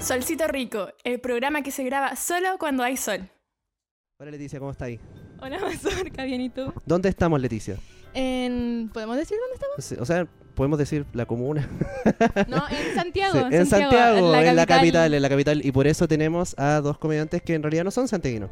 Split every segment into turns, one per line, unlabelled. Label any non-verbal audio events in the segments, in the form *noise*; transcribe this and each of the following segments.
Solcito Rico, el programa que se graba solo cuando hay sol.
Hola Leticia, ¿cómo está ahí?
Hola, *laughs* Mazorca, bien, ¿y tú?
¿Dónde estamos, Leticia?
En, ¿Podemos decir dónde
O se- O sea, podemos decir la comuna.
estamos? No, en Santiago.
*laughs* Sí, en Santiago, en la capital, en la capital. Y por eso tenemos a dos comediantes que en realidad no son santiaguinos.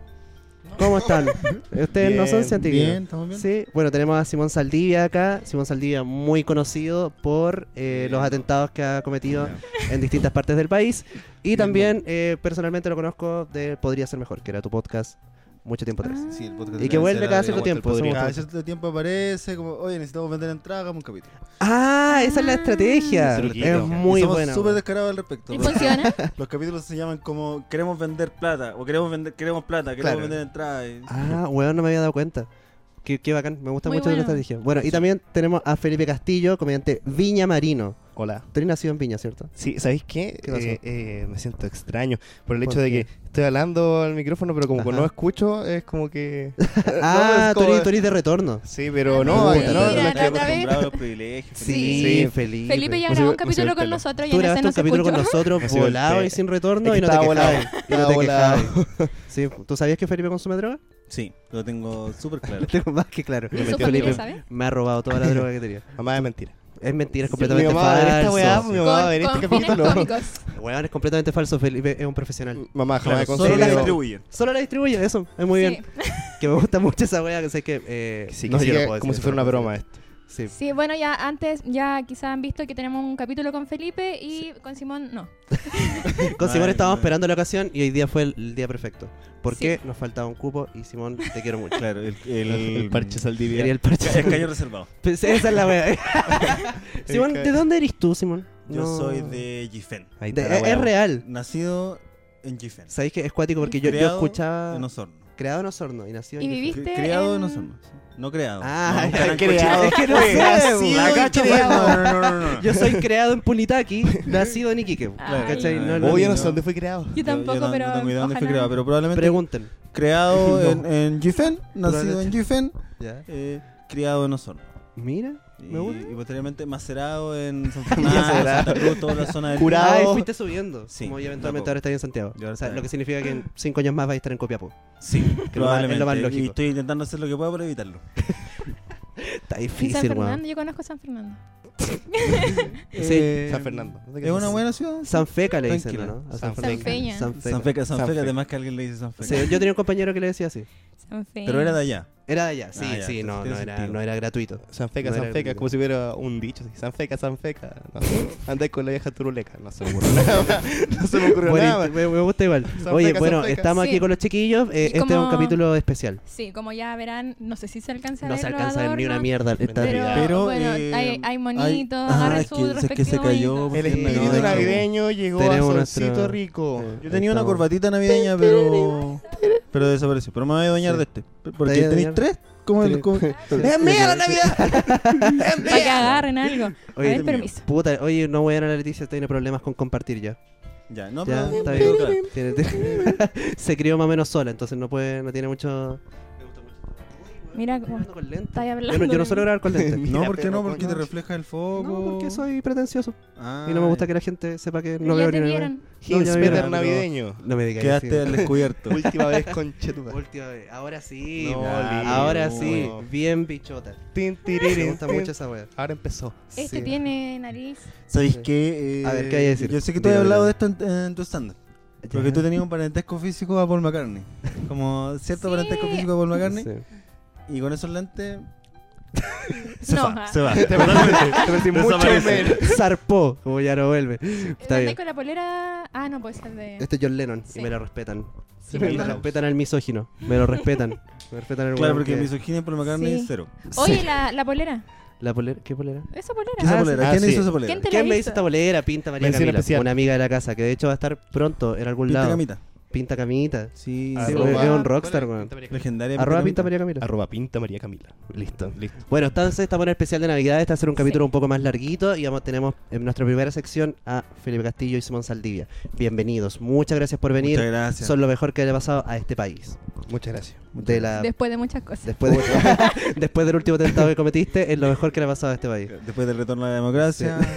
¿Cómo
*laughs*
están? Ustedes no son santiaguinos.
Bien, estamos bien.
Sí, bueno, tenemos a Simón Saldivia acá. Simón Saldivia, muy conocido por eh, los atentados que ha cometido en distintas partes del país. Y también, eh, personalmente, lo conozco de Podría Ser Mejor, que era tu podcast mucho tiempo atrás.
Sí, el podcast
Y
de
que vuelve
Nancy
cada
era,
cierto
digamos, el
tiempo,
podcast.
pues somos
Cada
todos.
Ah, cierto tiempo aparece como, oye, necesitamos vender entrada, hagamos un capítulo.
¡Ah! Esa es la estrategia.
Truquito.
Es muy
Y somos
buena.
súper descarados al respecto.
¿Y
porque
funciona?
*laughs* Los capítulos se llaman como queremos vender plata, o queremos vender, queremos plata, queremos
Claro.
vender entrada. y-
Ah, weón, no me había dado cuenta. Qué, qué bacán, me gusta
Muy
mucho la
bueno.
estrategia. Bueno, y también tenemos a Felipe Castillo, comediante Viña Marino.
Hola.
Tú eres nacido en Viña, ¿cierto?
Sí, ¿sabéis qué?
¿Qué pasó?
Eh, eh, me siento extraño por el
¿Por
hecho de
qué?
que estoy hablando al micrófono, pero como que
Ajá.
no escucho, es como que...
ah,
Eh, es
tú,
como-
eres, tú eres de retorno.
Sí, pero no,
Mira,
no, no,
la
es
otra
que-
vez.
acostumbrado a los privilegios.
Sí,
Sí,
Felipe.
Felipe ya grabó un
No se ve- no se ve
capítulo
el
con
pelo.
nosotros y
Tú
en ese
grabaste
no
un
se
capítulo
*laughs* escuchó.
con nosotros,
Me sigo el
volado
pelo.
y sin
es
retorno,
que
y no te
estaba volado,
quejabas. Y no
estaba
te
volado.
quejabas. *laughs* Sí, ¿tú sabías que Felipe consume
*laughs*
droga?
Sí, lo tengo súper
*laughs*
claro.
Lo tengo más que claro.
Me
¿Y su
metió
familia
Felipe.
sabe?
Me ha robado toda
*laughs*
la droga que tenía.
Mamá, es mentira.
Es mentira, es
mi
completamente
mamá va a ver esta weá,
falso.
mi mamá va a ver
Con,
este
con fines
capítulo.
cómicos.
Weón, es completamente falso, Felipe es un profesional.
*laughs* Mamá, jamás
Claro,
he
la
solo las *laughs*
conseguido-
distribuyen.
Solo la distribuye, eso, es muy bien. Que me gusta mucho esa weá, que sé que... Eh,
Sí, que
no, yo
siga
no puedo
como si
decir eso,
fuera una
no puedo
broma
decir
esto.
eso. Sí.
Sí, bueno, ya antes, ya quizás han visto que tenemos un capítulo con Felipe y con Simón no.
Con
Ay,
Simón estábamos
ay.
esperando la ocasión y hoy día fue el, el día perfecto. Porque
Sí.
nos faltaba un cupo y Simón, te quiero mucho.
Claro, el, el,
El parche
Quería
Saldivia.
el parche.
*laughs*
*laughs*
el caño reservado.
Pues esa es la wea. Simón, ¿de dónde eres tú, Simón?
Yo
No.
soy de Gifen.
Ahí
De-
está la
es, es
weá.
real.
Nacido en Gifen.
Sabéis que es cuático porque yo, yo
Creado
escuchaba.
En Osorno.
Creado en Osorno y nacido
Y
en Iquique.
viví-
Cre-
Viste
Creado en
en-
Osorno. sí. No creado.
Ah, *laughs*
no,
ya,
nunca han escuchado.
creado.
Es que no
Oye,
sé,
nacido
weón.
y
La cacho,
creado.
weón.
pues, No, no, no, no, no.
Yo soy creado en Punitaqui, nacido en Iquique.
Claro.
¿Cachai? No, no,
Oh, yo
no.
no sé dónde fue creado.
Yo tampoco,
no-
pero
No tengo idea dónde fue
ojalá.
creado, pero probablemente.
Pregunten.
Creado
*laughs* No.
en, en Gifen, nacido en Gifen, eh, criado en Osorno.
Mira,
Y,
me gusta.
y posteriormente macerado
*laughs*
en San Fernando,
Macerado.
Santa Cruz, toda la zona del
Curado.
Ah, y fuiste subiendo.
Sí,
como ya eventualmente
de a
ahora estás en Santiago.
Y ahora
O sea,
está-
lo que significa que
Ah.
en cinco años más vas a estar en Copiapó. *laughs*
Sí,
es lo más
probablemente.
lógico.
Y estoy intentando hacer lo que pueda para evitarlo.
Está
Y San
difícil,
Fernando, Eh,
weón.
yo conozco San Fernando.
Sí.
Eh, San Fernando. No sé qué
¿Es una
hacer.
buena ciudad?
San Feca le dicen,
Tranquila.
¿no? A
San
Fernando.
Feca. Sanfeña.
San Feca.
San Feca, San
San
Feca,
Feca.
además que alguien le dice San
Sí,
Feca.
yo tenía un compañero que le decía así.
San Fe.
Pero era de allá.
Era de allá, sí,
Ah, ya,
sí, no,
tiene
no era,
sentido.
no era gratuito.
San Feca,
No era
San Feca,
gratuito.
como si hubiera un dicho. así, San Feca, San Feca. No sé. Andá con la vieja turuleca. No se me ocurrió nada más. No se me ocurrió
Bueno,
nada más.
me, me gusta igual.
San
Oye,
Feca,
bueno,
San Feca.
estamos aquí
Sí.
con los chiquillos. eh,
Y
este es un
como-
capítulo especial.
Sí, como ya verán, no sé si se alcanza a
No
ver
se
los
alcanza a ver ni una
adornos,
mierda. Está
Pero,
olvidado.
Pero,
bueno,
eh,
hay, hay monitos,
hay-
agarren
Ah, es
su
que- es que se
respectivo
cayó,
monito.
El
Sí, no,
espíritu
no,
navideño llegó a
Tenemos
Solcito
nuestro-
Rico.
Yo *laughs* tenía
Ahí
una
estamos.
corbatita navideña, pero. Pero desapareció. Pero me voy a doñar
Sí.
de este.
Te
Porque
voy a
tenéis
doñar.
tres. ¿Cómo
Sí. *laughs*
el.?
*laughs*
cómo- ¡Es mía la Navidad! ¡Es
*laughs* Para que
mía!
agarren algo. A
Oye,
ver,
Dios mío.
permiso.
Puta, oye, no voy a dar a la Leticia, tiene problemas con compartir ya.
*laughs* Ya, no,
Ya,
pero.
está
pero
*laughs* bien.
claro.
Tiene- tiene- *laughs* se crió más o menos sola, entonces no puede, no tiene mucho.
Mira cómo
Hablando con lentes.
estáis hablando.
Yo no, yo no
de
suelo
mí.
grabar con
*laughs*
lentes.
No,
Mira,
¿por qué
pero
no?
con
Porque te
noche.
refleja el foco.
No, porque soy pretencioso.
Ah,
Y no me gusta que la gente sepa que no
Pero ya
veo
te
ni una-
vieron.
No, ya me vieron,
Hinspeter
pero-
navideño.
No me digas
Quedaste al
*laughs*
descubierto.
Última vez con Chetuba.
Última vez. Ahora sí.
No,
Ah,
lindo.
ahora sí. Bien bichota.
Tin, tiririn,
Me gusta
tin.
mucho esa wea.
Ahora empezó.
Este *laughs*
Sí.
tiene nariz.
¿Sabéis qué? Eh,
A ver, ¿qué hay que decir?
Yo sé que tú has
Dilo,
hablado
dilo.
de esto en, en tu stand Porque tú tenías un parentesco físico a Paul McCartney. Como cierto
Sí.
parentesco físico a Paul McCartney.
Sí. *laughs*
Y con esos lentes.
No, ah.
*laughs* se va.
Te perdí mucho
Desaparece.
menos.
Zarpó, como ya no vuelve. Está
Andáis
bien.
con la polera. Ah, no puede ser de.
Este es John Lennon
Sí.
y me lo respetan.
Sí,
me lo
perdón.
respetan al misógino. Me lo respetan. Me respetan al
Claro,
weón
porque
que-
misoginia en Paul McCartney
Sí.
es cero.
Oye, la, la polera.
¿La polera? ¿Qué polera?
Esa
¿Qué es esa
polera.
Ah,
polera?
sí.
¿Quién
Ah,
hizo
sí.
esa polera?
¿Quién te la
¿Quién me
hizo?
hizo esta polera? Pinta María
Mención
Camila,
especial.
una amiga de la casa, que de hecho va a estar pronto en algún
Pinta
lado.
Camita.
Pinta Camita.
Sí,
Ah,
sí,
es
Arroba-
un rockstar,
¿cuál
weón.
es? Pinta María Camila.
Legendaria.
Arroba pinta
Camita.
María Camila.
Arroba pinta María Camila.
Listo.
Listo.
Bueno, entonces estamos en el especial de Navidad. Este va a ser un capítulo
Sí.
un poco más larguito y vamos, tenemos en nuestra primera sección a Felipe Castillo y Simón Saldivia. Bienvenidos. Muchas gracias por venir.
Muchas gracias.
Son lo mejor que le ha pasado a este país.
Muchas gracias.
De la,
Después de muchas cosas.
después, de- *laughs* después del último atentado que cometiste, es lo mejor que le ha pasado a este país.
Después del retorno a la democracia. *laughs*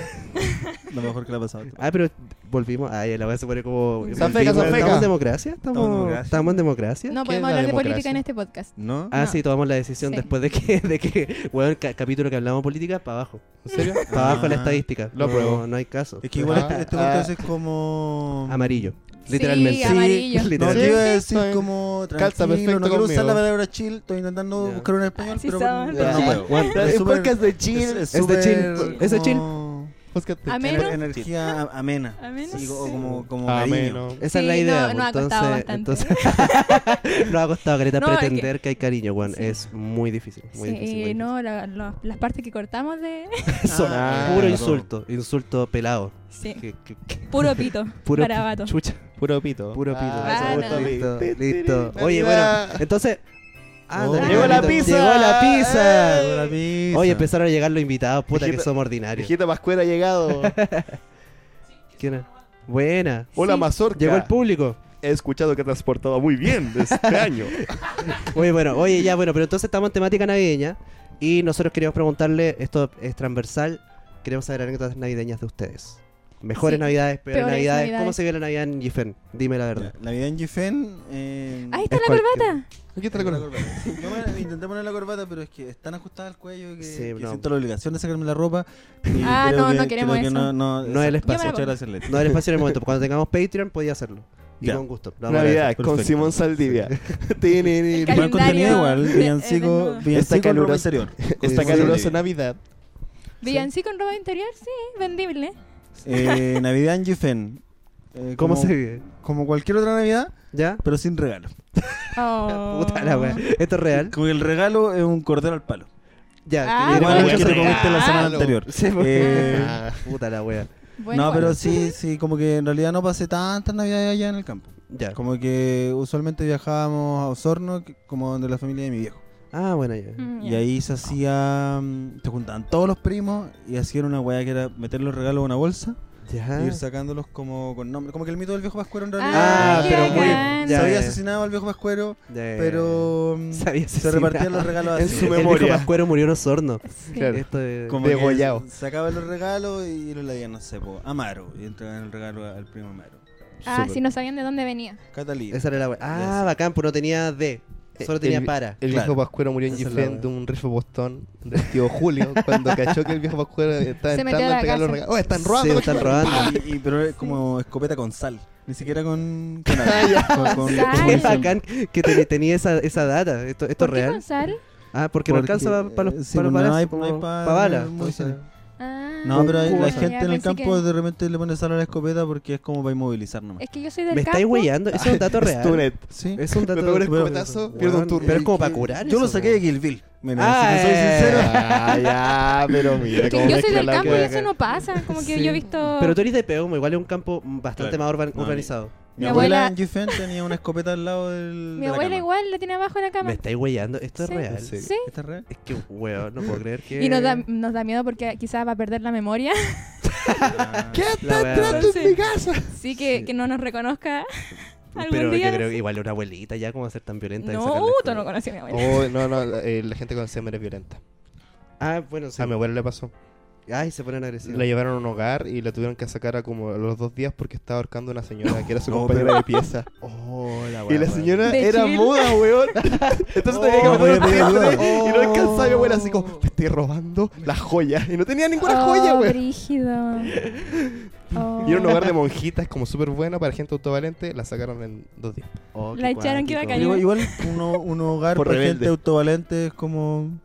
Lo mejor que le ha pasado. a este
Ah, pero volvimos. Ay, la weá se pone como.
Sanfeca,
volvimos.
Sanfeca.
¿Estamos en democracia? ¿Estamos,
Estamos en democracia.
¿Estamos en democracia?
No
¿Qué
podemos
es la
hablar de
democracia?
política en este podcast.
¿No?
Ah,
No.
sí, tomamos la decisión
Sí.
después de que, *laughs* de que weón, ca- capítulo que hablamos política, para abajo.
¿En serio?
Para abajo la
Ah.
estadística.
Lo
no,
apruebo.
No hay caso.
Es que igual
Ah,
este, este
ah.
podcast es como...
Amarillo. Literalmente.
Sí, amarillo.
Sí,
No,
literal.
yo iba a decir
estoy-
como
calza
tranquilo,
perfecto
no quiero
conmigo.
usar la palabra chill, estoy intentando
Ya.
buscar un español,
Así
pero,
son.
pero no
Ya.
puedo.
Bueno,
Es
Es
súper-
podcast de
es-
chill.
es
Es de chill,
súper
es de chill.
como
Podcast de
Ameno.
chill.
ener- Energía a- amena.
Ameno,
Sí, oh, o
sí.
como, como
Ah,
cariño.
Ameno.
Esa es
Sí,
la
no,
idea.
nos ha
pues,
costado
entonces,
bastante.
entonces *laughs* nos ha costado careta
No, es que-
pretender que... hay cariño, weón.
Sí.
Es muy difícil. Muy
Sí,
difícil. muy difícil.
no, la- lo- las partes que cortamos de. *laughs*
Son
Ah,
puro
no.
insulto. Insulto pelado.
Sí,
Que- que- que-
puro pito.
puro
Garabato.
chucha.
Puro pito.
Puro pito.
Ah,
Eso,
no.
listo,
Ti, ti,
listo.
ti,
Oye,
Navidad.
bueno, entonces. Ah,
Oh.
Navidad,
Llegó la
listo.
pizza.
Llegó la pizza.
Eh.
Hola, pizza.
Oye, pues, empezaron a llegar los invitados, puta que
Hijita-
somos ordinarios.
Hijita Pascuera
*laughs*
ha llegado.
¿Quién es? Buena.
Hola,
Sí.
Mazorca.
Llegó el público.
He escuchado que te has portado muy bien
*laughs*
este año.
Oye, bueno, oye, ya, bueno, pero entonces estamos en temática navideña y nosotros queríamos preguntarle, esto es transversal, queremos saber anécdotas navideñas de ustedes. Mejores
Sí.
navidades, peores,
Peores
navidades. ¿Cómo
navidades.
se vio la Navidad en Giffen? Dime la verdad.
La vida en Gifen... Eh,
Ahí está
Es
la
cual-
corbata.
¿Qué te
tengo
*laughs*
la corbata. Sí, yo me- intenté poner la corbata, pero es que es tan ajustada al cuello que,
Sí,
que
no.
siento la obligación de sacarme la ropa. y
Ah,
creo
no,
que-
no queremos
creo que
eso.
No, no,
No el
exacto.
espacio.
Yo me la
Muchas
*laughs*
gracias, Leti.
No era espacio en el momento, porque cuando tengamos Patreon podía hacerlo. Y
Ya.
con gusto. lo vamos a
Navidad
Perfecto.
con Simón Saldivia. *laughs* Ti, ni, ni, ni.
Cal-
Igual contenido
Calendario *laughs*
igual,
de- eh,
villancico,
desnudo.
villancico
Esta calurosa-
ropa interior.
Esta
Sí.
calurosa Navidad.
Villancico en ropa interior, sí, vendible.
Eh, Navidad en Gifen. Eh,
*laughs* ¿Cómo
como-
se vive?
Como cualquier otra Navidad,
¿Ya?
pero sin regalo.
Oh.
Puta la wea. ¿Esto es real?
Como que el regalo es un cordero al palo.
Ya.
Ah,
que-
Igual que
bueno,
te
regalo.
comiste *laughs* la semana anterior.
Sí, porque-
Eh,
Ah.
Puta la wea.
Bueno,
no,
bueno.
pero sí, sí, como que en realidad no pasé tantas navidades allá en el campo.
Ya.
Como que usualmente viajábamos a Osorno, que- como donde la familia de mi viejo.
Ah, bueno, ya.
Mm,
Y
ya.
ahí se hacía. mm, Se juntaban todos los primos y hacían una weá que era meter los regalos en una bolsa
Ya.
y ir sacándolos como con nombre. Como que el mito del viejo pascuero en realidad.
Ah,
qué
pero muy. ya,
bacán.
se había
ya,
asesinado al viejo pascuero,
ya.
pero. mm,
Sabía
se repartían los regalos así.
En su
El
memoria. *laughs* El
viejo
viejo Pascuero murió en
*laughs*
Osorno.
Sí.
Claro.
Esto de...
Como
Degollado.
que Sacaban los regalos y los leían, no sé, po, Amaro. Y entregaban el regalo al primo Amaro.
Ah, si no sabían de dónde venía.
Catalina.
Esa era la wea. Ah,
Ya, sí.
bacán, pues no tenía D. Solo
Eh,
Eh, El-
tenía para.
El
Claro.
viejo Pascuero murió en
Esa es la
Giflen
wea.
de un rifle postón del
*laughs*
tío Julio cuando cachó que el viejo Pascuero estaba
Se metió
entrando
a
a
la
entregar los
casa.
regalos. ¡Oh, están
Sí,
robando!
están robando.
Y, y- pero es como escopeta con sal. Ni siquiera con.
*laughs*
con
Ah,
nada. Con- con-
Sal.
*laughs*
con-
Qué
Ay.
bacán que te- tenía esa, esa data. Esto, esto es
¿Por qué
real.
con sal?
Ah, porque, no
Porque, eh,
alcanza para los,
sí, pues
pa' los
no
balas.
hay-
como-
no hay pa-
pa' balas,
muy
entonces.
cerca.
Ah,
No, pero hay- la
ya,
gente en el
pensé
campo
que-
de repente le pone sal a la escopeta porque es como para inmovilizar nomás.
Es que yo soy del
Me
campo.
estáis huellando. Eso es un
*laughs*
dato real.
Stunet.
Sí.
Es *laughs* un dato
Me pego un
Pero-
escopetazo,
Weón,
pierdo un turno.
Pero es como para curar.
Yo lo
eso,
saqué de
weón.
Kill Bill. Mira,
Ah,
si te soy
eh.
sincero.
Ah, ya, pero mira
Que
cómo
yo soy
mezcla
del
la
campo y
wea.
eso no pasa. Como que
Sí.
yo he visto.
Pero tú eres de Peumo, igual es un campo bastante más
Claro.
urban-
No,
urbanizado.
Mi
Mi
abuela
abuela-
en Giffen tenía una escopeta al lado del.
Mi
de la
abuela
cama.
igual la tiene abajo en la
Me
cama.
estáis huellando. Esto es
Sí.
real.
Sí.
Sí.
¿Esta es
*laughs*
real?
Es que, weón, no puedo creer que.
Y nos da, nos da miedo porque quizás va a perder la memoria. *laughs*
Ah.
¿Qué
La
están
wea.
tratando en
Sí.
mi casa?
Así que,
Sí.
que no nos reconozca. algún
Pero
día
yo creo
sí.
que igual una abuelita ya, como ser tan violenta. de sacarla
No,
de
tú
escuela.
no conocí a mi abuela.
Oh, no, no, la, eh, la gente con Alzheimer es violenta.
Ah, bueno, sí.
A mi abuela le pasó.
Ay, se ponen agresivos.
La llevaron a un hogar y la tuvieron que sacar a como a los dos días porque estaba ahorcando a una señora que era *laughs* su
No,
compañera
pero-
de pieza.
Oh, la
Y
wea,
la
wea.
señora
De
era
chill.
muda, weón. Entonces tenía que
Oh,
comprar
no
un
tenía
títere
duda.
y no alcanzaba. Mi abuela así como, me estoy robando las joyas. Y no tenía ninguna
oh,
joya, weón.
brígido. Oh.
Y era un hogar de monjitas como súper bueno para gente autovalente. La sacaron en dos días.
Oh, qué
La echaron que iba a
cuático.
caer.
Igual, igual uno, un hogar
Por
por para
rebelde.
gente autovalente es como.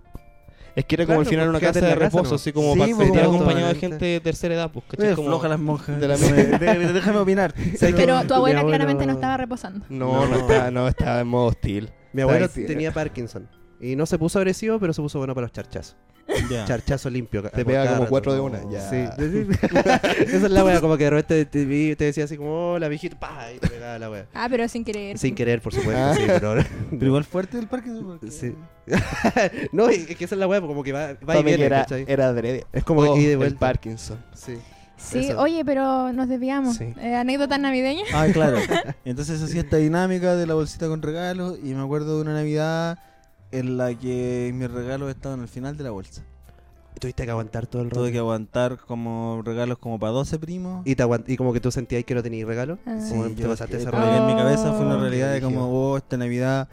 Es que era
Claro,
como al final
pues,
una
quédate
casa
en
de
la casa,
reposo,
¿no?
así como
Sí,
para
pues,
estar
bueno,
acompañado de
totalmente.
gente de tercera edad, pues, ¿cachai?
Eh,
Como-
floja las monjas.
de
*laughs*
la-
De- de- déjame opinar.
¿Sabes qué?
Pero tu abuela
Mi abuelo-
claramente no estaba reposando.
No, no,
No.
estaba, no, estaba en modo hostil.
Mi abuelo
Estaba-
tenía Parkinson. Y no se puso agresivo, pero se puso bueno para los charchazos.
Ya.
Charchazo limpio. ca-
Te
por
pega
cada
como
rato.
cuatro de una, ya.
Sí. *laughs* Esa es la wea, como que de repente te, vi- te decía así como, hola, viejito, pa, y te pegaba la wea.
Ah, pero sin querer.
Sin querer, por supuesto.
Ah.
Sí,
*laughs*
pero...
Pero igual fuerte el parque. ¿no? Porque-
Sí. no, y- es que esa es la wea, como que va, va y
Tommy que
viene,
era,
¿cachai?
era adrede.
Es como que
Oh,
ida y de
El
vuelta.
Parkinson.
Sí.
Sí,
Eso.
oye, pero nos desviamos.
Sí.
Eh, anécdotas navideñas.
Ah, *laughs* claro. Entonces hacía esta dinámica de la bolsita con regalos y me acuerdo de una Navidad en la que mis regalos estaban al final de la bolsa.
Tuviste que aguantar todo el rato.
Tuve que aguantar como regalos como para 12 primos.
Y, te aguant- y como que tú sentías que no tenías regalo.
Ah.
Sí,
Como te
yo Ah,
pasaste
que-
esa
como que
raya.
en mi cabeza fue una
Oh.
realidad de como,
Brígido.
oh, esta Navidad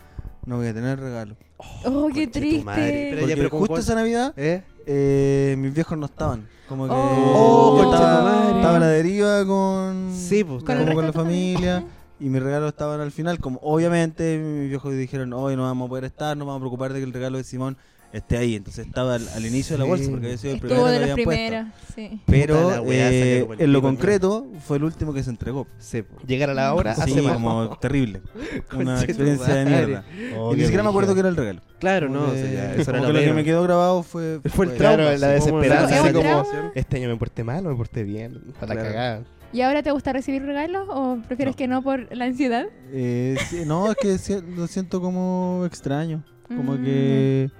no voy a tener regalo.
Oh, qué
Conche tu madre.
triste.
Pero ya,
Porque
pero como
justo
cuál-
esa Navidad
¿Eh?
eh, mis viejos no estaban. Como que
Oh,
yo
concha tu
estaba,
madre.
estaba a la deriva con,
Sí, pues.
como
claro.
el
con,
resto
la
de tu familia.
familia. Y mis regalos estaban al final. Como obviamente mis viejos dijeron, hoy no vamos a poder estar, no vamos a preocupar de que el regalo de Simón esté ahí. Entonces estaba al, al inicio de la
Sí.
bolsa porque había sido el primero
Estuvo
que
de
lo
los
habían puesto.
primeros, sí.
Pero
Puta la weá, saqué
eh,
como el
en lo
pico,
concreto fue el último que se entregó.
Sí, pues.
Llegar a la hora
Sí,
hace más.
como
*laughs*
terrible. Una
Conche tu
experiencia de
madre.
mierda.
Oh,
y ni
qué
siquiera me acuerdo que era
brígido.
el regalo.
Claro, no.
Como
o sea,
que-
ya, eso era lo
como que lo que
menos.
me quedó grabado fue.
Fue el
Claro,
trauma,
la
sí, como-
desesperanza,
Fue
así
un
como,
trauma.
este año me porté mal o me porté bien, para la
Claro.
cagada.
¿Y ahora te gusta recibir regalos o prefieres
No.
que no por la ansiedad?
Eh, sí, no, es que si- lo siento como extraño. Como
Mm.
que.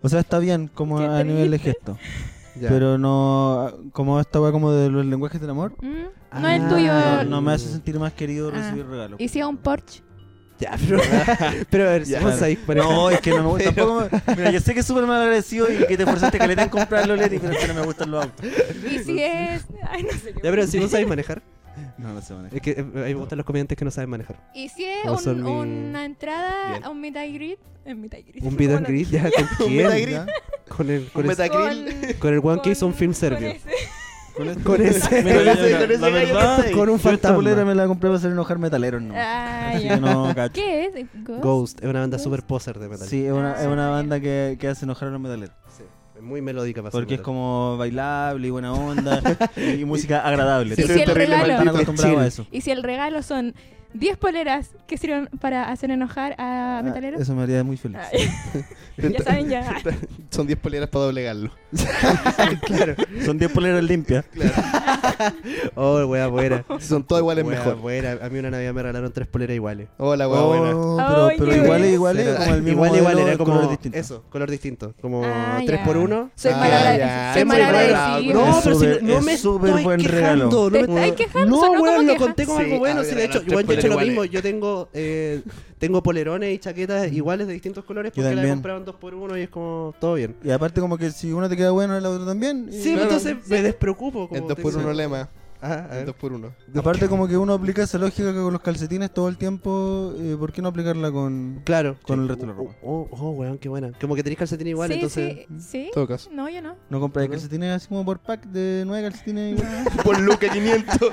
O sea, está bien, como
Qué
a nivel de
triste.
*laughs* gesto.
Ya.
Pero no. Como esta weá como de los lenguajes del amor.
Mm,
Ah,
No el tuyo.
No, no me hace sentir más querido
Ah.
recibir regalos.
Y si es un Porsche.
*laughs* Ya, pero. pero a ver,
Ya.
vamos ahí, pero-
No, es que no me *laughs* gusta. Tampoco me- mira, yo sé que es súper mal agradecido y que te esforzaste caleta en comprarlo, Leti, pero es que no me gustan los autos.
Y si es. Ay, no sé. qué-
Ya, pero si no sabéis manejar.
No, no sé manejar.
Es que eh, a mí me gustan los comediantes que no saben manejar.
Y si es
Vamos a
un-
hacer mi-
una entrada
Bien.
a un meet and greet. En meet and greet.
Un beat and
Hola.
greet, *laughs* ya, ¿con
Un meet and
quién?
greet.
¿Ya?
Con el, con
Un
el,
metacril.
con el one que hizo un
con-
film
con
serbio.
ese.
¿Cuál es tu-
Con ese-
Mira,
con
yo
ese-
la-
con ese
la
gallo que
verdad,
está ahí.
Con un
yo esta
fantasma.
polera me la compré para hacer enojar metaleros, no.
Ah,
Así
ya.
que no, cacho.
¿Qué es? Eh, Ghost.
Ghost es una banda
Ghost.
super poser de metal.
Sí, es
Ah,
una, es una banda que, que hace enojar a los metaleros.
Sí, es Muy melódica para ser
Porque es
metal.
como bailable y buena onda
*laughs*
y música agradable.
Sí,
Y
soy
si
un
el
terrible
regalo-
Están
maldito de
acostumbrados a
Chile.
eso.
Y si el regalo son 10 poleras que sirven para hacer enojar a
Ah,
metaleros.
eso me haría muy feliz.
Ay, *laughs* ya saben,
*laughs*
ya.
Son 10 poleras para doblegarlo.
claro.
Son 10 poleras limpias.
Oh, wea buena.
Si son todas iguales,
Wea
mejor.
buena. A mí una navidad me regalaron tres poleras iguales.
Hola,
Oh,
huevona.
pero
Ay,
pero
qué
igual,
bueno.
igual, es como el mismo
igual, igual,
modelo,
era como
colores distintos.
eso, color distinto, como
Ah,
tres
ya.
por uno.
Soy
Ah,
mal
ya,
agradecida. Soy
es
mal
muy bueno.
agradecida.
No,
Es
pero
súper-
si no, no me
es súper
estoy
buen regalo.
quejando, no
Te
me-
estáis quejando,
No,
sonó
weón,
como
lo
queja.
conté como
Sí,
algo bueno.
ah,
Sí,
ya,
de
ya,
hecho,
los
igual yo he
tres
hecho lo
poleras
mismo. Yo tengo, eh, tengo polerones y chaquetas iguales de distintos colores
Yo
porque la
también.
compraron dos por uno y es como todo bien.
Y aparte como que si uno te queda bueno, el otro también. y-
Sí,
claro.
entonces me despreocupo. Como
En 2
te
por
digo.
1 lema.
Ajá, a
En
ver.
2 por 1
Aparte como que uno aplica esa lógica que con los calcetines todo el tiempo, eh, ¿por qué no aplicarla con...
Claro.
Con
Sí.
el resto de la ropa.
Oh, oh, oh, weón, qué buena. Como que tenés calcetín igual,
sí,
entonces.
sí, sí.
En todo caso.
No, yo no.
No compras calcetines así como por pack de nueve calcetines.
Por Luca 500.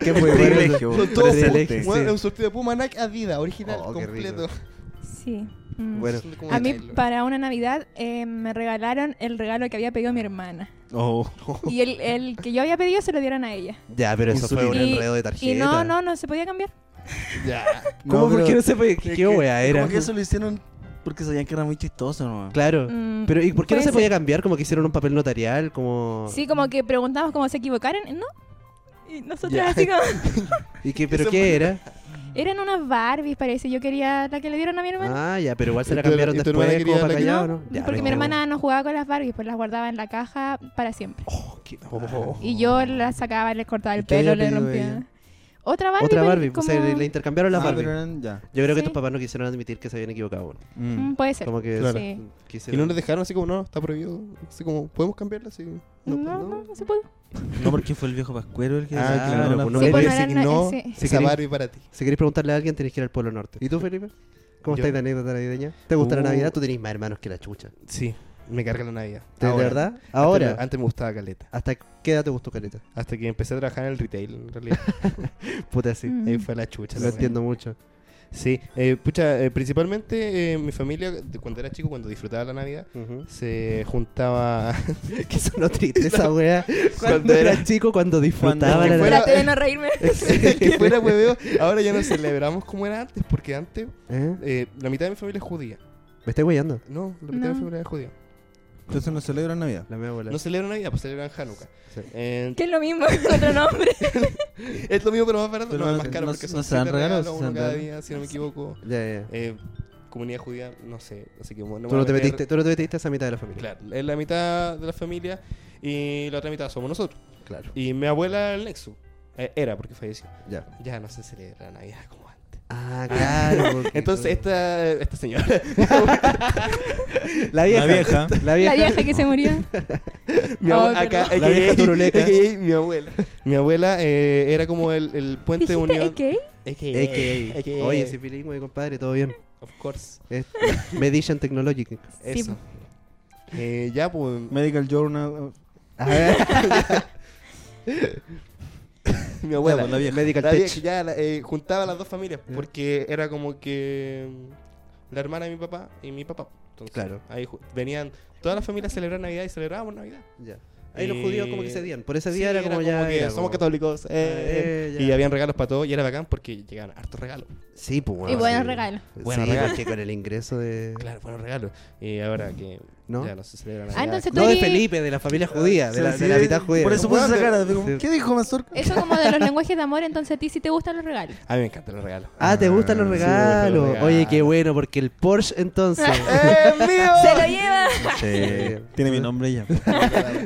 Qué
privilegio,
Son todos
Privilegio,
Bueno,
sí.
Es un surtido de Puma Nike Adidas, original,
Oh, qué
completo.
Sí. Mm.
Bueno.
Son pues, como
A mí
traerlo.
para una Navidad eh, me regalaron el regalo que había pedido mi hermana.
Oh,
Y el, el que yo había pedido se lo dieron a ella.
Ya, pero eso fue un
Insulina. Y-
enredo de tarjeta.
Y no, no, no se podía cambiar.
*laughs* Ya.
¿Cómo? ¿Por qué no se podía?
Es
¿Qué
que-
wea
es
era?
Como que eso lo hicieron porque sabían que era muy chistoso, ¿no?
Claro.
Mm,
Pero ¿y por qué no
puede
se
ser.
podía cambiar? Como que hicieron un papel notarial, como...
Sí, como que preguntamos cómo se equivocaron. No. Y nosotros
Ya. *laughs*
así como...
¿Y qué, ¿Pero
Eso
qué
fue-
era?
Eran unas Barbies, parece. Yo quería la que le dieron a mi hermana.
Ah, ya, pero igual se la
¿Y tu-
cambiaron
y tu
después como
hermana quería
para
la-
Ah, callado, ¿no? Ya,
Porque
no.
mi hermana no jugaba con las Barbies, pues las guardaba en la caja para siempre.
Oh, qué- oh.
Y yo las sacaba, les cortaba el
¿Y qué había
pelo, le
pedido
rompía.
ella?
Otra Barbie.
Otra
pero
Barbie, pues,
como-
o sea, le intercambiaron las
Ah,
Barbie.
pero eran ya.
Yo creo que
Sí.
tus papás no quisieron admitir que se habían equivocado. bueno.
Mm.
Mm, puede ser.
Como que...
Claro.
Sí.
quisieron-
Y no nos dejaron así como, no, está prohibido. Así como, ¿podemos cambiarla? Así. No,
No,
pues
no, no, se pudo.
No porque fue el viejo Pascuero el que
Ah,
decía que le
claro,
daban
pues
la-
no
Sí,
me
pues
digas
no
Si
eran-
no,
sí.
Si
esa
queréis-
Barbie para ti.
Si queréis preguntarle a alguien, tenés que ir al Polo Norte. ¿Y tú, Felipe? ¿Cómo
Yo-
estáis la anécdota navideña? ¿Te gusta
Uh.
la Navidad? Tú tenés más hermanos que la chucha.
Sí, me carga la Navidad.
¿De
Ahora.
verdad?
Antes
Ahora,
me- Antes me gustaba caleta.
¿hasta qué edad te gustó Caleta?
Hasta que empecé a trabajar en el retail, en
*laughs*
realidad.
Puta, sí.
Mm.
Ahí fue la chucha.
Lo
la
entiendo mucho.
wea. Sí, eh, pucha, eh, principalmente eh, mi familia, de cuando era chico, cuando disfrutaba la Navidad, se juntaba. *laughs*
Que sonó triste *laughs* esa wea. Cuando
Cuando
era,
era-
chico, cuando disfrutaba
Cuando-
la
Fuera-
Traté de no
*laughs*
reírme.
que fuera hueveo. Ahora ya no celebramos como era antes, porque antes
¿Eh?
eh, la mitad de mi familia es judía.
¿Me estáis weyando?
No, la mitad de
No.
mi familia es judía.
Entonces no celebran Navidad.
La mea abuela.
No celebran Navidad, pues celebran Hanukkah.
Sí.
Eh,
Que es lo mismo *laughs* con otro nombre.
*laughs* es lo mismo, pero más barato.
Pero
No, es
no-
más caro
no-
porque
no
son
se dan
siete
regalos,
regalos,
se
uno
dan
cada
regalos.
día, si no me equivoco.
Ya, ya.
Eh, comunidad judía, no sé. Así que bueno, me
Tú
voy
no
a
te
meter-
metiste, tú no te metiste a esa mitad de la familia.
Claro, es la mitad de la familia y la otra mitad somos nosotros.
Claro.
Y mi abuela el Nexo. Eh, era porque falleció.
Ya.
Ya no se celebra Navidad como antes.
Ah, *laughs* claro. porque-
Entonces, esta, esta señora *laughs*
La vieja.
La vieja.
La
La
vieja.
vieja que
*laughs*
se murió.
mi,
Oh,
abue- acá,
La
AKA,
vieja turuleca.
AKA, mi abuela. Mi abuela eh, era como el, el
*laughs*
puente de
¿Dijiste
unión.
AK?
AKA,
AKA.
AKA,
Oye, si bilingüe, compadre, todo bien.
Of course.
Es Medition
*laughs*
Technology.
Sí,
Eso. Eh, ya, pues.
Medical Journal.
*laughs* Mi abuela.
Ya, pues, la vieja.
Medical
La
Tech.
vieja,
ya, la- eh, juntaba a las dos familias.
Ya.
Porque era como que. mm, La hermana de mi papá y mi papá. Entonces,
Claro.
Ahí ju- venían. Todas las familias celebraban Navidad y celebrábamos Navidad.
Ya. Ahí
Eh,
los judíos como que se dían. Por ese día
Sí,
era como ya.
que
era
somos
como-
católicos. eh,
Eh,
Y
ya.
habían regalos para todos. Y era bacán porque llegaban hartos regalos.
Sí, pues bueno.
Y buenos
sí.
regalos.
Buenos
sí,
regalos.
porque con el ingreso de.
Claro, buenos regalos. Y ahora que.
¿No?
Ya no se celebra Navidad.
Ah, entonces tú
No de
eres-
Felipe, de la familia judía, de la,
Sí,
de la
sí,
mitad judía.
Por eso
Como,
puse esa
"Weón,
cara.
de-
como,
sí.
¿Qué dijo Mazorca?
Eso como de los lenguajes de amor, entonces a ti sí te gustan los *laughs* regalos.
A mí me encantan los regalos.
Ah, ¿te gustan los
Sí, me gustan los
regalos? Oye, qué
regalos.
bueno, porque el Porsche entonces.
¡Eh, ¡Se lo lleva!
*laughs*
Sí. Tiene mi nombre ya.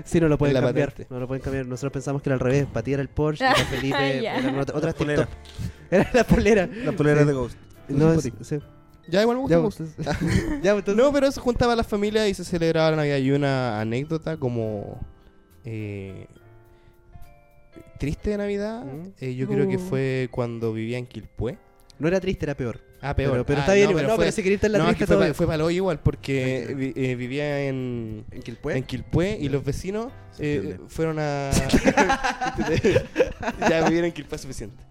sí, no lo pueden
la
cambiar.
patente.
No lo pueden cambiar. Nosotros pensamos que era al revés. Para ti era el Porsche, para Felipe
Ya.
eran otra- otras
La polera.
TikTok. *laughs* Era la polera.
La polera
Sí.
de Ghost.
No, es,
Sí.
sí.
Ya, igual me gusta.
Ya, pues.
me gusta.
entonces- *laughs* ya, pues, entonces-
No, pero eso juntaba a la familia y se celebraba la Navidad. Y una anécdota como eh, triste de Navidad,
Mm.
eh, yo creo que
Oh.
fue cuando vivía en Quilpué.
No era triste, era peor.
Ah, peor.
Pero, pero
Ah,
está bien
no,
igual.
pero
no,
fue-
pero si quería estar en la
no, es
triste,
que
está
fue,
bien.
para hoy igual, porque vi- eh, vivía en,
¿En Quilpue?
en Quilpué y los vecinos
Se
eh,
entiende.
fueron a... *laughs* ya vivir en Quilpué es suficiente.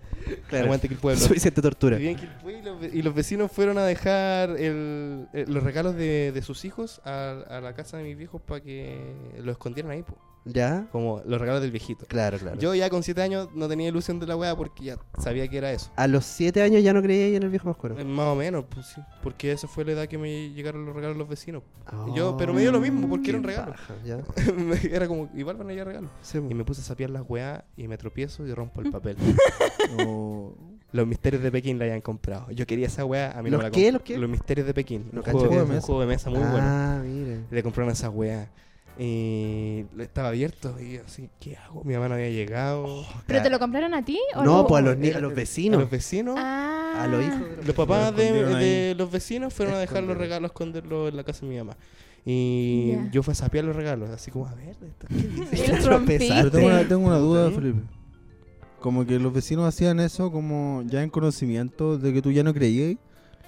Claro.
Aguante Quilpué. bro.
Suficiente tortura.
Vivía en Quilpué y los, ve- y los vecinos fueron a dejar el- eh, los regalos de, de sus hijos a, a la casa de mis viejos para que lo escondieran ahí, po.
¿Ya?
como los regalos del viejito.
Claro, claro.
Yo ya con 7 años no tenía ilusión de la weá porque ya sabía que era eso.
A los 7 años ya no creía en el viejo Moscoro.
Eh, Más o menos, pues sí, porque esa fue la edad que me llegaron los regalos de los vecinos. *laughs* Yo, pero me dio lo mismo porque era un regalo.
Ah, ¿ya?
era como, igual van a llegar regalos.
Sí, pues.
Y me puse a sapear las weá y me tropiezo y rompo el
*laughs*
papel.
No.
Los misterios de Pekín la habían comprado. Yo quería esa weá, a mí
¿Los
no me la
qué?
comp-
¿Los qué?
misterios de Pekín.
No
un,
cacho
juego,
qué es
un
eso.
juego de mesa muy bueno.
Ah, mire.
Le compraron esa weá. Y lo- estaba abierto y yo así, ¿qué hago? Mi mamá no había llegado.
¿Pero te lo compraron a ti o
No,
no?
pues a los, ni- a los
A
vecinos.
los vecinos.
Ah.
A los
*laughs*
hijos de los
Los papás de,
escondieron ahí.
de los vecinos fueron a dejar los
Escondieron.
regalos, a esconderlo en la casa de mi mamá. Y
Ya.
yo fui a sapear los regalos, así como, a ver, ¿esto qué dice?
*laughs* Y los
Pero tengo una,
rompiste.
tengo una duda,
¿Mm?
Felipe. Como que los vecinos hacían eso como ya en conocimiento de que tú ya no creías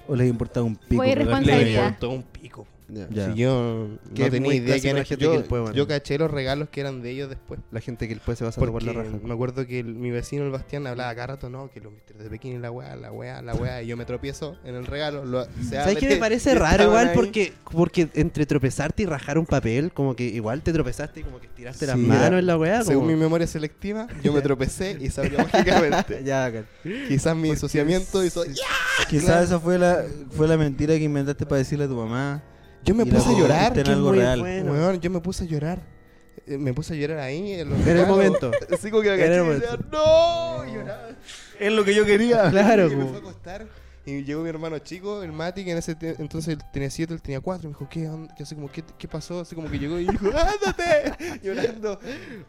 o les importaba un pico.
Fue
¿verdad?
irresponsabilidad.
Le importó un pico.
Ya.
Ya.
Si yo
Que
no
es
tenía
muy
idea
clásico pues,
quién
la
era-
gente
yo,
que el pueblo,
yo
¿no?
caché los regalos que eran de ellos después.
La gente que después se va haciendo por
Porque
la raja.
me acuerdo que el- mi vecino, el Bastián, hablaba cada rato, no, que los misterios de Pekín y la weá, la weá, la weá, y yo me tropiezo en el regalo. Lo, se va a
¿Sabes qué me
meter, *laughs* y
parece raro
estaban
igual?
ahí.
Porque, porque entre tropezarte y rajar un papel, como que igual te tropezaste y como que estiraste las
Sí,
manos
mira,
en la weá.
Según mi
como-
memoria selectiva,
*laughs*
yo me tropecé y salió mágicamente.
Ya, bacán.
Quizás mi ensuciamiento hizo. "Ya".
Quizás esa fue la, fue la mentira que inventaste para decirle a tu mamá.
Yo me
Y la
puse a llorar.
convertiste en
que es
algo
muy
real.
bueno. Weón, yo me puse a llorar. Eh, Me puse a llorar ahí. En, los
En el
regalos. *laughs*
momento.
Así como que me
En el
agaché y
momento.
decía, ¡No! Y lloraba.
Es lo que yo
*laughs*
quería.
Claro,
Y me
como-
fue a acostar. Y llegó mi hermano chico, el Mati, que en ese te- entonces él tenía siete, él tenía cuatro. Y me dijo, ¿qué, onda? Yo así como, ¿qué, ¿qué pasó? Así como que llegó y dijo, ¡ándate! *laughs* Llorando.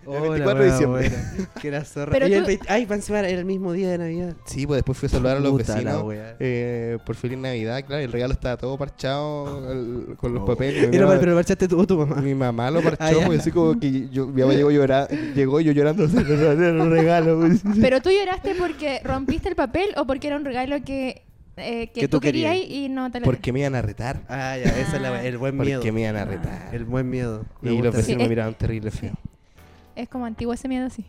Oh, la
24 de
weá
diciembre. *laughs*
buena. Que era zorra.
Pero
Y el
tú-
20 Ay, va encima era el mismo día de Navidad.
Sí, pues después fui a saludar a los
Puta la
vecinos.
weá.
eh, por feliz Navidad, claro. El regalo estaba todo parchado el- con los papeles. mi
Era
mamá-
mal, Oh. pero marchaste tú o tu mamá.
Mi mamá lo parchó,
*laughs* Ah, ya.
pues así como que yo, mi mamá llegó, llora, llegó yo llorando, *laughs* se lo
*laughs*
regalé, lo regalo. pues.
*laughs* ¿Pero tú lloraste porque rompiste el papel o porque era un regalo que, eh, que,
Que tú
tú querías y no te lo
Porque me iban a retar.
Ah, ya, esa es la, el buen miedo.
Porque me iban a retar.
El buen miedo. Me
Y los
gusta
vecinos
eso.
me miraban terrible feo.
Es como antiguo ese miedo,
*laughs*
sí.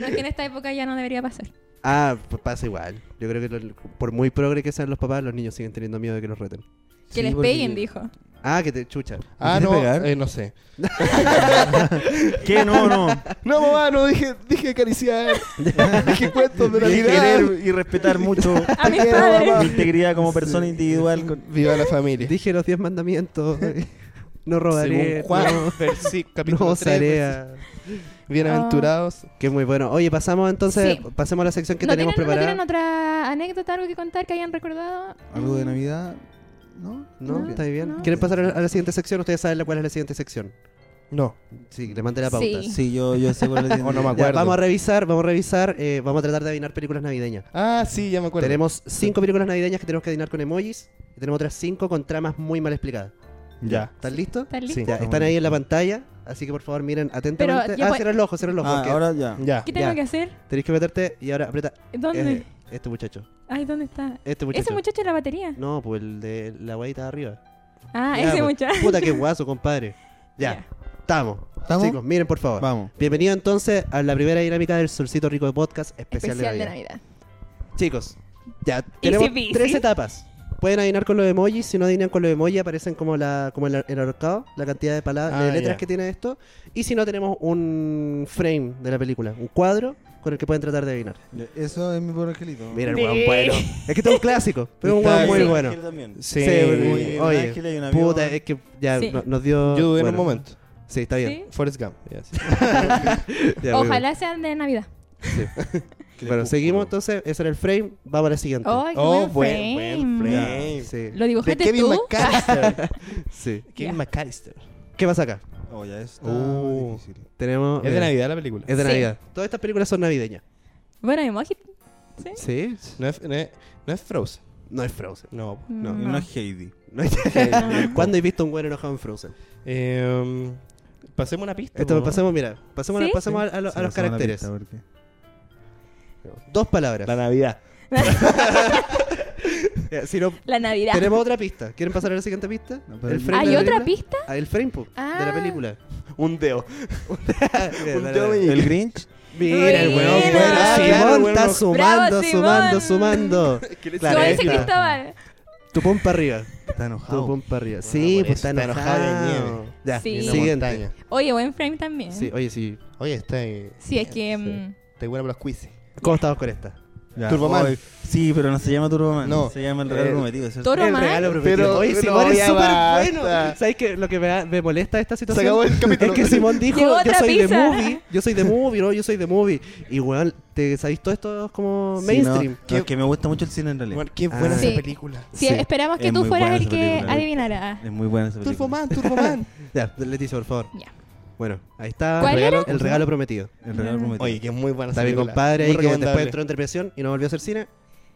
no es que en esta época ya no debería pasar.
Ah, pues pasa igual. Yo creo que lo- por muy progre que sean los papás, los niños siguen teniendo miedo de que los reten.
Que les peguen, dijo.
Ah, que te chucha.
Ah,
quieres
no,
pegar?
eh, no sé.
¿Qué? No, *laughs* no.
No, mamá, no dije,
*laughs*
dije acariciar, dije cuentos de
Dije
Navidad.
querer y respetar mucho *laughs*
A mis
quiero,
mi
padres.
integridad como persona individual. con-
Viva la familia.
Dije los diez mandamientos. *laughs* no robaré.
Según Juan,
no- *laughs*
versi-
No,
capítulo 3,
osaré
versi-
a-
Bienaventurados.
Qué muy bueno. Oye, pasamos entonces,
Sí.
pasemos a la sección que
¿No tienen,
tenemos
¿No tienen
preparada.
otra anécdota, algo que contar que hayan recordado?
Algo de
Mm.
Navidad. ¿No?
No,
No,
está bien.
no.
¿Quieren pasar a la, a la siguiente sección? Ustedes saben la- cuál es la siguiente sección.
No.
Sí, le mandé la pauta.
Sí.
Sí, yo, yo sé *laughs* cuál es.
O no me
Ya,
acuerdo.
vamos a revisar, vamos a revisar, eh, vamos a tratar de adivinar películas navideñas.
Ah, sí, ya me acuerdo.
Tenemos cinco películas navideñas que tenemos que adivinar con emojis y tenemos otras cinco con tramas muy mal explicadas.
Ya.
¿Están listos?
¿Están
Sí,
listos?
ya, están ahí en la pantalla, así que por favor miren atentamente.
ya
ah,
pues-
cierra el ojo, cierra el ojo.
Ah,
porque
ahora ya.
Ya.
¿Qué tengo
Ya.
que hacer?
Tenés que meterte y ahora aprieta.
¿Dónde?
eh, este muchacho.
Ay, ¿dónde está?
Este muchacho.
Ese muchacho es la batería.
No, pues el de la guayita de arriba.
Ah,
Ya,
ese
pues,
muchacho.
Puta que guaso, compadre.
*laughs*
Ya, estamos.
¿Estamos?
Chicos, miren por favor.
Vamos.
Bienvenido entonces a la primera dinámica del Solcito Rico de Podcast especial,
Especial
de
de
Navidad.
Navidad.
Chicos, ya tenemos
peasy.
tres etapas. Pueden adivinar con los emojis. Si no adivinan con los emojis, aparecen como la como el, el ahorcado, la cantidad de palabras,
Ah,
de letras
ya.
que tiene esto. Y si no, tenemos un frame de la película, un cuadro con el que pueden tratar de adivinar.
Eso es mi pobre angelito.
Mira, el
Sí.
weón bueno. Es que este es un clásico, pero es un weón muy
Ángel
bueno.
también.
Sí.
Sí,
Muy- un
oye,
ángel y un avión.
puta, es que ya
Sí.
no- nos dio.
Yo dudé en
bueno.
un momento.
Sí, está bien.
¿Sí?
Forrest Gump.
*laughs*
ya, sí.
Ya, muy bien.
Ojalá sean de Navidad.
Bueno, seguimos entonces. Ese era el frame. Vamos a la siguiente.
Ay, qué
Oh,
buen
buen, buen
frame.
frame.
Sí,
¿Lo dibujaste
De Kevin
tú?
*laughs* McAllister.
sí.
Kevin McAllister.
¿Qué pasa acá?
Oh, ya está
Uh.
difícil.
Tenemos.
Es de
mira,
Navidad la película.
Es de
Sí.
Navidad. Todas estas películas son navideñas.
Bueno, emoji.
Sí.
No es, no es- no es Frozen.
No es Frozen. *laughs*
No.
No,
Mm,
no es Heidi.
No es-
No.
¿Cuándo he visto un güey enojado en Frozen?
Eh, pasemos una pista.
Esto,
¿no?
pasemos, mira, pasemos,
¿Sí?
pasemos a, a lo- a
Sí,
los
pasamos la
caracteres.
pista, porque-
Dos palabras.
La Navidad.
Eh, si no,
*laughs* La Navidad.
tenemos otra pista. ¿Quieren pasar a la siguiente pista?
No, pero-
frame de
¿Hay
la
otra
película?
pista?
Ah, el frame po, de la
Ah. *laughs*
película. *laughs*
Un dedo.
Mira, dale,
dedo
dale.
meñique.
¿El Grinch?
Mira el weón,
Buena.
bueno.
Ah,
claro,
Simón
bueno.
está sumando,
Bravo,
sumando,
Simón.
sumando. Claro,
Como
ahí
dice
está.
Cristóbal.
Tu pum para arriba.
Está
Tu
enojado.
pum para arriba. Sí,
por
pues
eso
está
está enojado de
enojado.
nieve.
Ya,
Sí. ¿Eh?
En la
siguiente.
montaña.
Oye, buen frame también.
Sí,
Sí,
oye, sí.
Oye, está. eh,
es que...
sí.
mm,
Está buena para los quizzes.
¿Cómo estamos con esta?
*laughs* Ya.
Turboman.
Oye, Sí, pero no se llama Turboman.
No.
Se llama el regalo
Eh,
prometido, ¿cierto?
Toro
El
Man.
regalo prometido.
Pero-
Oye,
pero
Simón es
ya
súper
basta.
bueno. ¿Sabes qué? Lo que me, da- me molesta de esta situación
acabó el capítulo.
es que
*laughs*
Simón dijo,
Llegó
yo
otra
soy de
pizza".
movie, yo soy de movie, no, yo soy de movie. Y weón, te sabéis todo esto como
Sí,
mainstream.
no, no, es que me gusta mucho el cine en realidad.
Bueno, qué
Ah.
buena
Sí.
esa película.
Sí,
Sí.
esperamos que
Es
tú
muy
fueras
buena
el
esa
que
película.
adivinara.
Es muy buena esa película.
Turboman, Turboman.
Ya, Leticia, por favor.
Ya.
Bueno, ahí está
¿Cuál
el regalo,
era?
el regalo prometido.
El regalo prometido.
Oye, que es muy buena
Está
esa
mi
película.
compadre
Muy
ahí que después
recomendable.
entró en depresión y no volvió a hacer cine.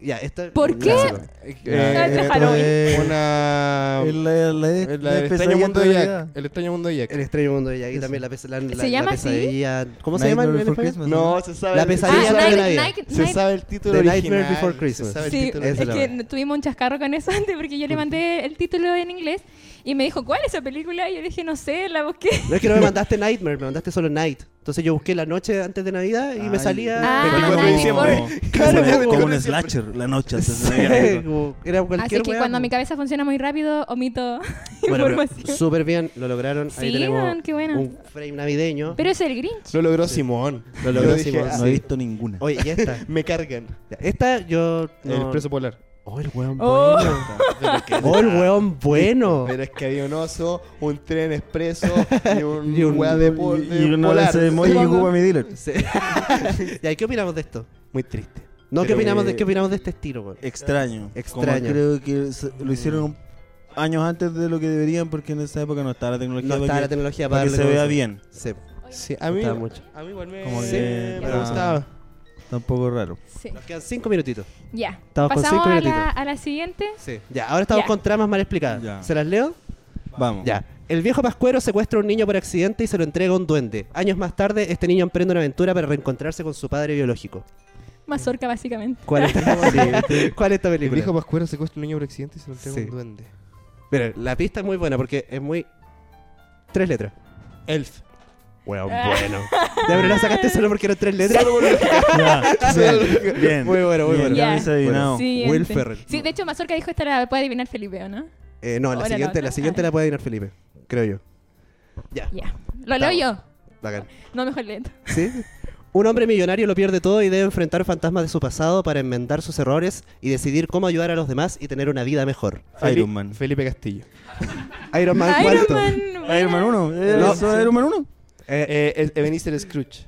Ya, esta
¿Por qué?
Clásico.
Ya,
el de
Eh,
Halloween.
es-
Una.
El, el, el,
El, la del extraño mundo de Jack. El extraño mundo de Jack.
El extraño mundo de Jack y
Eso.
también la, pesa- la, la-
¿Se llama
la
así?
pesadilla. ¿Cómo se llama en
Nightmare
en
Before
español?
Christmas,
No, se sabe.
La
el-
Ah,
pesadilla
se
sobre
sabe-
la vida.
Night-
Se
Night-
sabe el título
The
original.
Nightmare Before Christmas.
Se sabe el
Sí,
título
es
es que
original.
verdad.
tuvimos un chascarro con eso *laughs* antes porque yo le mandé el título en inglés y me dijo, ¿cuál es esa película? Y yo le dije, no sé, la busqué.
No es que no
*laughs*
me mandaste Nightmare, me mandaste solo Night. Entonces yo busqué la noche antes de Navidad y me
Ay,
salía.
Ah,
como-
24 de diciembre.
*laughs*
como-
Claro,
como- como un
siempre.
slasher la noche antes de
Sí, *laughs*
Navidad.
como- era
Así
cualquier
que
wea,
cuando
po.
mi cabeza funciona muy rápido, omito *laughs*
Bueno, pero
información.
súper bien, lo lograron. Ahí
Sí,
tenemos
weón, qué bueno.
un frame navideño.
Pero es el Grinch.
Lo logró Simón.
Lo logró
Yo dije,
Simón.
ah,
No he visto ninguna.
Oye, y esta.
Me cargan.
Esta yo. no-
El preso polar.
Oh, el weón
Oh.
bueno. Oh, el weón
*laughs*
bueno.
Pero es que había un oso, un tren expreso y un,
Y un-
weá de, pol, de polar.
emoji que ocupa mi dealer.
Sí. ¿Y qué opinamos de esto?
Muy triste.
No, ¿qué
Pero,
opinamos, de,
eh,
¿qué opinamos de este estilo, weón?
Extraño.
Extraño.
Como creo que se- lo hicieron un- años antes de lo que deberían porque en esa época no estaba la tecnología.
No está
para
la
que-
tecnología
para
para
que
darle
se vea
como-
bien.
Sí.
Sí, a mí,
Gustaba mucho.
a mí igual me,
Como
sí,
que-
me
ah.
gustaba.
Está un poco raro.
Sí.
Nos quedan cinco minutitos.
Ya.
Estamos con
Pasamos
cinco
a la,
minutitos.
a la siguiente.
Sí. Ya, ahora estamos
Ya.
con tramas mal explicadas.
Ya.
¿Se las leo?
Vamos.
Ya. El viejo Pascuero secuestra a un niño por accidente y se lo entrega a un duende. Años más tarde, este niño emprende una aventura para reencontrarse con su padre biológico.
Mazorca, básicamente.
¿Cuál es, Sí. *laughs* ¿Cuál es esta
El
película?
viejo Pascuero secuestra a un niño por accidente y se lo entrega
Sí.
un duende.
Mira, la pista es muy buena porque es muy... Tres letras.
Elf.
Bueno,
Ah.
bueno. Ya, pero la sacaste solo porque eran tres letras.
*laughs*
*laughs*
Ya, bien, bien.
Muy bueno, muy
Bien,
bueno.
ya
Ya.
hubiese adivinado.
Siguiente.
Will Ferrell.
Sí, de hecho, Mazorca dijo esta la puede adivinar Felipe, ¿o no?
Eh, no, la
Ahora la
siguiente, la,
otra.
siguiente
Ah.
la puede adivinar Felipe. Creo yo. Ya.
Ya. Lo leo yo.
Bacán.
No, mejor lento.
¿Sí? Un hombre millonario lo pierde todo y debe enfrentar fantasmas de su pasado para enmendar sus errores y decidir cómo ayudar a los demás y tener una vida mejor.
Iron Man.
Felipe Castillo.
Iron Man
Iron
cuarto.
Man.
Iron Man 1.
No.
¿Eso es Iron Man 1?
Eh, eh, Ebenezer Scrooge.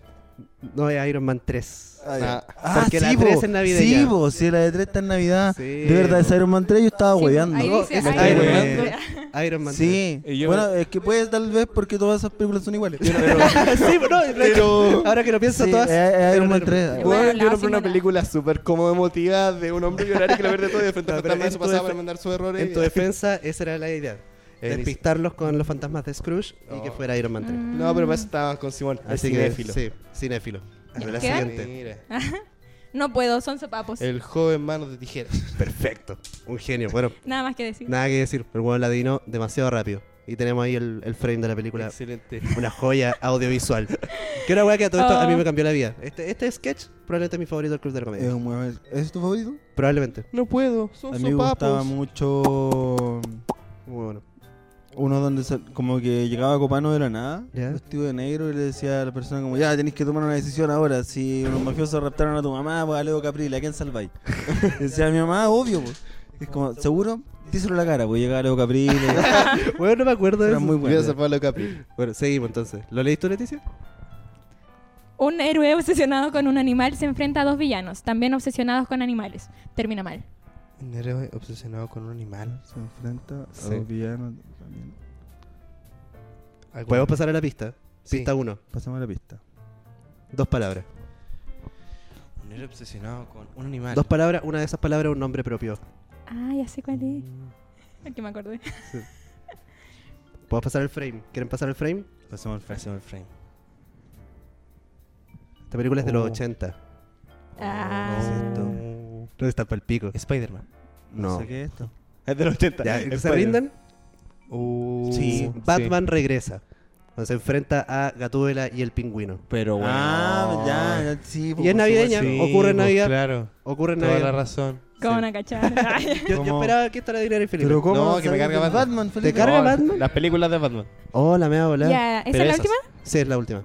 No es Iron Man 3.
Ah, ya.
Ah,
Porque la
sí, bo,
3 es navideña.
Sí, bo, sí, la de 3 está en Navidad.
Sí,
de verdad, es
bo.
Iron Man 3 yo estaba
Sí,
hueveando.
ahí dice
No,
Iron
es Iron
Man.
Man. Iron Man
Sí.
Y yo-
Bueno, es que puede tal vez porque todas esas películas son iguales. *laughs*
Pero,
3. *laughs* sí, pero, eh, no,
pero-
ahora que lo pienso,
Sí,
todas.
es- es
pero
Iron Man
no-
3.
Qué bueno,
Bueno, yo
la
compré una
señora.
película súper como emotiva de un hombre llorar y que lo pierde todo y de frente
No,
a
pero en
fantasma de su
tu
pasado
defe-
para mandar sus errores.
En tu defensa, esa era la
*laughs*
idea.
El-
Despistarlos con los fantasmas de Scrooge y que
Oh.
fuera Iron Man 3.
Mm.
No, pero para eso estábamos con Simón, el
Así
cinéfilo.
que, sí, cinéfilo.
Ya,
La
¿quedan?
siguiente.
Mira,
No puedo, son sopapos.
el joven manos de tijeras.
Perfecto. Un genio. Bueno,
Nada más que decir.
nada que decir. El huevo ladino demasiado rápido. Y tenemos ahí el, el frame de la película.
Excelente.
Una joya audiovisual. que una weá que a todo esto a mí
Oh.
me cambió la vida. Este, este sketch probablemente es mi favorito del Club de la Comedia.
Eh,
Es un buen- ¿Ese ¿Es tu favorito?
Probablemente.
No puedo, son
A mí me gustaba mucho
Muy bueno.
uno donde sal- como que llegaba Copano de la nada,
Ya.
vestido de negro, y le decía a la persona como, ya, tenéis que tomar una decisión ahora. Si los mafiosos raptaron a tu mamá, pues a Leo Caprile, ¿a quién *laughs* salváis? Y decía mi mamá, obvio, pues. Es como, ¿seguro? Díselo a la cara, pues llegaba Leo *laughs* Caprile.
Bueno, no me acuerdo de
Era
eso.
muy bueno.
Voy a ser Pablo Capri.
Bueno, seguimos entonces. ¿Lo leíste, Leticia?
Un héroe obsesionado con un animal se enfrenta a dos villanos, también obsesionados con animales. Termina mal.
Un héroe obsesionado con un animal.
Se enfrenta a
Sí.
dos villanos también.
Algo-
Podemos pasar a la pista.
Sí.
Pista 1.
Pasamos a la pista.
Dos palabras.
Un héroe obsesionado con un animal.
Dos palabras, una de esas palabras, un nombre propio.
Ah, ya sé cuál es. Mm. Aquí me acordé.
¿Puedo pasar el frame? ¿Quieren pasar el frame?
Pasamos al frase.
Hacemos el frame.
Esta película es de
Oh.
los 80.
Ah.
Oh.
No está para el pico.
Spider-Man.
No.
sé qué es esto.
Es del 80.
Ya, ¿Se
Spider-Man.
brindan?
Uh,
Sí. Batman regresa. Cuando se enfrenta a Gatúbela y el pingüino.
Pero bueno.
Ah, ya, ya, sí.
Y es navideña.
Sí,
ocurre en
pues,
Navidad.
Claro.
Ocurre en
Toda la
Navidad.
razón.
Como
*laughs*
una cachada. Ay,
Yo, yo
¿Cómo?
esperaba que esta la dinero infinito.
Pero ¿cómo?
No, que me
sabes
carga
de
Batman.
Felipe?
¿Te carga? Batman?
Las películas de Batman.
Oh, la mea volada.
ya, ¿esa
Pero
es la
esas.
última?
Sí, es la última.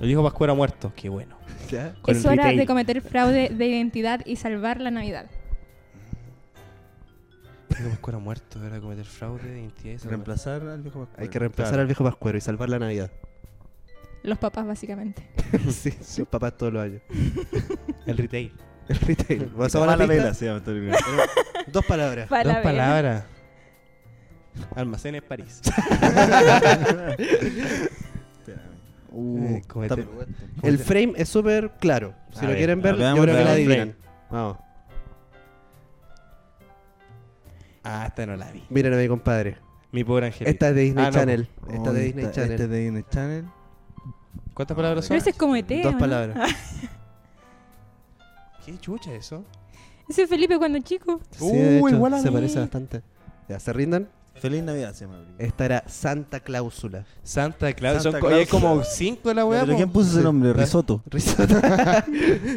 El hijo Pascuero muerto. Qué bueno. Con
es
el
hora
retail.
de cometer fraude de identidad y salvar la Navidad.
El hijo Pascuero muerto era cometer fraude, identidad. y salvar.
Reemplazar al viejo Pascual.
Hay que reemplazar
Claro.
al viejo Pascuero y salvar la Navidad.
Los papás, básicamente.
sí, sus papás todos los años.
El retail.
El
*laughs*
retail. ¿Vas a
Pasamos a la
la
vela,
pista?
se llama esta película.
Dos palabras. Eh,
Para
Dos palabras. Almacenes París.
Espérame.
Eh, comete-
está perfecto.
El frame es súper claro. Si
A
lo
ver,
quieren
a
ver,
ver,
yo
veamos
creo que
el
la
frame.
adivinan. Vamos.
Ah, esta no la vi.
Miren a mi compadre.
Mi pobre angelito.
Esta es de Disney
Ah, no,
Channel.
Oh,
Esta es de Disney
esta-
Channel.
Esta es de Disney Channel.
¿Cuántas palabras son?
Pero ese es como ET, ¿o
Dos
no?
palabras.
¿Qué chucha eso?
Ese es Felipe cuando chico.
Sí, de
Uh,
hecho,
igual a
se
mí.
parece bastante. Ya, ¿se rindan?
Feliz Navidad se llama. la película.
Esta era Santa Cláusula.
Santa Claus.
Santa
Son co- y hay
Claus.
como cinco la weá.
¿Pero
po.
quién puso ese nombre?
Está-
Risotto. *laughs*
Risota.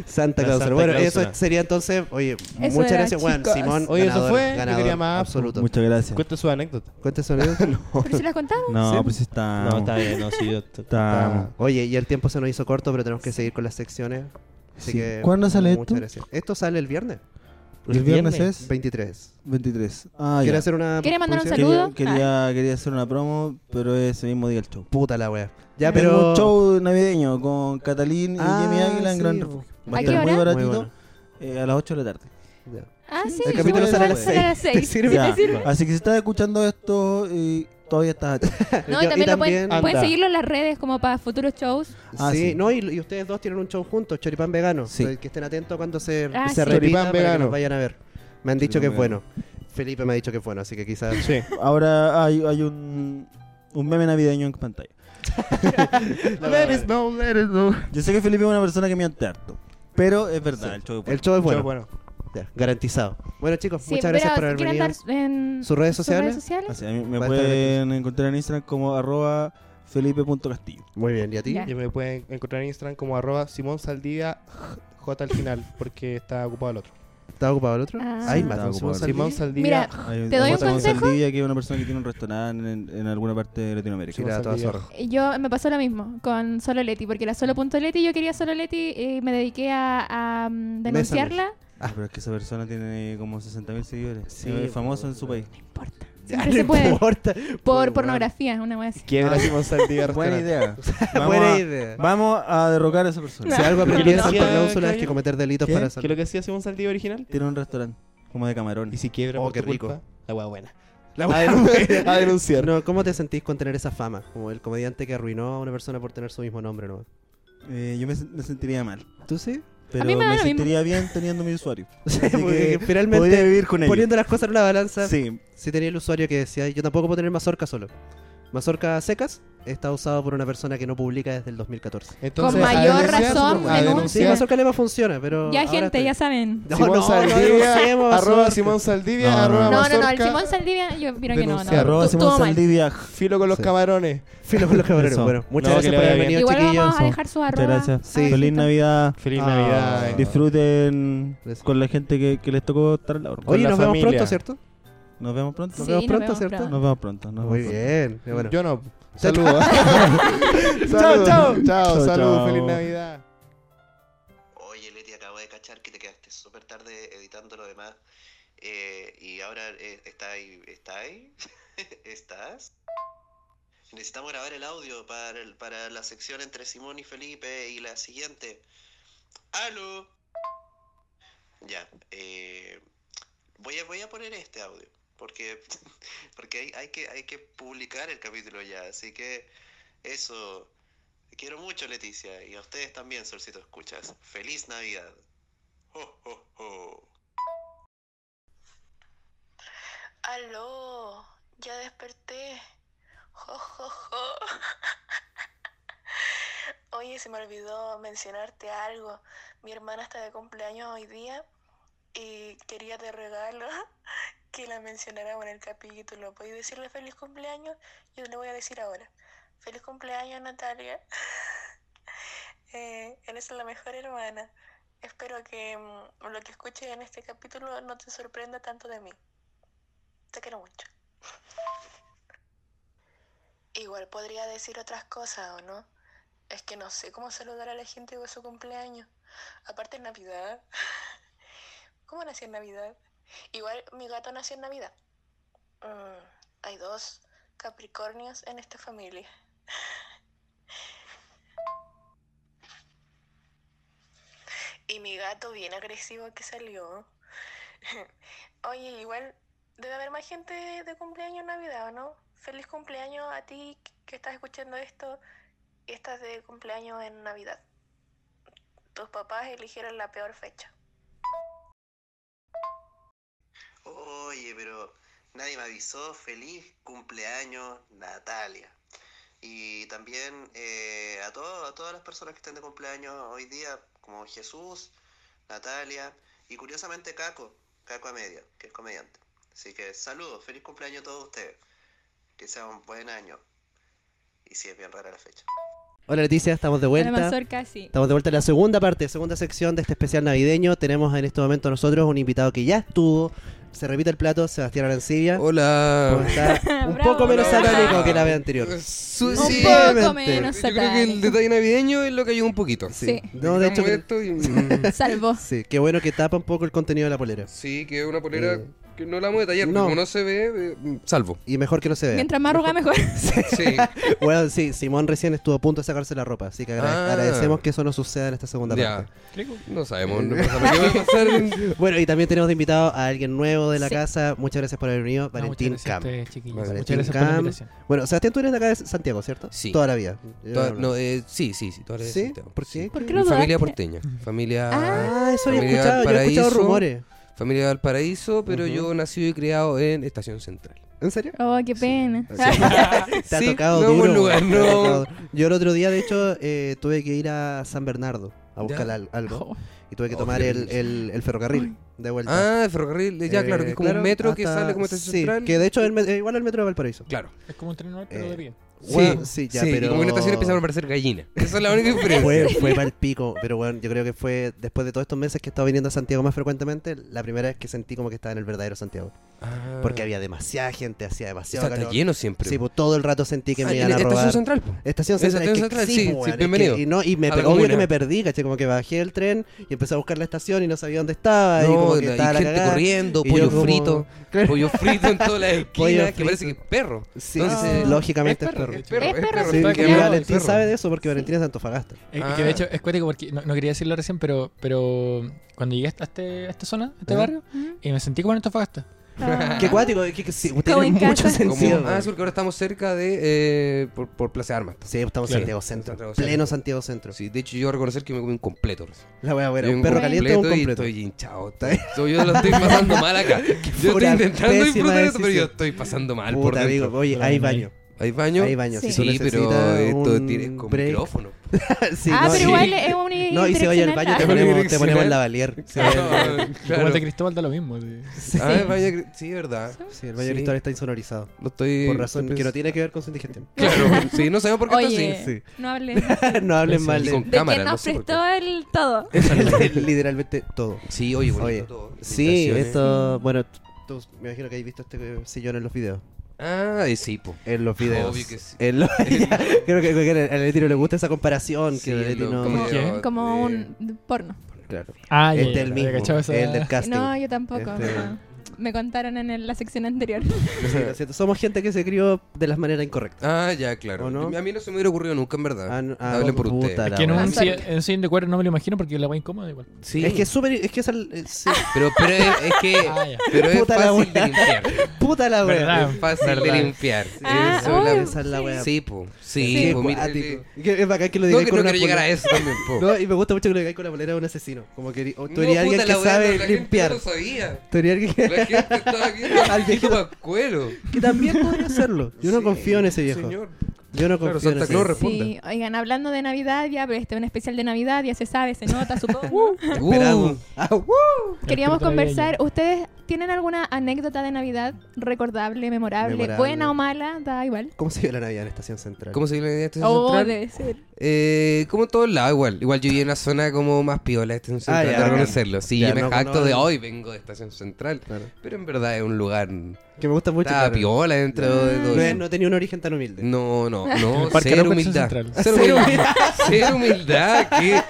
Santa Cláusula.
La Santa
Bueno, eso
Cláusula.
sería entonces. Oye,
Eso
muchas
era,
gracias, Juan.
chicos.
Simón,
Oye, eso
ganador,
fue. Yo
ganador
quería más, po.
Absoluto.
Muchas gracias.
Cuenta su anécdota.
¿Cuántos *laughs* sonidos?
Pero se las contamos.
No,
Sí.
pues está.
No, está bien, no, sí, yo t-
Está.
Ah. Oye, y el tiempo se nos hizo corto, pero tenemos que seguir con las secciones. Así
Sí.
que,
¿Cuándo sale
muchas
esto?
gracias. Esto sale el viernes
El viernes es
23.
23. Ah,
¿Quieres
ya.
hacer una.
¿Quiere mandar un
publicidad?
saludo?
Quería, quería, quería hacer una promo, pero ese mismo día el show.
Puta la wea. Ya,
Tengo
pero.
un show navideño con Catalín y
Ah,
Jimmy Águila en
sí,
Gran
po.
Refugio.
¿A
Va a
qué
estar muy
hora?
baratito.
Muy bueno.
eh, a las 8 de la tarde.
Ya.
Ah, sí.
El capítulo
sí,
sale a
bueno,
las
sale a las
seis. ¿Te
seis.
sirve?
Sí,
Ya.
te sirve.
Así que si estás escuchando esto y todavía estás aquí.
No,
Yo-
y también, lo pueden,
también-
pueden
Anda.
seguirlo en las redes como para futuros shows.
Ah,
sí,
sí.
no, y, y ustedes dos tienen un show juntos, Choripán Vegano.
Sí.
Entonces, Que estén atentos cuando se,
Ah,
se
sí.
repita
Choripán
para que
Vegano.
nos vayan a ver. Me han dicho que es
Choripán
bueno. Felipe me ha dicho que es bueno, así que
*laughs*
quizás...
Sí.
Ahora hay, hay un, un meme navideño en pantalla.
Let it snow, let it snow.
Yo sé que Felipe es una persona que miente harto, pero es verdad, el show es bueno.
El show es bueno,
Chao, bueno.
Ya, garantizado. Bueno chicos,
Sí,
muchas
pero
gracias por haber
si quieren
venido.
dar en
¿Sus redes sociales?
Así, a mí me
Va a estar
pueden encontrar en Instagram como arroba felipe.castillo.
Muy bien, ¿y a ti?
Ya.
Y me pueden encontrar en Instagram como arroba Simón Saldivia J al final, porque está ocupado el otro.
¿Estás ocupado el otro?
Ah.
Ay,
Sí,
más,
estaba
¿no?
ocupado el
Simón
Simón
Saldivia.
Saldivia.
Mira, ¿Te doy un consejo?
Saldivia, que es una persona que tiene un restaurante en, en alguna parte de Latinoamérica.
Simón
Mira, toda
Saldivia.
zorra.
yo me pasó lo mismo con Solo Leti, porque era Solo.leti, yo quería Solo Leti y me dediqué a, a, mm, denunciarla.
Ah, pero es que esa persona tiene como 60.000 seguidores.
Sí, pues,
es famoso en su país.
No importa. Si
Ya,
Siempre
*laughs*
se puede.
importa.
Por
Pobre
pornografía, una wea así.
weón.
Quiebra.
Ah, Simón Saldivia
Buena
Arteaga.
idea. *laughs* Vamos
*laughs* Buena
a-
idea.
Vamos a derrocar a esa persona.
Si algo aprendí
¿Qué
en
lo
Santa
hacía,
Cláusula es que
Claudio?
cometer delitos
¿Qué?
para
¿Qué es lo
salvar.
que hacía Simón Saldivia original?
Tiene un restaurante como de camarón.
Y si quiebra
Oh,
por
qué
tu
rico.
culpa, la hueá buena.
La
A denun- a denunciar.
*laughs* No, ¿Cómo te sentís con tener esa fama? Como el comediante que arruinó a una persona por tener su mismo nombre, ¿no?
Eh, yo me, me sentiría mal.
¿Tú sí?
Pero
mí me
me,
da lo mismo.
sentiría bien teniendo
*laughs*
mi usuario.
Sí,
Así
porque
que podría
finalmente
vivir con ello.
poniendo las cosas en una balanza,
Sí,
si tenía el usuario que decía, yo tampoco puedo tener mazorca solo. Mazorca secas está usado por una persona que no publica desde el 2014.
Entonces,
Con
a
mayor
denunciar,
razón,
Superman. A
denuncia.
Sí,
denunciar.
mazorca lema funciona, pero...
Ya,
ahora
gente,
estoy-
ya saben.
No,
Simón
no, no
Saldivia,
denunciemos
arroba
mazorca.
Simón Saldivia,
No, no,
arroba
No, no, no, el
mazorca.
Simón Saldivia, yo miro que no, no.
Denunciar.
arroba
Tú-
Simón
estuvo mal.
Saldivia.
Filo con los
Sí.
camarones.
Filo con los cabrones.
Eso.
Bueno, muchas
No, que
gracias
le
por
vaya
haber
bien.
venido,
Igual
chiquillos.
vamos a dejar su
Muchas
arroba.
gracias.
Sí.
Feliz Navidad.
Feliz
Ah.
Navidad.
Disfr-
Disfruten
Gracias.
con la gente que, que les tocó estar en la orma.
Con
Oye,
la
nos vemos
familia.
pronto, ¿cierto?
Nos vemos pronto.
Sí,
Nos vemos
nos
pronto,
vemos
¿cierto?
pronto.
Nos vemos pronto. nos
Muy
vemos
bien. qué bueno.
Yo no.
Chao,
Saludos.
Chao,
*laughs*
chao. Chao,
Chao,
chao.
saludos. Feliz Navidad.
Oye, Leti, acabo de cachar que te quedaste súper tarde editando lo demás. Eh, y ahora eh, está ahí. ¿Está ahí? *laughs* ¿Estás? Necesitamos grabar el audio para, el- para la sección entre Simón y Felipe y la siguiente. ¡Aló! Ya, eh, voy a, voy a poner este audio. Porque, *laughs* porque hay, hay que, hay que publicar el capítulo ya. Así que eso. Te quiero mucho, Leticia, y a ustedes también, Solcito Escuchas. ¡Feliz Navidad! ¡Ho, ho, ho!
Aló, ya desperté. Jo, jo, jo. *laughs* Oye, se me olvidó mencionarte algo. Mi hermana está de cumpleaños hoy día y quería de regalo *laughs* que la mencionáramos en el capítulo. ¿Puedes decirle feliz cumpleaños? Yo le voy a decir ahora. Feliz cumpleaños, Natalia. *laughs* Eh, eres la mejor hermana. Espero que mm, lo que escuches en este capítulo no te sorprenda tanto de mí. Te quiero mucho. Igual podría decir otras cosas, ¿o no? Es que no sé cómo saludar a la gente por su cumpleaños. Aparte es Navidad. *laughs* ¿Cómo nació en Navidad? Igual mi gato nació en Navidad. Mm, hay dos Capricornios en esta familia. *laughs* Y mi gato bien agresivo que salió. *laughs* Oye, igual Debe haber más gente de cumpleaños en Navidad, ¿o no? Feliz cumpleaños a ti que estás escuchando esto y estás de cumpleaños en Navidad. Tus papás eligieron la peor fecha.
Oye, pero nadie me avisó. ¡Feliz cumpleaños, Natalia! Y también eh, a, todo- a todas las personas que estén de cumpleaños hoy día, como Jesús, Natalia y curiosamente Caco, Caco a media, que es comediante. Así que saludos, feliz cumpleaños a todos ustedes. Que sea un buen año. Y si es bien rara la fecha.
Hola, Leticia, estamos de
La
vuelta.
mazorca, sí.
Estamos de vuelta en la segunda parte, segunda sección de este especial navideño. Tenemos en este momento nosotros un invitado que ya estuvo. Se repite el plato, Sebastián Arancibia.
Hola.
Porque
*laughs*
está un poco
Bravo,
menos
bravo.
satánico que la vez anterior.
Su-
Un
sí,
poco
Obviamente.
menos
Yo creo que el
satánico.
detalle navideño es lo que ayuda un poquito.
Sí.
No, de hecho, que-
Muerto y-
Salvo.
sí, qué bueno que tapa un poco el contenido de la polera.
Sí, que es una polera
Eh,
que no la vamos a detallar,
no.
pero como no se ve,
mm.
eh, salvo.
Y mejor que no se vea. *laughs*
Mientras más arruga, mejor. *laughs*
*laughs* Sí.
Bueno, sí, Simón recién estuvo a punto de sacarse la ropa, así que agrade-
Ah.
agradecemos que eso no suceda en esta segunda
ya.
parte.
No sabemos no sabemos qué va a pasar.
Bueno, y también tenemos de invitado a alguien nuevo de la
Sí.
casa. Muchas gracias por haber venido,
No,
Valentín
muchas gracias a
Camp.
ustedes, chiquillos.
Valentín
Muchas gracias por la
Camp.
invitación.
Bueno, Sebastián, tú eres de acá de Santiago, ¿cierto?
Sí.
Toda la vida.
Toda- no, eh, sí, sí, sí, toda la vida
¿Sí?
de Santiago,
¿Por
sí.
qué?
¿Por qué lo
Mi familia
dudaste?
porteña, familia,
Ah, eso había
Familia
escuchado. Yo he escuchado
Valparaíso.
rumores.
familia de Valparaíso, pero
Ujú.
yo nacido y criado en Estación Central.
¿En serio?
Oh, qué pena.
Te ha
Sí,
tocado
no,
duro,
buen lugar,
güey, te ha
no.
tocado duro. Yo el otro día, de hecho, eh, tuve que ir a San Bernardo a buscar
Ya.
al- algo
Oh,
y tuve que
Oh,
tomar
qué
el,
rico.
el- el ferrocarril de vuelta. Eh,
Ah, el ferrocarril, ya claro, que es como un metro que sale como Estación
Sí,
Central.
que de hecho es el me- eh, igual al metro de Valparaíso.
Claro,
es como un tren norte,
Eh,
pero de bien.
Weón, sí, ya,
y
pero-
como que en esta estación empezaron a
*laughs*
parecer gallina. Esa es la única diferencia.
Fue, fue para el pico, pero bueno, yo creo que fue después de todos estos meses que he estado viniendo a Santiago más frecuentemente, la primera vez que sentí como que estaba en el verdadero Santiago.
Ah.
Porque había demasiada gente, hacía demasiado
Está, está
calor.
lleno siempre.
Sí, pues todo el rato sentí que
Ah,
me
en
iban a
la
robar.
Estación central. po.
Estación
Esa
Central, es
estación
que
central,
sí,
sí,
po,
sí,
weón, es
bienvenido.
que- y, no, y me,
A la
obvio
comuna.
que me perdí, caché, como que bajé el tren y empecé a buscar la estación y no sabía dónde estaba. y como
No,
que
y
estaba la
gente
cagada.
corriendo,
y yo
pollo
como-
frito,
Claro.
pollo Ah, frito en todas las esquinas, que
frito.
parece que es perro.
Sí,
Entonces-
sí, lógicamente es
Es perro,
perro.
es perro,
Es
es
perro,
perro,
Sí,
está
y
quemado el
Valentín
perro.
sabe de eso porque Valentín es de Antofagasta.
Eh,
Ah.
Que de hecho es cuático porque no, no quería decirlo recién, pero, pero cuando llegué a, este- a esta zona, a este
¿Eh?
barrio, y me sentí como en Antofagasta.
Ah.
Qué cuático, que, *laughs* que sí,
Como
tiene
en
mucho
casa.
Como,
sentido.
ah,
weón.
es porque ahora estamos cerca de. eh, por, por Plaza de Armas.
Sí, pues, estamos en
Claro.
Santiago Centro,
Santiago Centro.
pleno Santiago Centro.
Sí, de hecho, yo voy a reconocer que me comí un completo. recién.
La wea buena,
Yo
un perro
completo
caliente o un
Y
completo.
estoy hinchado. estoy- soy- yo lo estoy pasando
*laughs*
mal acá. Yo estoy
una
intentando
pésima
disfrutar esto, pero yo
decisión.
estoy pasando mal por
Puta,
dentro.
amigo, oye, hay baño.
¿Hay baño?
Hay baño.
Sí.
Si tú
Sí, pero
necesitas
esto
un
tiene con
break.
micrófono.
*laughs* Sí,
ah,
no,
pero
sí. *laughs*
igual es un
No, y si vaya al baño te *laughs*
Es
ponemos, te
unidireccional.
ponemos la *laughs* valier. Sí, el,
Ah,
Y
*laughs* claro.
Como de Cristóbal da lo mismo. sí.
Ah, el baño de- sí, verdad.
sí, el baño de
Sí.
Cristóbal está insonorizado.
Lo estoy.
Por razón que no
estoy
tiene que ver con su indigestión.
pensando. Claro, *laughs* sí, no sabemos por qué está
Oye,
así.
Sí.
no hables de
*laughs* no hablen
Sí,
mal
Y
de
con cámara,
que
no
nos
sé por qué.
prestó el todo.
*laughs* literalmente todo.
Sí, oye, bonito
Oye,
todo.
Sí, esto, bueno, t- tú me imagino que habéis visto este eh, sillón en los videos.
Ah, eh, sí, po.
En los videos.
Obvio que sí.
*laughs* En los- Creo que, que a Leti no le gusta esa comparación. que
Sí,
a Leti
lo-
no-
como
¿Qué?
que-
Como
de-
un porno.
Claro.
Ah, ya,
este
ya,
es
ya,
el mismo,
cachaba esa-
el del casting.
No, yo tampoco.
Este-
no. Me contaron en el- la
*laughs*
sección anterior.
Sí, *laughs* lo siento. Somos gente que se crió de las maneras incorrectas.
Ah, ya,
¿O
claro.
no?
A mí no se me hubiera ocurrido nunca, en verdad.
Ah, no- ah,
Hablen por
puta
ustedes.
la
Es que en
wea.
un,
Sorry.
sillón- en un sillón de cuadro no me lo imagino porque la va incómoda igual.
Sí.
Es que es súper. Es que es al- eh, sí.
Pero, pero es, es que.
Ah, ya.
Pero es
Puta la
fácil de
wea.
limpiar.
Puta la wea.
¿Verdad?
Es fácil
¿Verdad?
de limpiar. Sí,
Ah,
eso es la-
obvio.
Esa es la wea. ah,
Sí, po. Sí,
Qué
po. Mira,
cuático.
eh,
Que- Es bacán que lo
no
digáis
que
con
no
una
quiero llegar
polera.
a eso también, po.
No, y me gusta mucho que lo digáis con la polera de un asesino. Como que eri- o tú eres
No,
alguien
puta, la
que
wea,
sabe
la gente
limpiar. *laughs*
No sabía.
Tú eres alguien
*laughs*
que,
La gente estaba aquí.
Al
Al
viejito.
cuero.
que también podría hacerlo. Yo no
Sí,
confío en ese viejo.
Señor.
Yo no
Claro,
confío en
Santa
ese
Claus
viejo.
responda.
Sí, oigan, hablando de Navidad, ya, pero este es un especial de Navidad, ya se sabe, se
*laughs*
nota, supongo.
Esperamos. Ah, uh.
El
Queríamos
espíritu navideño.
conversar. ¿Ustedes tienen alguna anécdota de Navidad recordable, memorable,
Memorable.
buena o mala? Da igual.
¿Cómo se vive la Navidad en Estación Central?
¿Cómo se vive la idea de estación
Oh,
central?
debe ser.
Eh, como en todos lados, igual. Igual yo viví en una zona como más piola este, de Estación
Ah,
Central,
ya,
de
bacán.
reconocerlo. Sí,
Ya,
yo me
no
jacto
conozco.
de hoy vengo de Estación Central.
Claro.
Pero en verdad es un lugar. Está
Que me gusta mucho. claro.
piola dentro de Mm. todo.
No,
eso.
es- no tenía un origen tan humilde. *laughs*
No, no,
En
no,
el Parque
cero
Arauco,
humildad.
Estación
Cero humildad. *laughs* Cero humildad. Que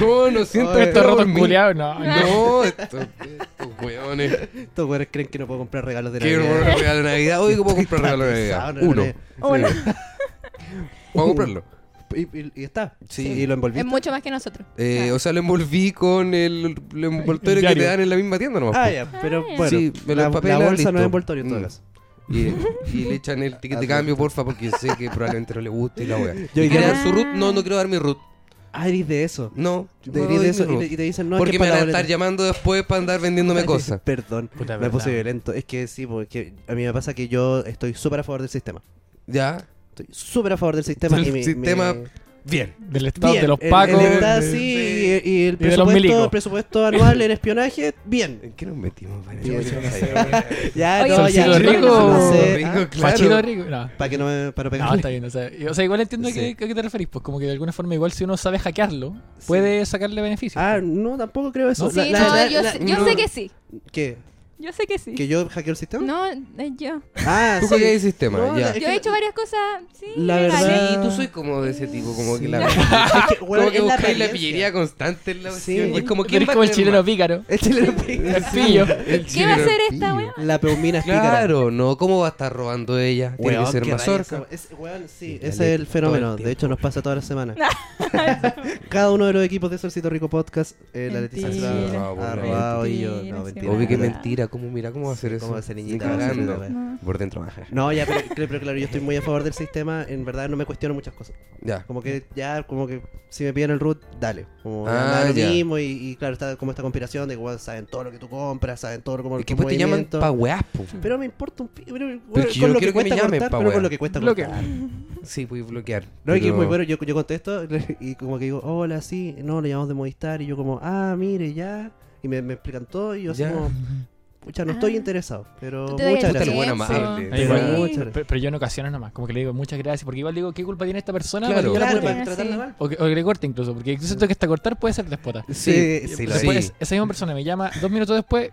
no, no siento
Oye.
que
Estos
está
rotos culiados, no.
No, estos, estos hueones.
Estos weones creen que no puedo comprar regalos de
Quiero
Navidad.
comprar regalo de Navidad. Hoy puedo comprar regalo de
Pesado,
Navidad.
no,
Uno.
no,
Uno.
*laughs*
¿Puedo comprarlo?
Y, y- y está.
Sí.
Y lo envolví.
Es mucho más que nosotros.
Eh,
Claro.
o sea, lo envolví con el, el envoltorio
El
que te
diario.
dan en la misma tienda nomás.
Ah,
po.
ya, pero
ya.
bueno.
Sí, me lo
la,
empapelan,
la bolsa no
listo.
es envoltorio en todo
Mm.
caso.
Y, y le echan el ticket de cambio, porfa, porque yo sé que probablemente no le guste y la wea.
Yo
¿Y quiere
diría-
Ah.
dar su root? No, no quiero dar mi root.
Ah, eres de eso.
No,
Te
no
eres
doy
de
mi
eso. Y,
root.
te- y te dicen, no, es
porque
que
me
para
van a
la
estar
boleta.
llamando después para andar vendiéndome cosas.
Perdón,
Puta,
me
verdad.
puse violento. Es que sí, porque a mí me pasa que yo estoy súper a favor del sistema.
¿Ya?
Estoy súper a favor del sistema.
Del
y mi-
sistema-
mi-
Bien.
Del estado
Bien,
de los
el-
pacos.
El, está
de-
así y, y el,
y de los
presupuesto,
milicos.
el presupuesto anual en espionaje, bien.
¿En qué nos metimos? Vale?
Yo
Chucha,
no sé,
ya.
Ya,
Oye,
no, ya.
Solcito rico.
no sé,
Rico, claro.
Fachito rico. No.
Para que no me. Para pegar.
No, está bien, o sea, y- o sea, igual entiendo
Sí.
que- a qué te referís, pues como que de alguna forma igual si uno sabe hackearlo, puede sacarle beneficios.
Ah, no, tampoco creo eso.
Sí,
La- la-
no,
la-
yo,
la-
sé, yo
no.
sé que sí.
¿Qué?
Yo sé que sí.
¿Que yo hackeo el sistema?
No, eh, yo.
Ah,
Tú
sí.
que el sistema,
No,
ya.
la-
Yo he hecho varias cosas. Sí,
La
legales.
verdad-
Sí, tú soy como de ese tipo,
*laughs*
como que la...
*laughs* Es que, bueno,
como que
es la
buscáis la,
apariencia. *laughs*
pillería constante en la
Sí.
cuestión. Es como
Tú
que
eres como el chileno pícaro,
El chileno pica.
el pillo.
¿Qué va a hacer esta weá?
La peumina es pícara.
Claro, no, ¿cómo va a estar robando ella? Tiene
Weón,
que ser
qué
mazorca.
raya esa- es- weón, sí,
Y la
ese es
leche
el
todo
fenómeno. de
el tiempo.
hecho, nos pasa todas las
*laughs*
semanas. *laughs* Cada uno de los equipos de Solcito Rico Podcast, eh, la Leticia se lo ha-
Mentira.
ha robado y yo. No,
Mentira,
mentira.
sí,
Obvio que
Claro.
mentira, ¿cómo, mira cómo va a hacer
Sí,
eso?
cómo va a ser
Ni
niñita, va a hacer
cagando.
esa
wea.
Por dentro, ajá.
No, ya, pero, pero- pero claro, yo estoy muy a favor del sistema. En verdad, no me cuestiono muchas cosas.
Ya.
Como que ya, como que si me piden el root, dale. Como
Ah,
nada, lo
ya.
mismo. Y, y claro, está como esta conspiración de que weón, saben todo lo que tú compras, saben todo lo como
Es que
tu
pues te llaman
movimiento.
pa' weas, po.
Pero me importa un pi- Pero, weón,
Pero es que yo
con
no
lo que
quiero que me
cuesta
llamen
cortar,
pa'
pero
weá.
con lo que cuesta
Bloquea.
cortar.
Sí, puedes bloquear.
No, es que es
pero-
muy bueno, yo, yo contesto *laughs* y como que digo, hola, sí, no, le llamamos de Movistar. Y yo como, ah, mire, ya. Y me, me explican todo y yo así
Ya.
como, pucha, no estoy
Ah.
interesado, pero
Tú te das
muchas
el
Puta, lo
gracias.
tiempo.
buena
Sí.
amable.
Ahí va.
Pero muchas
Pero,
gracias.
pero yo en ocasiones nomás, como que le digo muchas gracias, porque igual digo, ¿qué culpa tiene esta persona?
Claro,
Porque yo la
Claro,
puedo-
para
sí.
tratarla mal.
o, que, o que le corte incluso, porque yo siento que hasta cortar puede ser despota.
Sí, sí, lo
Sí.
Después, es- esa misma persona me llama dos minutos después,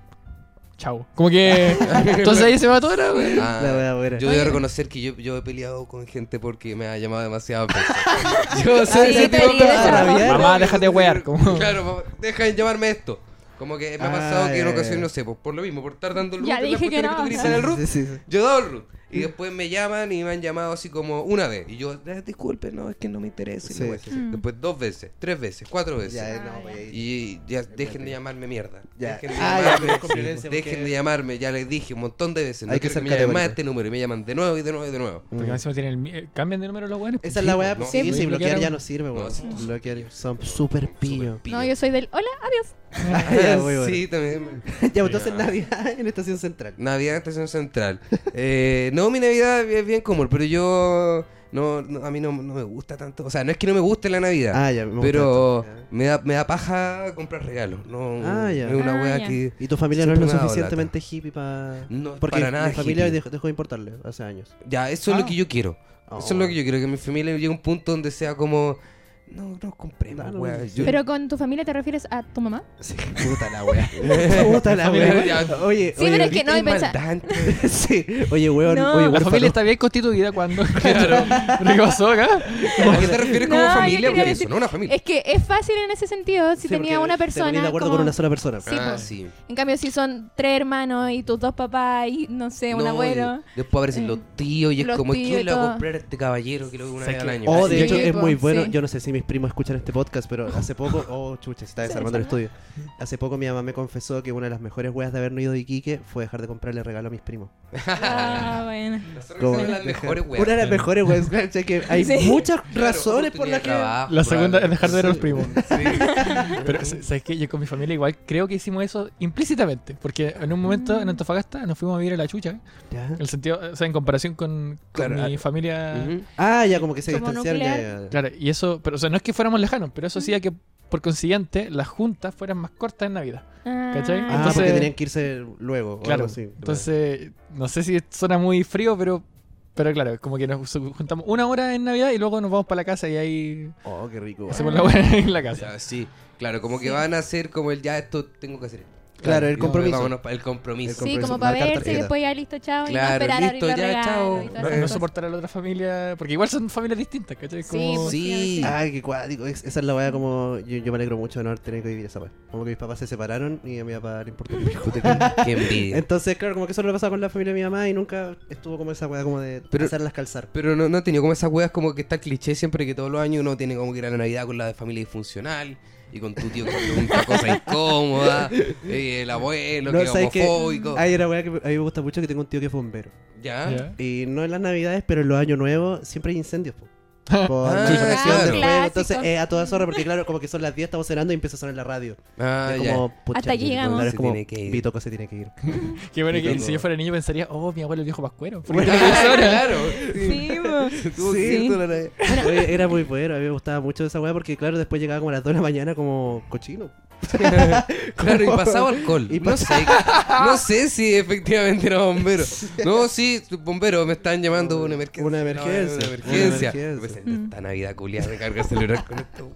chao. Como que. *laughs* Entonces ahí se va todo, ¿no? güey?
*laughs* Ah,
La wea buena.
yo debo reconocer que yo, yo he peleado con gente porque me ha llamado
*laughs*
demasiado veces. yo soy
Sí,
ese
te
tipo
diría
para
eso.
rabiar.
Mamá, déjate wear, como-
Claro, mamá, deja de llamarme esto. Como que me ha
Ah,
pasado que en
ya,
ocasiones,
ya.
no sé, pues, por, por lo mismo, por estar dando el
Ya
root
dije
en las
que
cuestiones
no,
tú querís
ajá.
dar el root,
Sí, sí, sí.
yo he dado el root. Y después me llaman y me han llamado así como una vez. Y yo, "Ah, disculpe, no, es que no me interesa. y
Sí,
la wea.
sí,
sí.
Después dos veces, tres veces, cuatro veces.
Ya, eh,
Ah,
no,
ya.
wey.
Y ya dejen de llamarme mierda.
Ya.
Dejen de
Ah, ya,
llamarme.
pero con violencia,
dejen
porque-
de llamarme. Ya les dije un montón de veces. No
Hay que
quiero
ser
me llamen más a
categórico.
este número. Y me llaman de nuevo y de nuevo y de nuevo.
Porque encima tienen el mi- eh, cambian de número los weones.
mm, Esa es la weá,
no,
sí,
sí,
sí, bloquear
bloquearon.
ya no sirve, weón.
No, sí, no.
Bloquear *laughs* son súper
*laughs*
pillos.
Pillo.
No, yo soy del. Hola, adiós.
Ah, *laughs* ya, muy bueno.
sí, también.
Ya, pues, entonces *laughs* Navidad ah, en Estación Central.
Navidad en Estación Central. Eh, no, mi Navidad es bien común, pero yo. No, no, a mí no, no me gusta tanto. O sea, no es que no me guste la Navidad.
Ah, ya, me gusta
pero
esto.
me da, me da paja comprar regalos. No,
Ah, ya.
Es una
Ah,
wea
ya.
que.
Y tu familia no es
Siempre
lo
me ha dado
suficientemente hippie para.
No,
Porque
para nada
mi familia
hippie.
dejó, dejó de importarle hace años.
Ya, eso es
Ah.
lo que yo quiero. Eso es lo que yo quiero, que mi familia llegue a un punto donde sea como... No, no compremos,
Dale,
weá,
sí.
yo-
Pero con tu familia te refieres a tu mamá.
Oh, Sí, *laughs* puta la wea. puta la wea.
Ya.
Oye, *laughs*
Sí,
oye,
pero es que no, y
Qué
pensar. *laughs*
maldad, entre-
sí. Oye, weón,
No.
oye,
La
huérfano.
familia está bien constituida cuando. Claro. ¿Qué pasó acá?
¿A qué te refieres como
No, yo
familia?
quería
Porque
decir-
eso, no una familia.
Es que es fácil en ese sentido si
Sí, porque
tenía una
te
persona.
ponías de acuerdo
como-
con una sola persona.
Sí,
ah,
po.
sí.
En cambio, si son tres hermanos y tus dos papás y no sé, un
No,
abuelo.
y Después aparecen
Eh,
los tíos y es
los
como,
tíos
¿quién
y
le va a
todo.
comprar a este caballero que lo ve una
Sé
vez
que-
al año?
O Oh, de
Sí,
hecho es
po,
muy bueno.
sí.
Yo no sé si mis primos escuchan este podcast, pero hace
*laughs*
poco. Oh, chucha, se está desarmando el estudio. Hace poco mi mamá me confesó que una de las mejores weas de habernos ido de Iquique fue dejar de comprarle regalo a mis primos. *laughs*
Ah, bueno.
Nosotros
Como-
somos las mejores weas.
Una de las mejores weas.
*laughs*
caché Que hay
Sí.
muchas
Claro,
razones por las que.
oportunidad de
La segunda es
trabajo,
dejar de ver a los primos.
Sí.
Pero, s- ¿sabes qué? Yo con mi familia igual creo que hicimos eso implícitamente. Porque en un momento en Antofagasta nos fuimos a vivir a la chucha.
Ya.
En el sentido, o sea, en comparación con, con
*laughs* Claro,
mi
ah,
familia.
Ujú.
Ah, ya como que se
Como
distanciaron. ya,
nuclear.
ya, ya.
Claro, y eso, pero o sea, no es que fuéramos lejanos, pero eso hacía que por consiguiente las juntas fueran más cortas en Navidad.
Ah,
¿Cachai?
Ah,
Entonces-
porque tenían que irse luego. o
Claro.
algo así.
Entonces, no sé si suena muy frío, pero pero claro, como que nos su- juntamos una hora en Navidad y luego nos vamos para la casa y ahí
Oh, qué rico. weón.
hacemos la buena en la casa.
Ya, Ah, sí, claro, como que van a hacer como el ya esto tengo que hacer. esto.
Claro, el
Y después
compromiso.
vámonos pa- el compromiso.
El
Sí,
compromiso,
como para
marcar
verse y
tarjeta.
después ya listo, chao. y no
Claro,
esperar a
listo,
abrir los
ya,
regalos
chao.
y todas
No,
esas
no
cosas.
soportar a la otra familia, porque igual son familias distintas, ¿cachai?
Sí,
Como-
pues,
Sí.
Ay, qué cuático. Es- esa es la weá como. Yo, yo me alegro mucho de no haber tenido que vivir esa weá. Como que mis papás se separaron y a mi papá le
Mm.
importó un pico.
Puta, qué
*laughs*
envidia.
Entonces, claro, como que eso lo pasaba con la familia de mi mamá y nunca estuvo como esa weá como de
Pero-
hacerlas calzar.
Pero no, no he tenido como esas weas como que está el cliché siempre que todos los años uno tiene como que ir a la Navidad con la de familia disfuncional y con tu tío que te pregunta cosas incómodas, y el abuelo
No,
que es
¿sabes qué?
homofóbico.
Hay una weá que a mí me gusta mucho que tengo un tío que es bombero.
*laughs*
¿Ya?
Ya.
Y no en las navidades, pero en los años nuevos siempre hay incendios. po. Por
Ah,
manipulación
claro.
del fuego.
Clásico.
Entonces, eh, a toda zorra, porque claro, como que son las 10, estamos cenando y empieza a sonar la radio.
Ah,
Es
ya.
como, pucha,
Hasta aquí
Vitoco,
llegamos.
claro, es
Se
como,
tiene que ir.
Vitoco se tiene que ir.
Qué bueno
Sí,
que
como-
si yo fuera niño pensaría, oh, mi abuelo el viejo pascuero. Porque
Ah, *laughs* claro.
*laughs*
Sí, pues.
Tuvo que
Sí.
ir toda la-
Oye, era muy bueno, a mí me gustaba mucho esa weá porque claro, después llegaba como a las 2 de la mañana como cochino.
Claro, y pasaba alcohol.
Y
no, sé, no sé si efectivamente era
*laughs*
bombero. No, sí, bombero, me están llamando por una emergencia.
Una emergencia,
No,
una
una emergencia.
emergencia.
Pues, Esta Navidad culia de carga celular con esto.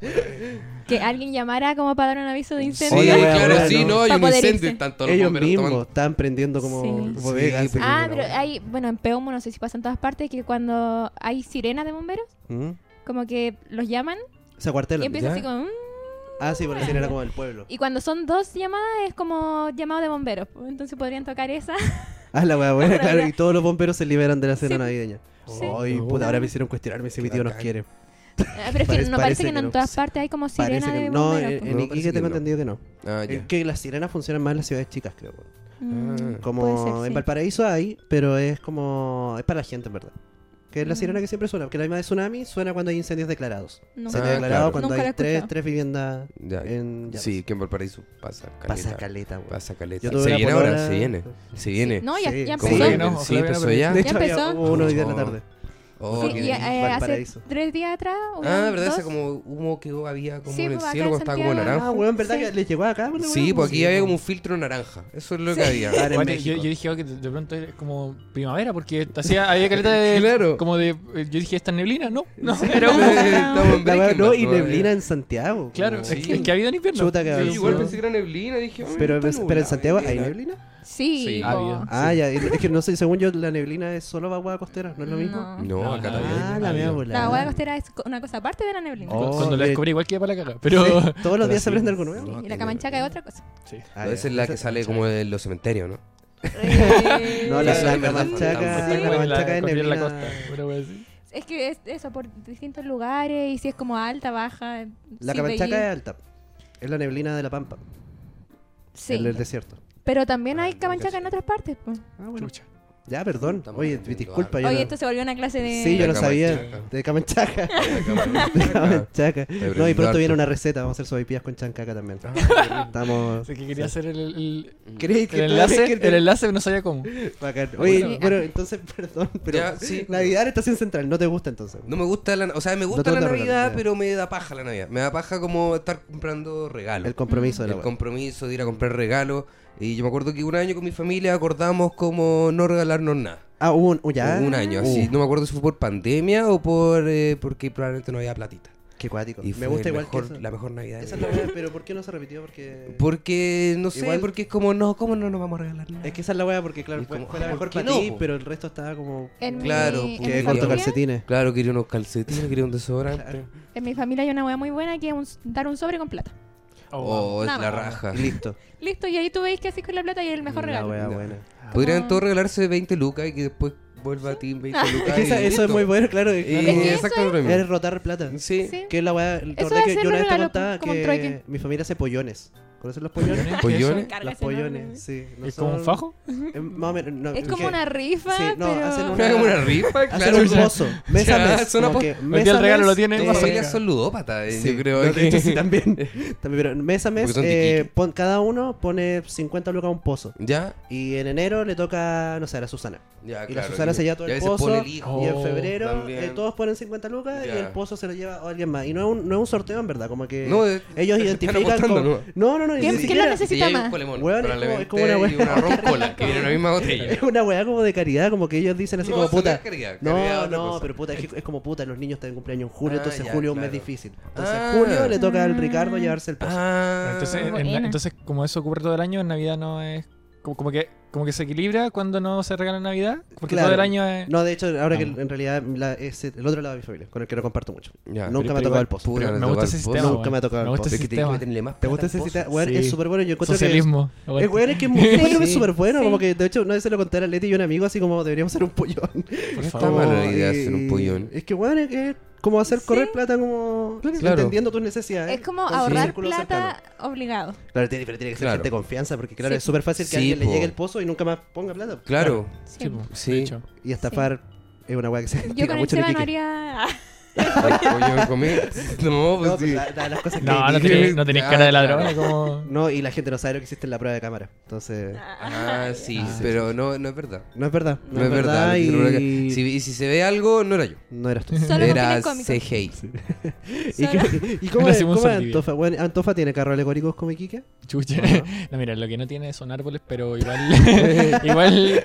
Que alguien llamara como para dar un aviso de
Sí,
incendio.
Hola, wea,
claro,
wea,
sí,
no.
no, hay
Pa'
un
poder
incendio
irse.
y tanto los
Ellos
bomberos
mismos
tomando.
estaban prendiendo como
Sí.
bodegas.
Sí, pero-
Ah, pero hay, bueno, en Peumo no sé si pasa en todas partes, que cuando hay sirenas de bomberos,
¿Mm?
como que los llaman
Se acuartelan.
y empieza
¿ya?
así como... "Mm".
Ah, sí, por la era como del pueblo.
Y cuando son dos llamadas es como llamado de bomberos. pues, Entonces podrían tocar esa. *laughs*
Ah, la weá buena,
Ahora,
claro,
ahora.
y todos los bomberos se liberan de la cena
Sí.
navideña.
Sí.
Ay, puta, ahora me hicieron cuestionarme si mi tío nos
bacán.
quiere.
Ah, Pero es que
Parece- parece
no parece que,
que
no en
no.
todas partes hay como
Parece
sirena
que
de
no, eh,
bomberos.
en,
pues.
en
No,
Iquique
parece que
tengo
no.
entendido que no.
Ah, ya.
Es que las sirenas funcionan más en las ciudades chicas, creo.
Mm.
Como
Puede ser,
en
sí.
Valparaíso hay, pero es como. Es para la gente, en verdad. Que es la
Mm.
sirena que siempre suena, porque la misma de tsunami suena cuando hay incendios declarados.
Nunca.
Se
Ah,
ha declarado
claro.
cuando
Nunca la
hay
he
tres,
escuchado.
tres viviendas
Ya.
en. ya,
Sí, que en Valparaíso pasa caleta.
Pasa caleta, güey.
Pasa caleta.
Yo tuve
Se
una
viene ahora,
polola-
se viene. Se viene.
No, ya,
Sí,
ya
¿Cómo
Ojalá
empezó.
que
que
no,
Sí,
ojalá que no,
empezó
pero-
ya.
De hecho,
¿Ya
había-
empezó?
hubo uno hoy día en la
Oh.
tarde.
Oh,
Sí,
qué
y,
bien.
eh, hace
Valparaíso.
tres días atrás. o
Ah, ¿verdad?
dos,
Ese como humo que había como
Sí,
en el
pues, acá
cielo
en
cuando estaba como
Santiago.
naranja.
Ah, weón, ¿verdad
Sí.
que le llegó acá? weón,
Sí,
weón?
pues aquí había como un filtro naranja. Eso es lo que había.
Claro, en
Aparte, yo,
México.
yo dije oh, que de de pronto es como primavera, porque hacía,
*laughs*
había caleta de.
Claro.
Como de. eh, Yo dije, ¿esta neblina? No, no,
Sí,
era humo.
estamos en pues,
La weá,
Breaking
no,
Bad
y
todavía.
neblina en Santiago.
Claro,
Sí.
es, que, es que ha habido en invierno.
Chuta, cabrón.
Sí, igual
Sí.
pensé que era neblina, dije. "Ay,
Pero,
está
pero
nublado,
en Santiago
neblina".
hay neblina.
Sí,
Sí,
po.
ha habido.
Ah, ya, es que no sé, según yo la neblina es solo agua costera, ¿no es lo mismo?
No.
No, acá
No,
también.
Ah,
no,
la
no.
mea volada.
La hueá costera es co- una cosa aparte de la neblina.
Oh,
Cuando la
de-
descubrí, igual que para la caga. Pero.
Todos los
pero
días
sí.
se aprende algo nuevo. Ah,
No,
Y
acá
la camanchaca es otra cosa.
Sí.
No, esa es la que sale como de los cementerios,
*laughs*
¿no?
*laughs*
No, la,
Sí,
la,
verdad,
manchaca,
fantasma.
la manchaca de
construir en
neblina.
la costa. una wea así.
Es que es eso, por distintos lugares y si es como alta, baja.
La
sí, pues,
camanchaca
veí-
es alta. Es la neblina de la pampa,
Sí.
el del desierto.
Pero también
Ah,
hay
no,
camanchaca en
cacho.
otras partes. po.
Ah, bueno.
Chucha.
Ya, perdón.
Estamos
Oye,
aprendiendo
disculpa. yo
Oye,
no-
esto se volvió una clase de.
Sí, yo no
La
sabía.
camanchaca.
De camanchaca. *laughs*
La
De
camanchaca.
camanchaca.
Aprendí
No, y pronto
harto.
viene una receta. Vamos a hacer sopaipillas con chancaca también.
Ah,
Estamos...
Así que quería hacer el, el,
¿Crees
el enlace, el enlace, pero no sabía cómo.
Bacán. Oye,
Bueno.
bueno, entonces, *laughs* perdón, pero
Ya, sí.
Navidad en Estación Central, ¿no te gusta entonces?
No me gusta la... O sea, me
te
gusta la
gusta
Navidad,
regalar,
pero me da paja la Navidad. Me da paja como estar comprando regalos.
El compromiso de la
el
wea.
compromiso de ir a comprar regalos. Y yo me acuerdo que un año con mi familia acordamos como no regalarnos nada.
Ah, hubo un, uh, ya.
Hubo Un año
Uh,
así. No me acuerdo si fue por pandemia o por eh, porque probablemente no había platita.
Qué cuático.
Y
Me
fue
gusta
el
igual
mejor-
que eso.
la mejor Navidad. de
Esa es
mi
la
vida.
wea, pero ¿por qué no se repitió? Porque.
Porque no sé,
Igual-
porque es como no, ¿cómo no nos vamos a regalar nada?
Es que esa es la wea, porque claro,
Y
fue,
como,
fue la
ah,
mejor
¿por
para
qué
ti,
no, po?
pero el resto estaba como.
En
Claro,
mi, en
porque
mi
Que
mi
corto
familia-
calcetines.
Claro, quería unos calcetines, quería un desodorante.
En mi familia hay una hueá muy buena que es un- dar un sobre con plata.
Oh, es
Nada
la
más.
raja.
Y listo.
Listo, y ahí tú veis que así con la plata y el mejor
la
regalo.
wea
No.
buena.
Podrían
Como-
todos regalarse 20 lucas y que después vuelva a ti 20 lucas.
Ah. *laughs* Es que esa- eso
y
es
listo.
muy bueno, claro.
Y
que-
que eso
exacto lo mismo.
Es rotar plata.
Sí.
Sí.
Que es la wea. ¿te
Eso
acordás
es
que yo una vez
hacer
te
regalo,
contaba
como un
que
trueque.
mi familia hace pollones. ¿Conoces los pollones?
¿Pollones?
Carga
Las
ese nombre.
pollones, sí. no
¿Es como un
son-
fajo?
eh, más o menos, no,
Es como
que-
una rifa,
Sí, no,
pero...
hacen
*laughs* Una, una rifa,
Hacer
claro.
un pozo. Mes a
Ya,
mes.
suena
como
po-
que
Hoy
mes
día el
a
regalo
mes,
lo tiene
Tus
Eh,
familias son ludópatas, eh,
Sí,
yo creo
no, de
que...
hecho, sí, también. También, Pero mes a mes,
Porque son de
eh,
Iquique.
pon- cada uno pone 50 lucas a un pozo.
*laughs* ¿Ya?
Y en enero le toca, no sé, a la Susana.
Ya,
Y la
claro,
Susana se lleva todo
ya
el
se pone
pozo.
el hijo.
y en
Oh,
febrero
también.
eh, todos ponen 50 lucas
Ya.
y el pozo se lo lleva a alguien más. Y no es un, no es un sorteo, en verdad. Como que
*laughs* No, eh,
*laughs* ellos
están
identifican.
apostando,
como- no, no, no. ni
¿Quién- quién lo
siquiera-
necesita?
Y hay un
más.
polemón,
Weón, es como- es como una
probablemente, y
weá.
una roncola, que viene en la misma botella.
*laughs* Es una weá como de caridad, como que ellos dicen así
No,
como
eso no
puta.
es caridad, caridad es
no,
otra
no,
cosa.
pero puta, es, que es como puta, los niños tienen cumpleaños en julio,
Ah,
entonces
ya,
julio es un mes
claro.
difícil. Entonces
Ah.
junio le toca al Ricardo llevarse el pozo.
Ah,
Entonces, en la-
buena.
entonces, como eso ocurre todo el año, en Navidad no es. Como, como que como que se equilibra cuando no se regala en Navidad. Porque
Claro.
todo el año es.
No, de hecho, ahora que
Vamos.
en realidad la- es el otro lado de mi familia, con el que no comparto mucho.
pero-
Nunca me
Ya,
ha
pero
tocado
igual,
el pozo.
pura-
me
no
gusta
toca
ese
el
sistema.
pozo.
Nunca me ha tocado
Me
el
gusta
Es
ese
que tenés que
sistema.
meterle más
¿Te gusta ese
plata al
cita?
pozo.
Weón, es
Sí.
súper bueno. Yo encuentro
Socialismo.
que. Es,
aguante.
es, weón, es que es muy bueno,
Sí.
es súper bueno.
Sí.
Como que, de hecho, una vez se lo conté a Leti y un amigo, así como deberíamos hacer un pollón. Oh,
Por
está
favor.
mala la idea
Y-
hacer un pollón.
Es que, weón, es, es como hacer correr plata, como.
Claro.
Entendiendo tus necesidades.
Es como
con un
ahorrar
círculo
plata
cercano.
obligado.
Claro, tiene, pero tiene que ser
Claro.
gente de confianza, porque claro,
Sí.
es súper fácil que
Sí,
alguien le
po.
llegue el pozo y nunca más ponga plata.
Claro.
Sí, po, de
Sí.
hecho.
Y estafar es una weá que se *laughs* castiga
Yo con el
mucho en
Seba no
Iquique.
haría... *laughs*
Pollón comí. No, pues
No, pero
sí.
la- la- las cosas que
No, no
dije-
tenéis no tenéis
Ah,
cara de
claro.
ladrón. Como...
No, y la gente no sabe lo que hiciste en la prueba de cámara. Entonces,
Ah, sí,
Ah.
pero no, no es verdad.
no es verdad.
No, es verdad. lo que se
y...
recuerda. Si, y si se ve algo, no era yo.
No eras
*laughs*
tú.
Solo
era
era cómico.
CGI.
¿Y, qué-
*laughs*
y cómo
Era
es,
Simón
cómo es
Saldivia.
Antofa? Bueno, Antofa tiene carros alegóricos como Iquique.
Chucha. *laughs* No, mira, lo que no tiene son árboles, pero
*laughs*
igual. igual.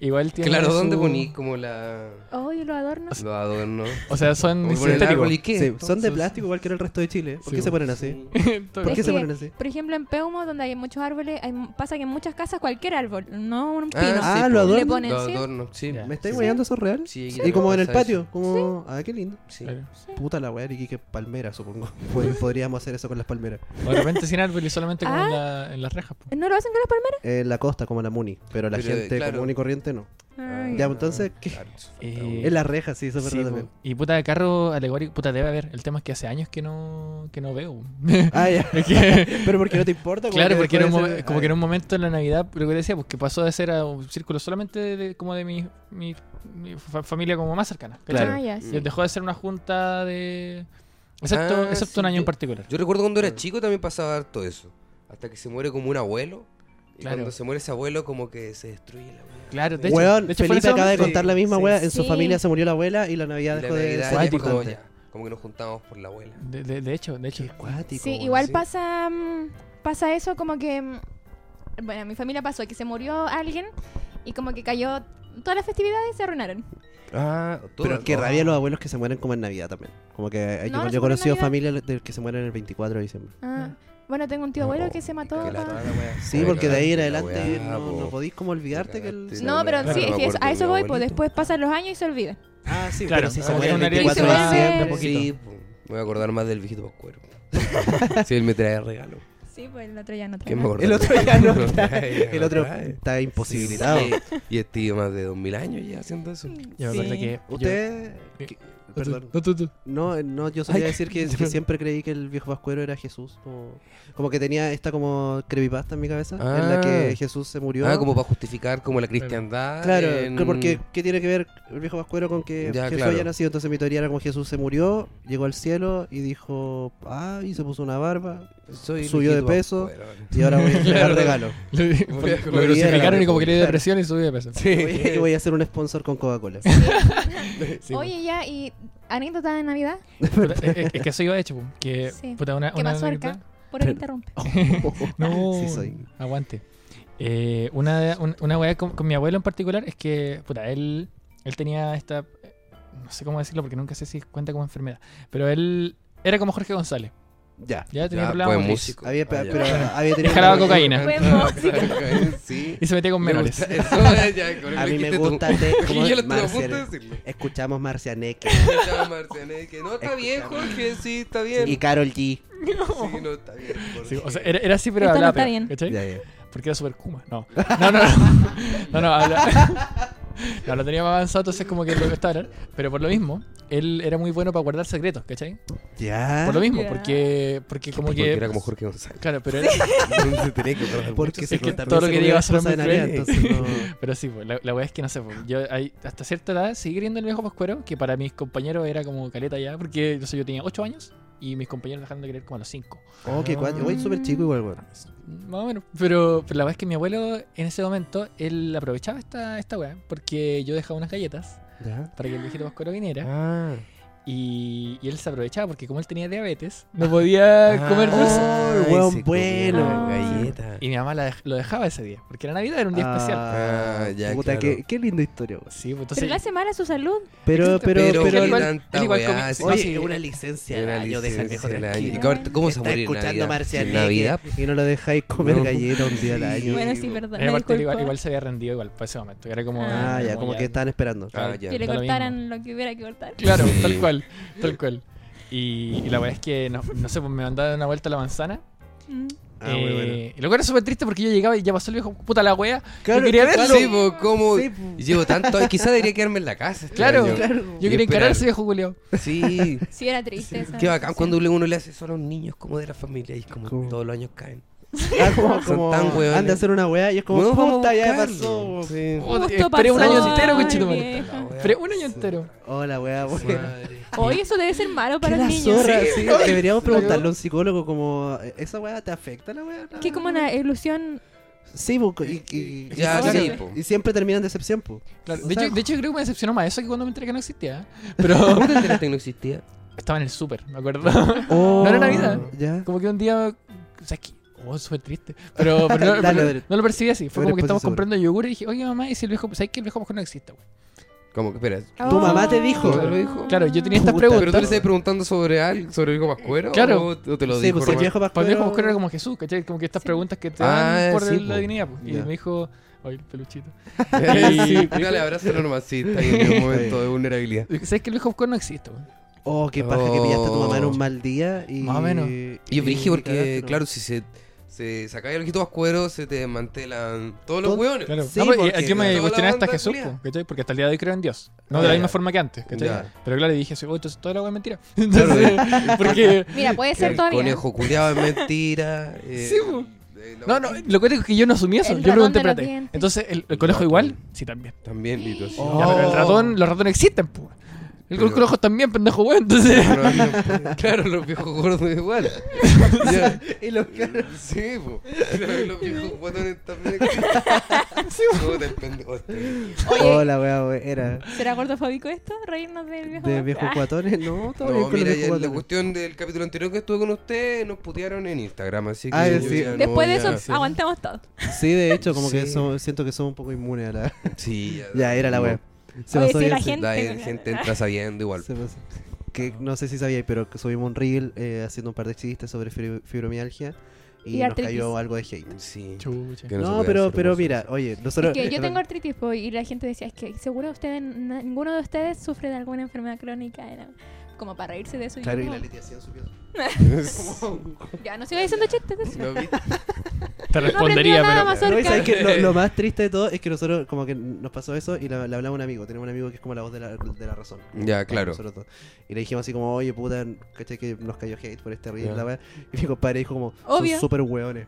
Igual tiene.
Claro, ¿dónde
su-
poní como la,
Oh, y los adornos.
los adornos?
Mm,
O sea, son
¿Cómo poner el
sintéticos.
árbol y qué?
Sí, son de
entonces-
plástico igual que en el resto de Chile. ¿Por
Sí,
qué se
bueno,
ponen
*laughs*
así?
Todo
¿Por
el
qué
Es
se
que-
ponen así?
Por ejemplo, en Peumo, donde hay muchos árboles, hay- pasa que en muchas casas cualquier árbol, no un pino.
Ah,
sí,
lo
po.
adornan.
Le ponen,
Los
sí.
adornos, sí.
Ya.
¿Me estáis
Sí.
guayando eso es real?
Sí,
Y como en el
pasa
patio,
eso.
como... Ah, qué lindo.
Sí.
Claro.
Puta la weá, de Iquique palmera, supongo. *laughs* Pod- Podríamos hacer eso con las palmeras.
O de repente sin árbol y solamente como en, la- en las rejas. po.
¿No lo hacen con las palmeras?
En la costa, como la Muni. Pero la
Pero,
gente
claro.
común y corriente no.
Ah,
Ya, entonces, ¿qué?
claro, eso falta,
Eh,
bueno.
En las rejas, sí, eso es
Sí,
verdad
po.
también.
y puta de carro alegórico, puta debe haber. El tema es que hace años que no, que no veo.
Ah, ya.
*laughs* Es que-
*laughs* Pero porque no te importa.
claro, porque era un
después
momen-
de-
como
Ah,
que en un momento en la Navidad, lo que decía, pues que pasó de ser a un círculo solamente de- de- como de mi, mi- mi fa- familia como más cercana. ¿cachai?
Claro.
Ah, ya, sí.
Y dejó de ser una junta de... Excepto,
Ah,
excepto
sí,
un año
yo-
en particular.
Yo recuerdo cuando era chico también pasaba todo eso. Hasta que se muere como un abuelo. Y
Claro.
cuando se muere ese abuelo, como que se destruye la weá.
Claro, de hecho,
Weón,
de hecho fue
Felipe
eso-
acaba de
sí,
contar la misma
sí.
weá. En su
Sí.
familia se murió la abuela y la
Y
Navidad
la
dejó de
Navidad
ser
ya es
importante.
como ya. Como que nos juntamos por la abuela.
De, de- de hecho, de hecho.
Qué cuático,
Sí,
weón.
igual
sí.
pasa mm, pasa eso como que mm, bueno, a mi familia pasó que se murió alguien y como que cayó todas las festividades se arruinaron.
Ah, todo.
Pero qué
no.
rabia los abuelos que se mueren como en Navidad también. Como que hay-
No,
yo,
no se
yo he
mueren en
conocido
Navidad.
familias de- que se mueren el 24 de diciembre.
Ah, Bueno, tengo un tío abuelo
No, oh,
que se mató.
que la-
pa-
toda la weá.
Sí,
Oye,
porque de ahí en
la
adelante
weá,
no,
po.
no podís como olvidarte que el...
Cagaste.
No, pero
Claro,
sí,
me
es que
acuerdo
a
de
eso
mi
voy, pues
abuelito.
después pasan los años y se olvida.
Ah, sí,
Claro,
pero si se
como
muere el
una herida que
24 de
se vuelve-
diciembre,
Sí,
poquito.
Sí, po. me voy a acordar más del viejito Pascuero. *laughs* si él me trae regalo.
Sí, pues el otro ya no
¿Qué
trae
me
nada.
acordé?
El otro
*laughs*
ya no
Trae,
trae.
ya
El
no
otro
trae.
está imposibilitado.
Sí, Y este tío más de 2000 años ya haciendo eso.
Yo me acuerdo
Sí.
que. yo- *laughs*
Usted...
yo-
que- Perdón.
No, tú, tú.
No, no, yo solía decir que, que siempre creí que el viejo vascuero era Jesús. Como, como que tenía esta como creepypasta en mi cabeza, en la
Ah.
que Jesús se murió.
Ah, como para justificar como la cristiandad.
Claro,
en-
que porque ¿qué tiene que ver el viejo vascuero con que
Ya,
Jesús
claro.
haya nacido? Entonces mi teoría era como Jesús se murió, llegó al cielo y dijo, ah, y se puso una barba,
Soy el
subió de
viejito
peso.
Pascuero.
y
*laughs*
ahora voy a entregar
Claro.
regalo.
Lo,
lo
lo
vieron,
crucificaron y como que le dio
claro. *laughs*
depresión y subió de peso.
Voy a- voy a hacer un sponsor con Coca-Cola. *laughs*
Sí, po.
Oye, ya, ¿y anécdota de
*laughs*
Navidad?
Puta, es- es, es que eso iba hecho, po, que
Sí.
puta, *laughs* una,
¿Qué
una
pasó
anécdota-
acá? Por ahí interrumpe.
No,
Sí soy.
aguante. Eh, una, de- un- una weá con, con mi abuelo en particular es que, puta, él, él tenía esta. No sé cómo decirlo porque nunca sé si cuenta como enfermedad. Pero él era como Jorge González.
Ya. pues,
Ya tenía
Ya,
problemas.
buen
motrices.
músico.
Había,
Ah, ya.
pero había tenido...
*laughs*
Escalaba cocaína.
Fue
Sí.
Y se metía con
Me
menores.
gusta eso, ya, con el
A mí me
dijiste *laughs* tú.
gusta... te-
Que
como
yo lo estuve a punto de
Marcianek.
decirlo.
Escuchamos Marcianeque
Escuchaba a Marcianek, que No, está bien, Jorge, sí, está bien.
y Carol G.
Sí,
*laughs*
no, está bien. Jorge.
Sí, o sea, era, era así, pero
Esto no
hablaba.
está
peor,
bien.
¿cachai?
Ya, ya.
Porque era super Kuma.
*laughs*
No. No, no, no. No, no, habla. *laughs* No, lo tenía más avanzado, entonces como que lo costaba hablar. Pero por lo mismo, él era muy bueno para guardar secretos, ¿cachai?
Ya.
Por lo mismo,
Ya.
*laughs* porque, porque como
Porque
que.
era como Jorge González.
Claro, pero era.
*laughs* Entonces tenía que guardar
Porque se
mucho
que
secreto.
contaminó
todo lo que diga va a ser muy cruel.
entonces no...
*laughs* Pero sí, pues, la, la weá es que no sé, pues, yo ahí, hasta cierta edad seguí creyendo en el viejo Pascuero, que para mis compañeros era como caleta ya, porque no sé, yo tenía 8 años y mis compañeros dejaron de creer como a los 5.
Oh, qué cuático. Oye, súper chico igual, weón.
Más o menos. Pero, pero la verdad es que mi abuelo en ese momento, él aprovechaba esta, esta weá, porque yo dejaba unas galletas
Ya.
para que el viejito Pascuero viniera.
Ah.
Y, y él se aprovechaba porque como él tenía diabetes,
*laughs*
no podía Ah, comer dulce.
Ay,
Ah, Ay,
weón,
se comía
bueno.
la Galleta.
Y mi mamá la dej- lo dejaba ese día, porque era Navidad, era un día especial.
Ah,
Ah, ya,
Puta,
claro.
qué, qué linda historia, weón.
Sí, pues,
Pero
entonces...
le hace mal a su salud.
Pero, pero,
Pero,
pero...
él
ni
igual-
tanta
él igual
weá,
comi-
sí.
Oye,
una licencia
Era
al año, deja al viejo
licencia de
tranquilo.
año. Y que ahorita, ¿Cómo se
Está
muere
escuchando
Marcial
Marcianeque
Navidad.
y no lo dejáis comer
No.
galleta un día al año.
Bueno, sí, verdad.
Eh,
Me
aparte, él
disculpo.
igual, igual se había rendido igual para ese momento. Era como.
Ah, ya, como que estaban esperando.
Ah, ya.
Que le
Da lo
cortaran lo que hubiera que cortar.
Claro,
Sí.
tal cual, tal cual. Y, y la verdad es que, no, no sé, pues me mandaba una vuelta a la manzana.
Mm.
Ah, muy
eh,
bueno.
Y lo que era súper triste porque yo llegaba y ya pasó el viejo, puta la wea. yo quería verlo.
Claro, sí, po, ¿cómo?
Sí, po.
Llevo tanto. Quizás debería quedarme en la casa. este
Claro.
año.
Yo
Y
quería encarar a
esperar.
ese viejo Julio.
Sí.
Sí, era triste. esa
Qué bacán
sensación.
cuando uno le hace solo a un niño, es como de la familia, y es como
¿Cómo?
todos los años
*laughs*
caen.
Ah, como,
Son
como
tan
anda
hueones.
a hacer una weá y es como,
Bueno, vamos
puta,
a
ya
buscarlo.
pasó.
Sí.
Oh,
Justo
esperé un
pasó,
año entero,
ay,
conchetumare.
viejo.
Esperé un año entero.
Hola, weá,
*laughs*
weá.
Madre.
Oye, eso debe ser malo para
Qué
el
la
niño.
zorra, sí, Deberíamos
Claro.
preguntarle a un psicólogo como, ¿esa weá te afecta la weá?
Que como una ilusión.
Sí, bo, y, y-
Ya,
y-
sí,
y-
po.
y siempre termina en decepción, po.
Claro,
O
de,
sea,
hecho, de hecho, creo que me decepcionó más eso que cuando me enteré que no existía. Pero
¿Cómo te enteraste que no existía?
estaba en el súper, me acuerdo.
*laughs* oh,
no era Navidad.
Ya.
Como que un día. O sea, es que. Oh, súper triste.
*laughs*
Pero, pero no,
Dale,
pero
dale.
no lo percibí así. Fue
Dale,
como que
pues,
estamos
seguro.
comprando yogur y dije, oye mamá, ¿y si el viejo. ¿Sabes que el viejo mejor no existe, güey?
Como que, espera,
Tu mamá te dijo.
¿Te lo dijo?
Claro, yo tenía estas
Puta,
preguntas.
¿Pero tú le estás preguntando sobre algo, sobre el viejo Pascuero?
Claro.
¿O o te lo
sí,
dijo?
pues el
nomás?
viejo
Para el
Pascuero-
viejo Pascuero era como Jesús, ¿cachai? Como que estas
Sí.
preguntas que te
Ah,
dan por
sí,
el- la
po.
dignidad. po. Y
Ya.
me dijo, ay, el peluchito.
*laughs* Sí,
Y-
Dale, abrázalo nomás, sí, está ahí en un momento de vulnerabilidad.
¿Sabes que el viejo Pascuero no existe, güey?
Oh, qué paja que pillaste a tu mamá en un mal día. Y,
Más o menos.
Y Oh. yo dije, porque,
cagaste, ¿no?
claro, si se, se sacaba el ojito Pascuero, se te mantelan todos los
Todo-
hueones.
Claro.
Sí,
no, pues, y
porque-
aquí
Toda
me
la
cuestioné hasta
banda
Jesús,
culiá.
po, ¿cachai? Porque hasta el día de hoy creo en Dios. No
Ah,
de la
ya.
misma forma que antes, ¿cachai?
Ya.
Pero claro, dije, oh, entonces toda la wea es mentira. Entonces, porque.
Mira, puede
Que
ser
el
todavía.
conejo culiado *laughs* es mentira. eh,
Sí, po.
eh, la-
No, no, lo que digo es que yo no asumí eso.
El
yo
ratón
pregunté,
de los
espérate.
dientes.
Entonces, ¿el, el
El
conejo
ratón.
igual? Sí, también.
También, Lito. sí.
Oh.
Ya, pero el ratón, los ratones existen, pues.
El
Pero-
gol con ojos también, pendejo, weón. Entonces.
*laughs* Pero pues. a mí no- claro, los viejos gordos *laughs* igual. Ya.
Y los
Sí, po. Claro, los viejos guatones *laughs* también. Puta, el pendejo este.
Oh, Hola, weá, weá, era.
¿Será gordofóbico esto? ¿Reírnos del viejo?
¿De viejos
Ah,
cuatones? No, todo bien
No,
con los
mira,
viejos
ya la
guatones.
cuestión del capítulo anterior que estuve con ustedes, nos putearon en Instagram, así que.
Ah,
yo
sí.
ya no
Después de
voy
eso,
a hacer-
aguantamos todo.
Sí, de hecho, como que
Sí.
somos- siento que somos un poco inmunes a la. *laughs*
Sí, ya.
Ya, era la
no.
weá. Se
Oye,
pasó
sí,
bien,
la
sí.
gente-
La gente entra sabiendo igual.
Se pasó. Que no sé si sabíais, pero que subimos un reel eh, haciendo un par de chistes sobre fibro- fibromialgia y,
Y
nos
artritis.
cayó algo de hate.
Sí.
Chucha.
Que se
No,
puede
pero,
hacer
pero
cosas. *laughs*
mira, oye, nosotros.
es
*laughs*
que yo tengo artritis po, y la gente decía, es que seguro ustedes, na- ninguno de ustedes sufre de alguna enfermedad crónica. Era como para reírse de eso. y
Claro,
yo
y
como,
la litiación subió.
Ya, no sigo diciendo chistes de eso.
¿No viste?
Te
No aprendí
respondería,
nada,
pero.
No, y sabes que
Mazorca.
lo, lo más triste de todo es que nosotros, como que nos pasó eso y la- le hablamos a un amigo. Tenemos un amigo que es como la voz de la, de la razón.
Ya, Mm, claro.
Nosotros dos. Y le dijimos así como, oye, puta, ¿cachai que nos cayó hate por este reel?
Ya.
La weá? y mi compadre dijo como,
Obvio.
son súper hueones.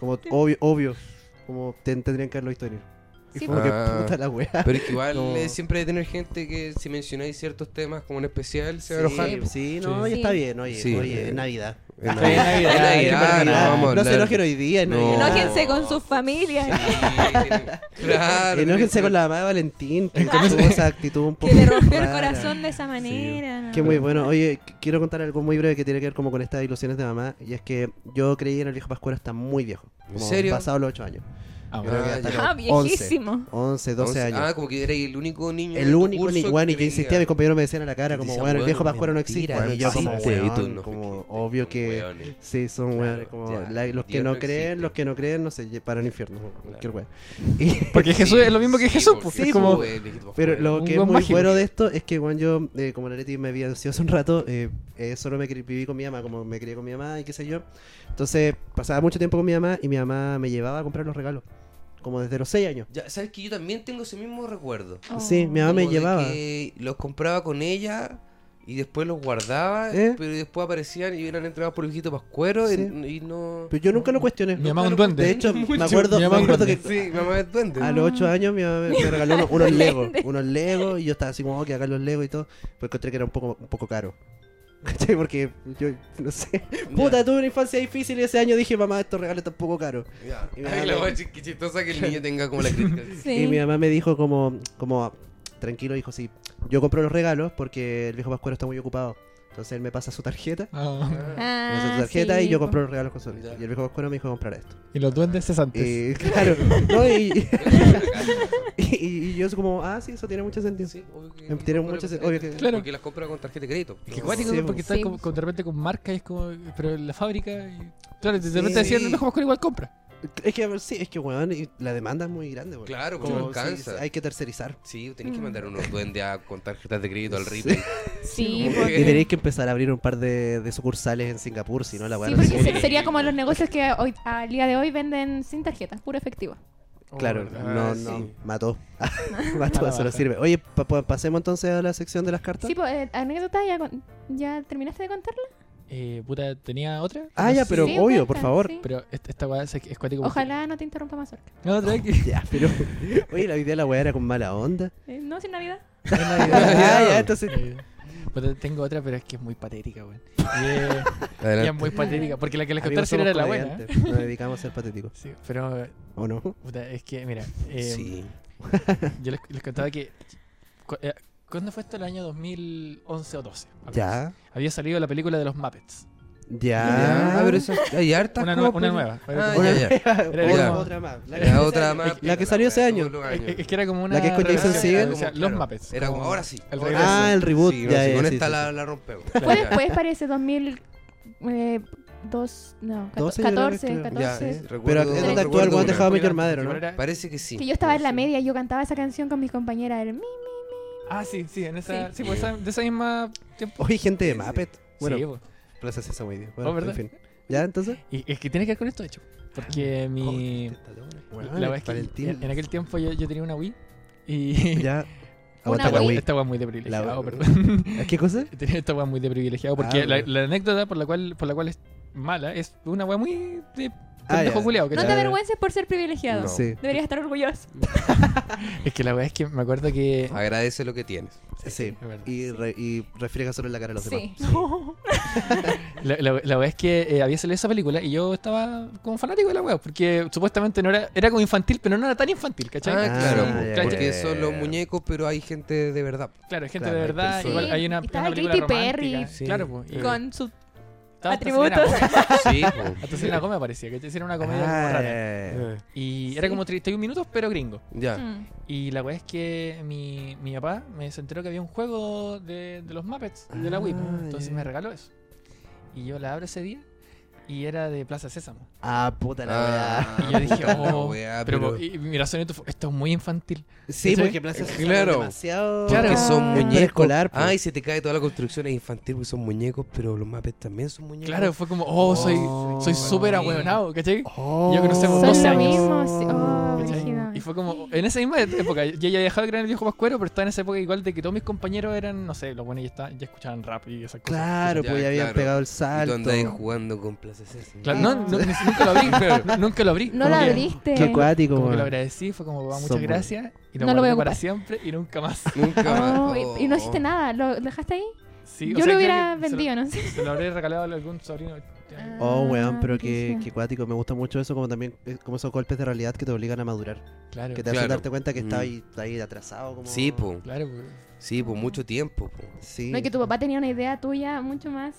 Como, obvio, obvio. Como ten- tendrían que haberlo visto venir. Y
Sí,
fue como que
Ah.
puta la weá.
Pero es que igual
No.
eh, siempre hay que tener gente que si mencionáis ciertos temas como en especial se va a enojar.
Sí, pues, sí, no,
Sí.
y está bien, oye,
Sí.
oye, es Navidad.
En la-
Navidad,
en la-
Navidad,
en la-
Navidad,
no vamos a
no se
hablar.
enojen hoy día, es
No.
Navidad.
Enójense con sus familias.
Sí, claro.
Enójense con la mamá de Valentín, que tuvo esa actitud un poco.
Que le rompió el
rara.
corazón de esa manera.
Que muy bueno. Oye, qu- quiero contar algo muy breve que tiene que ver como con estas ilusiones de mamá. Y es que yo creí en el viejo Pascuero hasta muy viejo.
¿En
como
serio?
Pasado los 8 años.
Ah,
Ah,
bueno.
Creo que hasta
ya.
los
Ah, viejísimo.
11, 12
Entonces,
años.
Ah, como que era el único niño. de
el
tu
único
curso
ni
que
weón, y que
creía.
insistía, mis compañeros me decían a la cara, como,
Decía,
bueno, el
weón,
viejo Pascuero no
mentira,
existe. Y yo, como,
existe, y tú,
weón,
no,
como,
qué-
obvio que.
weones.
Sí, son weones, como
ya,
la- los que
Dios
no
no
creen,
existe.
los que no creen, no sé, para el infierno. cualquier weón.
*laughs*
Porque Jesús
Sí,
es lo mismo que
sí,
Jesús,
porque
pues.
sí,
es como.
fue el hijito más
Pero
joven.
lo
Un
que es
buen
muy
mágico.
bueno de esto es que, bueno, yo, eh, como la Leti me había ansioso un rato, eh, eh, solo me cri- viví con mi mamá, como me crié con mi mamá y qué sé yo. Entonces, pasaba mucho tiempo con mi mamá y mi mamá me llevaba a comprar los regalos, como desde los 6 años.
Ya, ¿Sabes que yo también tengo ese mismo recuerdo?
Sí, mi mamá me
Como de
llevaba.
que los compraba con ella y después los guardaba,
¿Eh?
pero después aparecían y eran entregados por el hijito Pascuero
Sí.
en- y no...
Pero yo nunca lo cuestioné.
Mi mamá es un
Nunca lo
duende.
De
*laughs*
hecho, me
*laughs*
Mucho.
acuerdo,
Mi
me
mamá es un
acuerdo que
duende.
*laughs* Sí, mi mamá es duende.
a los 8 años mi mamá me me regaló
*laughs*
unos, unos legos, unos legos y yo estaba así como, oh, que acá los legos y todo. Pues encontré que era un poco, un poco caro. *laughs* ¿Cachai? Porque yo, no sé. Puta, tuve una infancia difícil y ese año dije, mamá, estos regalos están poco caros.
Ya.
Y mi
Ay,
mamá-
la wea chi- que chistosa que el niño tenga como
*laughs*
la crítica.
Y mi mamá me dijo como, como tranquilo, hijo, sí, yo compro los regalos porque el viejo Pascuero está muy ocupado. Entonces él me pasa su tarjeta,
Ah,
me pasa
Ah,
su tarjeta y yo
po.
compro los regalos con su
Ya.
Y el viejo Pascuero me dijo comprar esto.
y los duendes cesantes.
Y *laughs* claro, no, y,
Ah.
y, y yo soy como, ah, sí, eso tiene mucho sentido.
Sí, obvio que-
Tiene mucho sen- obvio que-
Claro.
Porque las compra con tarjeta de crédito.
Qué cuático,
Sí,
porque
po.
está
Sí.
como, como de repente con marca y es como. Pero en la fábrica. Y, claro, de
Sí.
repente decían, no, Pascual igual compra.
Es que, a ver, sí, es que, weón, y la demanda es muy grande, weón.
Claro, porque
Como,
no
sí,
alcanza.
sí, hay que tercerizar.
Sí, tenés que mandar unos duendes a, con tarjetas de crédito al
Sí.
retail.
Sí,
Como
po.
que-
Y tenéis que empezar a abrir un par de, de sucursales en Singapur, si no la weá
Sí,
no se
porque
puede.
se- sería como los negocios que hoy, al día de hoy venden sin tarjeta, puro efectivo.
Oh,
Claro, no, no,
sí.
*laughs*
mató. *laughs* mató,
la
eso no
baja.
sirve. Oye, pa- pa- pasemos entonces a la sección de las cartas.
Sí, pues, eh, anécdota, ya, con- ¿ya terminaste de contarla?
Eh, puta, tenía otra.
ah,
No
ya,
sé.
pero
Sí,
obvio,
cuenta,
por favor.
sí.
Pero esta, esta weá es, es cuático. porque-
Ojalá no te interrumpa más cerca.
No, tranqui.
*laughs* Ya, pero. Oye, la idea la weá era con mala onda.
*laughs*
Eh, no, sin Navidad.
ah, ya, entonces.
Eh, puta, tengo otra, pero es que es muy patética, weón. Y, eh, ya es
Adelante.
muy patética. Porque la que les conté
amigos,
recién
somos
era la buena. ¿eh?
comediantes, Nos dedicamos a ser patéticos.
Sí, pero
¿O no?
puta, es que, mira, eh,
Sí.
yo les, les contaba que. cu- eh, ¿Cuándo fue esto? El año 2011 o 12.
Ya.
Había salido la película de los Muppets.
Ya.
Ya, pero eso, hay hartas.
Una,
como
nue- una
peli-
nueva. Era
Ah,
como-
ya, ya.
Otra-
Ya.
otra más. La que
Era
salió
otra
ese año.
más.
La que salió ese año.
Todos los años.
Es, es que era como una.
La que es con Jason
relación-
Segel.
o sea,
Como,
los
claro,
Muppets.
Era como ahora sí.
El
ahora
regreso.
Ah, el reboot.
Sí,
ya,
ahora sí,
ya,
con
sí,
esta
sí,
la,
sí.
la rompemos.
Fue
Ya.
después, parece, 2000... Eh, dos, no,
12
cato-
yo creo que
14,
creo.
14.
Ya, eh,
Pero
recuerdo-
es donde
recuerdo
actúa el guante
una.
How I Met Your Mother, ¿no?
Era-
Parece que sí.
Que yo estaba en la media y yo cantaba esa canción con mis compañeras. El mi,
Ah, sí, sí, en esa.
Sí.
Sí, pues esa- de esa misma tiempo.
Oye, gente de Muppet. Bueno,
sí, pues.
Plaza Sésamo muy bien. Bueno,
Oh, ¿verdad?
en fin. ¿Ya entonces?
Y es que tiene que ver con esto, de hecho. Porque mi.
Bueno,
la verdad es que
Valentín.
en, en aquel tiempo yo, yo tenía una Wii. Y.
Ya. Aguanta
Una
la
esta
Wii.
Wii. Esta weá muy de
La-
privilegiado, perdón. *laughs*
¿Qué cosa?
tenía esta weá muy de privilegiado. Porque
Ah,
la,
bueno.
la anécdota por la cual por la cual es mala es una weá muy de
Ah,
pendejo
ya.
culiao,
No
¿cachai?
te avergüences por ser privilegiado.
No.
Sí.
Deberías estar orgulloso.
Es que la weá es que me acuerdo que.
Agradece lo que tienes.
Sí.
es verdad.
Y, re- y refriega solo en la cara a los demás.
Sí.
La, la- la wea es que eh, había salido esa película y yo estaba como fanático de la wea, porque supuestamente no era, era como infantil, pero no era tan infantil, ¿cachai?
Ah, claro,
Ah, ya,
porque
ya, ya.
son los muñecos, pero hay gente de verdad.
Claro, hay gente
Claro,
de
hay
verdad,
personas.
*laughs*
igual
Sí,
hay una,
y estaba
una película
Katy
romántica.
Perry.
Sí.
Claro, pues. y
Con sus
estaba hasta
atributos.
Selena Gomez,
Sí, po.
Hasta Selena Gomez aparecía, que hicieron una comedia como
Ah,
rara.
eh.
Y era
Sí.
como 31 minutos, pero gringo.
ya.
Mm.
Y la wea es que mi, mi papá me se enteró que había un juego de, de los Muppets de la Wii. pues.
Ah,
Entonces
ya.
me regaló eso. Y yo la abro ese día y era de Plaza Sésamo.
Ah, puta la
Ah,
Y yo dije,
puta la
oh,
weá,
pero,
pero-
y mi razonamiento fue, esto es muy infantil.
weá. Sí,
¿Cachai?
porque Plaza Sésamo es
Claro.
demasiado.
Porque
Claro.
son
Ah.
muñecos.
Preescolar, po.
Ay, se te cae toda la construcción, es infantil porque son muñecos, pero los mapes también son muñecos.
Claro, fue como, oh, soy soy súper ahueonado, ¿cachai?
Oh.
Yo creo que somos
Son
12
lo
años.
mismo. sí. Oh,
¿Cachai?
brígido.
Y fue como, en esa misma época, yo ya dejaba de creer en el viejo pascuero, pero estaba en esa época igual de que todos mis compañeros eran, no sé, los buenos ya, estaban- ya escuchaban rap y esas cosas.
Claro,
Ya,
pues ya habían
claro.
pegado el
Y tú
salto.
andas ahí jugando con Plaza Sésamo.
Claro, no, no, ni- nunca lo
*laughs*
abrí, nu- nunca lo abrí.
No
Como
la
que-
abriste.
Qué acuático,
Como que lo
weón.
agradecí, fue como, "Va, muchas
Somos-
gracias, y lo
No lo
guardé
voy a
para
ocupar.
siempre y nunca más.
Nunca
Oh,
más.
y, y no hiciste nada, lo dejaste ahí.
Sí, o sea,
Yo lo
creo que
hubiera
se lo-
vendido, no sé.
Se lo habré regalado a algún sobrino.
Oh, weón,
Ah,
pero qué,
brígido.
qué cuático. Me gusta mucho eso, como también eh, como esos golpes de realidad que te obligan a madurar.
Claro,
Que te hacen
Claro.
darte cuenta que
Mm.
estás ahí, ahí atrasado. Como...
Sí, po.
claro, pues,
Sí, po, mucho tiempo, po.
Sí.
No, y que tu papá tenía una idea tuya mucho más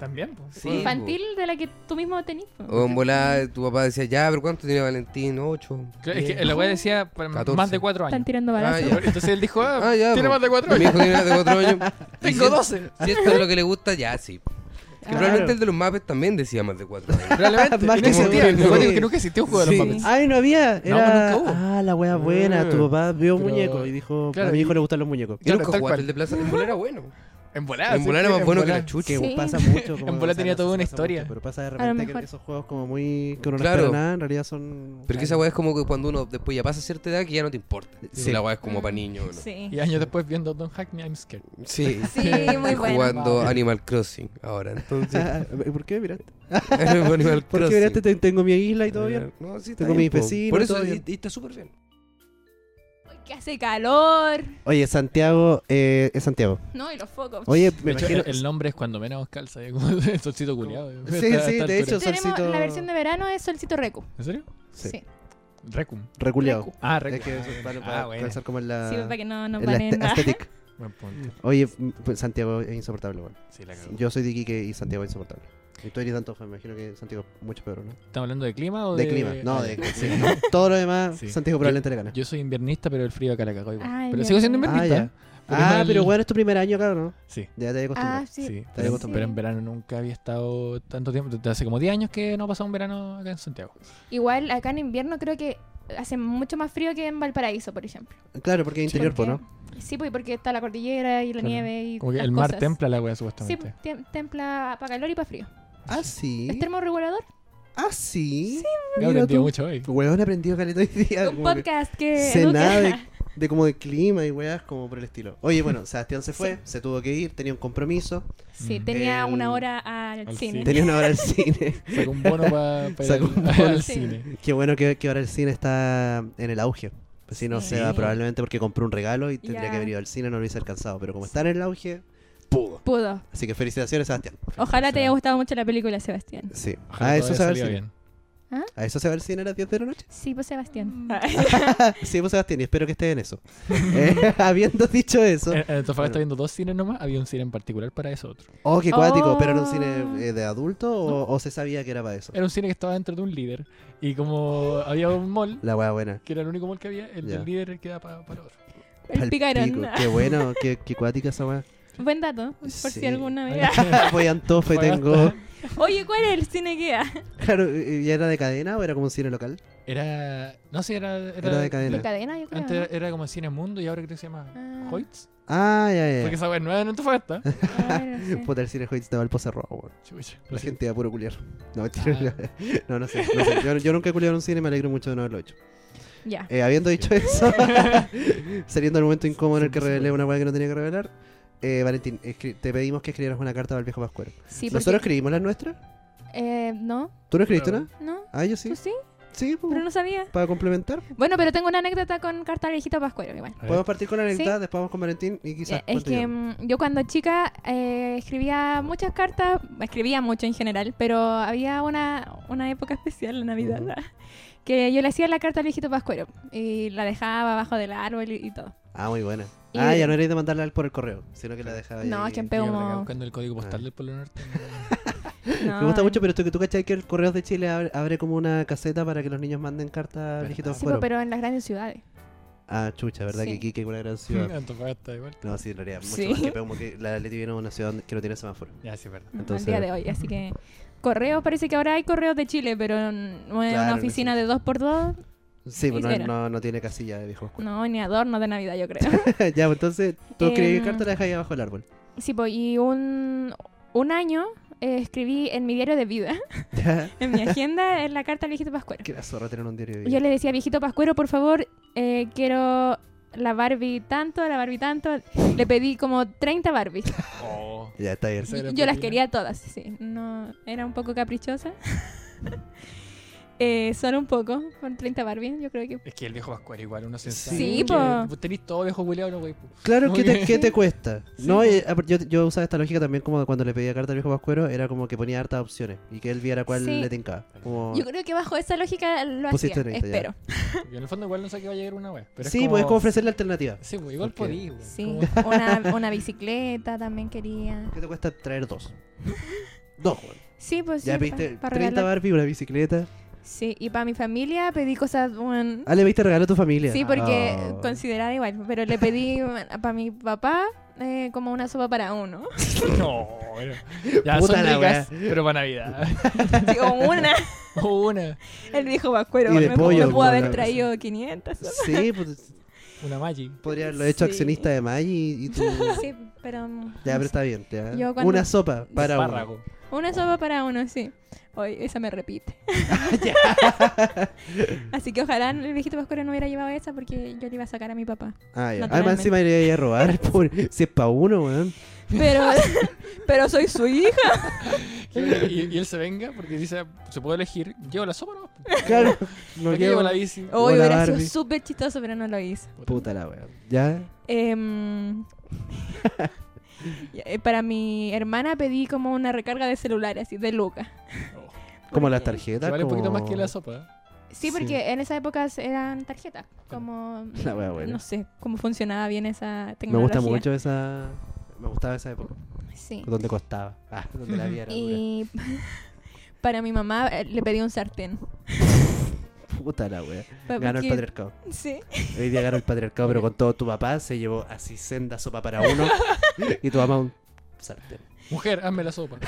también. pues.
Sí, po.
infantil de la que tú mismo tenías. po.
Oh,
O en volada, tu papá decía, ya, pero ¿cuánto tiene Valentín? Ocho.
Claro, es
diez".
que la wea decía para más
14.
de cuatro
Oh, Están
años.
tirando
Ah,
balazos.
ya.
Entonces él dijo, ah,
Ah, ya,
tiene
po.
más de cuatro
Mi
años.
hijo tiene más de
*laughs*
cuatro años. Y
Tengo
si-
12.
Si esto es lo que le gusta, ya, sí. Que probablemente el de los mapes también decía más de cuatro años.
Probablemente.
Más
Y
que
no existía,
seguro,
lo
no.
cual es que nunca existió un juego de los
Sí.
Muppets.
Ay, no había. Era...
nunca hubo.
Ah, la wea buena.
Mm.
Tu papá vio un
Pero-
muñeco y dijo,
Claro,
a mi
y-
hijo le gustan los muñecos.
Yo
Claro,
nunca
tal
jugué
cual.
el de Plaza. En bola era bueno.
En volada.
En
sí,
volar era más
en
bueno que
volada.
la chucha.
Que
Sí.
*laughs*
pasa mucho. como
En bola
o sea,
tenía
no
toda
se
una
pasa
historia.
mucho, pero pasa de
lo
repente que
mejor.
esos juegos como muy... Que uno no
Claro.
espera nada, en realidad son...
Pero que esa weá es como que cuando uno después ya pasa cierta edad que ya no te importa.
Sí.
La weá es como para niños. ¿no?
Sí.
Y años después viendo Don't Hack Me, I'm Scared.
Sí.
Sí, muy
Estoy
bueno.
jugando Animal Crossing
*laughs*
ahora. Entonces, *laughs*
*laughs* ¿Por qué me miraste?
Animal
¿Por qué
Crossing.
me miraste? Te- Tengo mi isla y todo bien.
No, sí, está
Tengo
bien,
mis
po.
vecinos,
Por eso
todo
y,
bien.
y está súper bien.
Que hace calor.
Oye, Santiago... eh, es Santiago.
No, y los focos.
Oye,
De
me
hecho,
imagino...
el- el nombre es eh. cuando menos calza, ¿eh? como el solcito
*laughs*
culiado.
Sí, sí, de hecho.
Tenemos
solcito-
la versión de verano es Solcito Recu.
¿En serio?
Sí.
Recum.
Reculeado.
Ah, Recum.
Es que eso es para,
ah,
para
bueno.
pensar como en la...
Sí, para que no nos
en la *laughs*
van
este-
nada.
aesthetic.
Buen punto.
Oye, m- pues Santiago es insoportable, weón.
Sí, la cagó.
Yo soy de Iquique y Santiago es insoportable. Y tú eres tanto, me imagino que Santiago es mucho peor, ¿no?
¿Estamos hablando de clima o
De
de...?
clima. No,
Ah,
de
ya. *laughs*
sí, no. Todo lo demás,
Sí.
Santiago probablemente le gana.
Yo soy inviernista, pero el frío acá la cagó igual.
Ay,
pero
ya
sigo siendo
sé.
ah,
inviernista.
ya.
porque no
Ah,
el-
pero bueno, es tu primer año, claro, ¿no?
Sí.
Ya te acostumbras.
Ah,
Sí,
sí.
Está bien
pero,
acostumbrado.
pero en verano nunca había estado tanto tiempo. Desde hace como 10 años que no ha pasado un verano acá en Santiago.
Igual acá en invierno creo que hace mucho más frío que en Valparaíso, por ejemplo.
Claro, porque es interior, po,
Porque-
¿no?
Sí, pues porque está la cordillera y la
Claro.
nieve y
Como que
las
el mar
cosas.
templa la wea,
Sí,
supuestamente.
tem- templa para calor y para frío.
Ah, sí.
¿Es termorregulador?
Ah, sí.
He
Mira
aprendido
tú.
mucho hoy.
Weón, he aprendido caleta hoy día. Ah,
Un
como que-
podcast que
sé nada de,
educa.
de como de clima y weas como por el estilo. Oye, bueno, Sebastián se fue, se tuvo que ir, tenía un compromiso,
Sí, tenía
Mm. El-
una hora al
al
cine.
cine.
tenía una hora
*laughs*
al cine.
Sacó un bono
*laughs*
para ir
Sacó
al,
un
al
Sí.
cine.
Qué bueno que, que ahora el cine está en el auge. Pues si no
Sí.
se va probablemente porque compró un regalo y tendría
Ya.
que haber ido al cine, no lo hubiese alcanzado. Pero como está en el auge, pudo.
Pudo.
Así que felicitaciones, Sebastián.
Ojalá te haya gustado mucho la película, Sebastián.
Sí.
Ojalá
a Ah, eso
todo
se va
haya
al
salido
cine.
bien.
A eso se va al cine a las 10 de la noche. *laughs*
Sí, pues Sebastián.
sí, pues Sebastián, y espero que estés en
*laughs*
eso. Eh, *laughs* habiendo dicho eso.
En en Antofagasta
Bueno.
viendo dos cines nomás, había un cine en particular para eso otro.
Oh, qué cuático, pero era un
Oh.
cine eh, de adulto o, o se sabía que era para eso.
Era un cine que estaba dentro de un líder. Y como había un mall,
La wea buena.
que era el único mall que había, el
Ya.
del líder queda para, para otro.
El
Pal pico,
picarón.
Qué bueno, qué, qué cuática
*laughs*
esa wea.
Buen dato, por
Sí.
si alguna vez.
Voy a Antofa y tengo.
Oye, ¿cuál es el cine que da?
Claro, eh, ¿ya era de cadena o era como un cine local?
Era. No sé, era. Era,
Era de cadena.
De cadena, yo creo.
Antes
¿no?
era, era como Cine Mundo y ahora creo que se llama
Ah.
Hoyts.
Ah, ya, ya, ya.
Porque esa wea es nueva en Antofagasta.
Ah, no
*laughs*
sé.
Pues,
Puta, el cine Hoyts de Valpo cerró, weón.
Chucha.
La
Sí. Ah.
gente iba a puro culiar. No, mentira. no, no sé. no sé. Yo, yo nunca he culiado en un cine, me alegro mucho de no haberlo hecho.
Ya.
Eh, habiendo dicho eso, *laughs* saliendo el momento incómodo en el que revelé una weá que no tenía que revelar, eh, Valentín, escri- te pedimos que escribieras una carta para el viejo Pascuero.
Sí,
¿Nosotros
porque-
escribimos las nuestras?
eh, no,
¿Tú no escribiste
Claro.
nada?
no.
Ah, yo
¿Tú
sí.
sí?
Sí,
Uh.
pues,
Pero no sabía.
para complementar.
Bueno, pero tengo una anécdota con Cartalijito Pascuero igual.
A ver.
Podemos partir con la
Sí.
anécdota, después vamos con Valentín y quizás.
Eh, es
cuento
que
yo.
mm, yo cuando chica eh, escribía muchas cartas, escribía mucho en general, pero había una, una época especial, la Navidad,
Ujú.
*laughs* que yo le hacía la carta al viejito Pascuero y la dejaba abajo del árbol y, y todo.
Ah, muy buena.
Y-
Ah, ya no eres de mandarla al- por el correo, sino que la dejaba ahí.
No, es que en
Y
Pero
ahora acá
como-
buscando el código
Ah.
postal del Polo Norte.
*laughs* No,
Me gusta mucho, pero tú, tú cachai que el Correos de Chile abre, abre como una caseta para que los niños manden cartas al
Verdad.
viejito
Sí,
Pascuero.
po, pues, pero en las grandes ciudades.
Ah, chucha, ¿verdad?
Sí.
Que Quique es una
*laughs*
gran ciudad.
Antofagasta igual.
No, sí, en realidad, mucho
Sí.
más que Peumo, que la Leti viene de una ciudad que no tiene semáforo.
Ya, sí, es verdad.
Entonces-
al día de hoy, así que correos, parece que ahora hay correos de Chile, pero mm, no es
Claro,
una
no
oficina
existe.
de dos por dos,
Sí, pero no,
Espera.
no, no tiene casilla de viejo Pascuero.
no, ni adorno de Navidad, yo creo.
*laughs*
*laughs*
ya, pues, entonces, tú escribís
Em,
carta y la dejáis abajo del árbol.
sí, po, y un, un año eh, escribí en mi diario de vida. *laughs*
Ya.
en mi agenda es la carta al viejito Pascuero.
Que la zorra tener un diario de vida.
Yo le decía, viejito Pascuero, por favor, eh, quiero la Barbie tanto, la Barbie tanto. Le pedí como
*laughs*
30 Barbies.
Oh.
Ya, está bien.
Esa era
Yo las
popular.
quería todas, sí. No, era un poco caprichosa. *laughs* eh, solo un poco, con 30 Barbies, yo creo que...
Es que el viejo Pascual igual uno se ensaña.
Sí,
Que
po.
vos Tenís todo viejo culiado, no, güey. po.
Claro, ¿qué te,
Ok.
qué te cuesta?
Sí,
no,
pues.
eh, ah, pero yo, yo usaba esta lógica también como cuando le pedía carta al viejo Pascuero, era como que ponía hartas opciones y que él viera cuál
Sí.
le tincaba. Como...
Yo creo que bajo esa lógica lo hacía,
Pusiste 30 ya.
espero.
Y en el fondo igual no sé qué va a llegar una wea. Pero
Sí,
es como...
pues es como ofrecerle alternativa.
Sí, pues igual
¿Por qué?
podí, güey.
Sí,
Como-
*laughs*
una, una bicicleta también quería.
¿Qué te cuesta traer
*laughs*
dos? Dos, weón.
Sí, pues
Ya
sí,
pediste
pa- pa
30
regalar.
Barbie, una bicicleta.
Sí, y para mi familia pedí cosas... bueno,
Ah, le pediste regalo a tu familia.
Sí, porque
Ah.
Oh.
considerada igual, pero
*laughs*
le pedí para mi papá eh, como una sopa para uno.
*laughs*
No, bueno. Ya
Puta
son
la
ricas, pero para Navidad. *laughs*
Digo, una.
una.
El viejo Pascuero
Y de
me, me
pollo,
pudo
como
haber
la-
traído 500.
Sí, pues
Una Magic.
podría haberlo hecho
Sí.
accionista de Maggi y, y tú.
*laughs* Sí, pero... um,
Ya, pero está bien. ya.
Yo cuando-
Una sopa para uno.
Espárrago.
Una sopa para uno, sí. Hoy esa me repite.
*laughs*
*laughs* Así que ojalá el viejito Pascuero no hubiera llevado esa porque yo le iba a sacar a mi papá.
Ah, ya. Además,
Naturalmente.
encima iría a robar. *laughs* Pobre. Si es para uno, weón.
Pero, *laughs* pero soy su hija.
Y, y- y él se venga porque dice, se puede elegir. Llevo la sopa, ¿no? *laughs*
Claro. No
¿Para qué
llevo
llevo la bici?
Hoy
Hola,
hubiera
Barbie.
sido súper chistoso, pero no lo hizo.
Puta la weón. Ya.
Em, *laughs* ya, eh, para mi hermana pedí como una recarga de celular, así, de Luca.
Oh,
Como las
Porque-
que
tarjetas.
vale un poquito
como-
más que la sopa.
Sí,
Sí.
porque en esa época eran tarjetas. Como.
La wea buena.
No sé cómo funcionaba bien esa
Me
tecnología.
gusta mucho esa. Me gustaba esa época.
Sí.
Donde costaba. Ah, donde la vida era dura.
Y *laughs* para mi mamá eh, le pedí un sartén.
Puta la weón.
Pa-
Ganó el
porque-
patriarcado.
Sí.
Hoy día ganó el patriarcado, pero con todo tu papá se llevó así senda sopa para uno y tu mamá un sartén.
Mujer, hazme la sopa.
*laughs*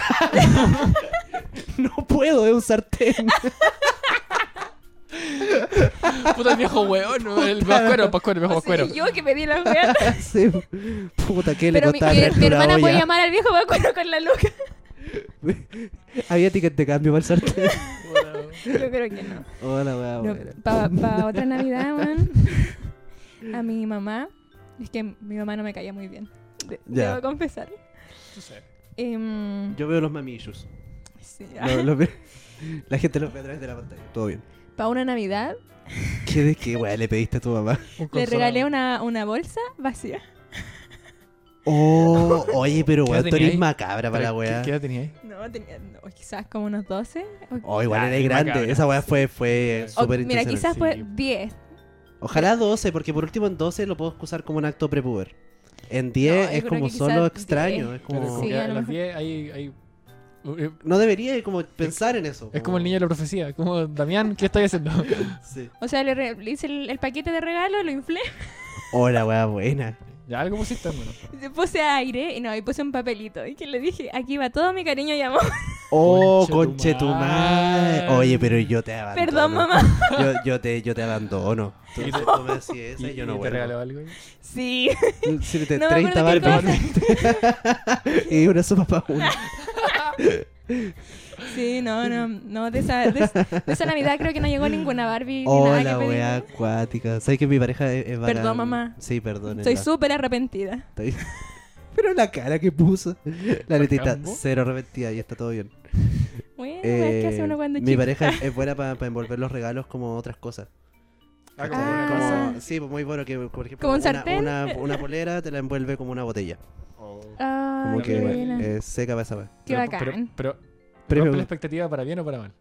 No puedo, es un
*laughs*
sartén.
Puta el viejo weón, ¿no?
*laughs*
el pascuero, pascuero, el viejo
O sea,
pascuero.
yo que pedí
*laughs*
la wea.
Sí. Puta, ¿qué le
Pero mi,
costaba ¿ah?
mi-
traer una
mi hermana puede
olla?
llamar al viejo vacuero con la Luca. *laughs*
Había ticket de cambio para el
*laughs*
sartén.
Yo creo que no.
Hola, weá, buena. *laughs*
para otra Navidad, weón, A mi mamá. Es que mi mamá no me caía muy bien. de-
Ya.
Debo confesar.
Tú sabes.
Em,
Yo veo los mamillos.
sí, ah,
Lo- *laughs* lo ve- La gente los ve a través de la pantalla. Todo bien.
Para una Navidad
¿Qué de qué, weá, le pediste a tu mamá?
Un
le
consolador.
regalé una, una bolsa vacía.
*laughs* Oh, oye, pero
¿Qué
weá,
edad
tú eres
tenía ahí?
macabra para la
¿Qué-
weá.
¿Qué edad tenía ahí?
No, tenía no, quizás como unos 12. O,
Oh, igual
Ah,
eres
eres
grande.
macabra. Oh,
Esa weá fue, fue
Sí.
o
súper
mira,
intencional.
quizás fue
sí.
10.
Ojalá 12, porque por último en 12 lo puedo excusar como un acto prepuber. En 10
No, yo
es
creo
como
que
solo
quizás
extraño. Es
10.
Claro,
como...
como
Sí,
que
a
a
lo
las
mejor.
10 hay... hay...
No debería como pensar en eso.
eh, Es como el niño de la profecía, como Damián, ¿qué estás haciendo? *laughs*
Sí.
O sea, le, re- le hice el, el paquete de regalo, lo inflé, *laughs*
Hola, Oh, weá, buena.
Ya algo pusiste, hermano.
le puse aire y no, y puse un papelito. Y que le dije, aquí va todo mi cariño y amor. *laughs*
Oh,
Conche tu
conchetumare.
madre.
Oye, pero yo te abandono.
Perdón, mamá.
Yo, yo te, yo te abandono. Tú,
Y te-
tú me decís esa y
¿Y,
yo
y
no
te
vuelvo.
regaló algo?
Sí.
Sí, te-
No me
30
acuerdo qué
barbies. y una sopa
*laughs*
para uno.
Sí, no, no, no, de esa, de, esa- de esa Navidad creo que no llegó ninguna Barbie ni
Hola,
nada que pedí.
weá acuática. ¿Sabes que mi pareja es, es bacán?
Perdón, mamá.
Sí, perdón.
Estoy súper arrepentida.
*laughs* Pero la cara que puso. La netita,
campo?
cero arrepentida y está todo bien.
Bueno, es que hace
Eh,
uno cuando
mi
chico.
pareja es,
*laughs*
es buena para envolver los regalos como otras cosas.
Ah,
Como-
Ah.
como- sí, pues muy bueno que, por ejemplo,
¿Como un
una,
sartén?
una- una polera te la envuelve como una botella.
Oh.
Ah,
Como
qué
que
buena.
eh, seca para esa wea.
Qué
pero,
bacán.
Pero, pero
Premio-
¿rompe la expectativa para bien o para mal?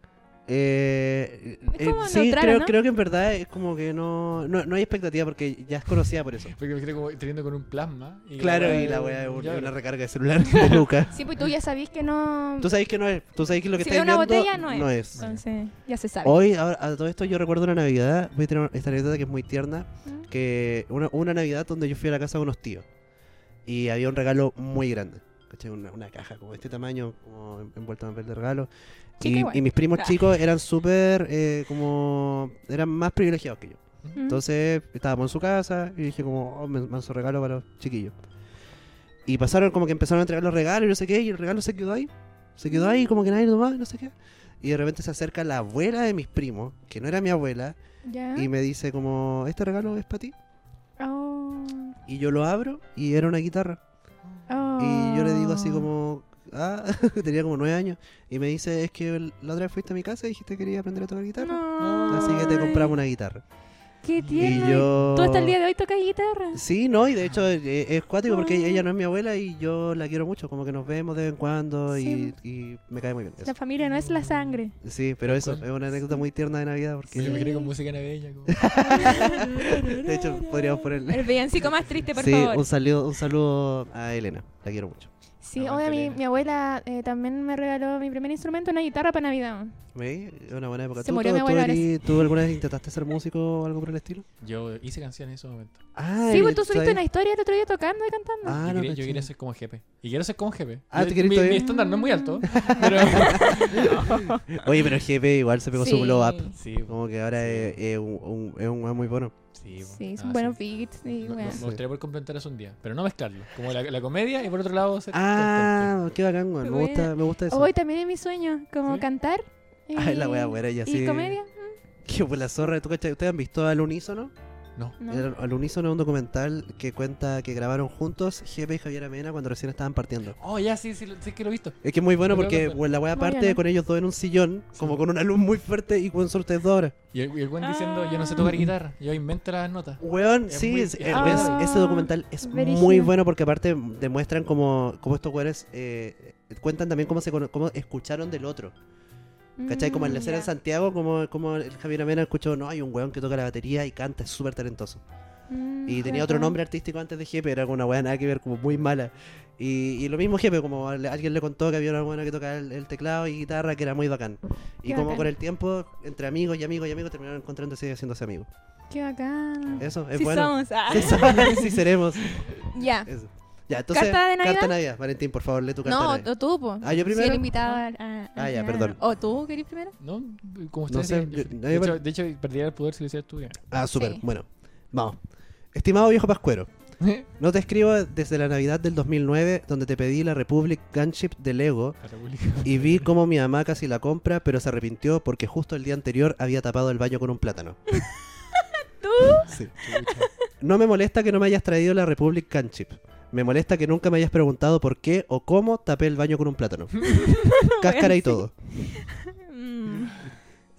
Eh,
Es
eh,
como
sí,
neutral,
creo,
¿no?
creo que en verdad es como que no, no, no hay expectativa porque ya es conocida por eso.
Porque me imagino como teniendo con un plasma. Y
Claro,
weá
y la
es-
wea es un-
ya,
una
pero-
recarga de celular *laughs* de Lucas.
Sí, pues tú ya sabís que no.
Tú sabes que no es, tú sabes que lo que
Si
estáis
veo una
viendo
botella, no es.
No es.
Entonces, ya se sabe.
Hoy, ahora, a todo esto, yo recuerdo una Navidad. Voy a tener esta anécdota que es muy tierna.
¿Mm?
Que una, una Navidad donde yo fui a la casa de unos tíos. Y había un regalo muy grande. ¿cachai? Una, una caja como de este tamaño, como en- envuelta en papel de regalo.
Chica
Y,
igual.
y mis primos
Ah.
chicos eran súper, eh, como, eran más privilegiados que yo.
¿Mm?
Entonces estábamos en su casa y dije como, oh, me manso regalo para los chiquillos. Y pasaron como que empezaron a entregar los regalos y no sé qué, y el regalo se quedó ahí. Se quedó ahí como que nadie lo tomaba y no sé qué. Y de repente se acerca la abuela de mis primos, que no era mi abuela,
Ya.
y me dice como, este regalo es para ti.
Oh,
Y yo lo abro y era una guitarra.
oh.
Y yo le digo así como, ah, *laughs* tenía como nueve años. Y me dice, es que el- la otra vez fuiste a mi casa y dijiste que querías aprender a tocar guitarra.
No.
Así que te compramos una guitarra.
Qué
Y
tierno.
yo...
Tú hasta el día de hoy tocas guitarra.
Sí, no, y de hecho eh, es cuático porque
Ah.
ella no es mi abuela y yo la quiero mucho, como que nos vemos de vez en cuando
Sí.
y, y me cae muy bien. eso.
La familia no es
*laughs*
la sangre.
Sí, pero eso, es una anécdota muy tierna de Navidad
Me
porque... *laughs*
Sí.
imagino con música navideña. como-
De hecho, podríamos ponerle...
El villancico más triste, por
Sí,
favor.
un saludo, un saludo a Elena, la quiero mucho.
Sí,
Aguante,
oye, mi,
Elena.
mi abuela eh, también me regaló mi primer instrumento, una guitarra para Navidad.
¿Veis? Es una buena época.
Se
¿Tú,
murió
tú-
mi
tú
abuela,
eres- ¿Tú alguna vez intentaste ser músico o algo por el estilo?
Yo hice canciones en esos momentos.
Ah,
sí,
eh,
pues tú subiste
¿sabes?
una historia el otro día tocando y cantando.
Ah,
yo,
no,
quería, yo
caché.
quería ser como jefe. Y quiero ser como jefe.
Ah,
Yo-
¿tú querés
mi,
todavía?
mi estándar no es muy alto. Pero...
Oye, pero el jefe igual se pegó su
Sí.
blow up.
sí,
Como que ahora es, es un, un- es un weón muy bueno.
sí,
Sí,
ah,
son buenos beats y
Me- me-
bueno.
Me gustaría poder complementar eso un día, pero no mezclarlo. Como la, la comedia y por otro lado ser
Ah, qué bacán, weón. Me
Buena.
gusta, me gusta eso.
Hoy también es mi sueño, como
¿Sí?
cantar. Y,
*laughs* Ay, la wea buena, ya
y
sí.
comedia.
Que pues la zorra, ¿tú cachai? ¿Ustedes han visto al unísono?
No.
El- al unísono es un documental que cuenta que grabaron juntos Jepe y Javier Amena cuando recién estaban partiendo.
Oh, ya, sí, sí, lo- sí que lo he visto.
Es que es muy bueno
Pero
porque
no sé.
bueno, la wea
No,
parte
ya no.
con ellos dos en un sillón,
¿eh? Sí.
como con una luz muy fuerte y con solo ustedes dos ahora.
Y el, y el
Ah.
buen diciendo, yo no sé tocar guitarra, yo invento las notas.
Weón,
Es
sí,
muy- Ah,
es-
es
eh,
muy
es-
bueno.
ese documental es
Brígido.
muy bueno porque aparte demuestran como, como estos weones eh, cuentan también cómo se cono- cómo escucharon del otro. ¿Cachai? Como en
Mm,
la
Mm,
escena en Santiago, como, como el Javier Amena escuchó, no, hay un weón que toca la batería y canta, es súper talentoso.
Mm,
Y tenía otro nombre artístico antes de Jepe, era como una weá nada que ver, como muy mala. Y, y lo mismo Jepe, como le- alguien le contó que había una buena que tocaba el, el teclado y guitarra, que era muy bacán. Y
Qué
como
bacán.
con el tiempo, entre amigos y amigos y amigos, terminaron encontrándose y haciéndose amigos.
Qué bacán.
Eso, es
sí
bueno.
somos. ah.
Sí, somos, *laughs* sí seremos.
Ya.
Eso. Ya, entonces,
¿Carta de Navidad?
Valentín, por favor, lee tu carta
No,
de
o,
Navidad.
o tú, po.
Ah, ¿yo
Si el
primero?
invitado al- al-
Ah,
al
ya,
final.
perdón.
¿O tú querís primero?
¿No? Como ustedes.
sé,
digan, yo-
yo-
de,
nadie
hecho,
pare-
de hecho, perdería el poder si lo hicieras tú. ya.
Ah, súper,
Sí.
bueno. Vamos. Estimado
*laughs*
viejo Pascuero, no te escribo desde la Navidad del 2009, donde te pedí la Republic Gunship de Lego
La República.
y vi cómo mi mamá casi la compra, pero se arrepintió porque justo el día anterior había tapado el baño con un plátano.
*laughs* ¿Tú?
Sí. No me molesta que no me hayas traído la Republic Gunship. Me molesta que nunca me hayas preguntado por qué o cómo tapé el baño con un
*laughs*
plátano. Cáscara y todo.
Mm.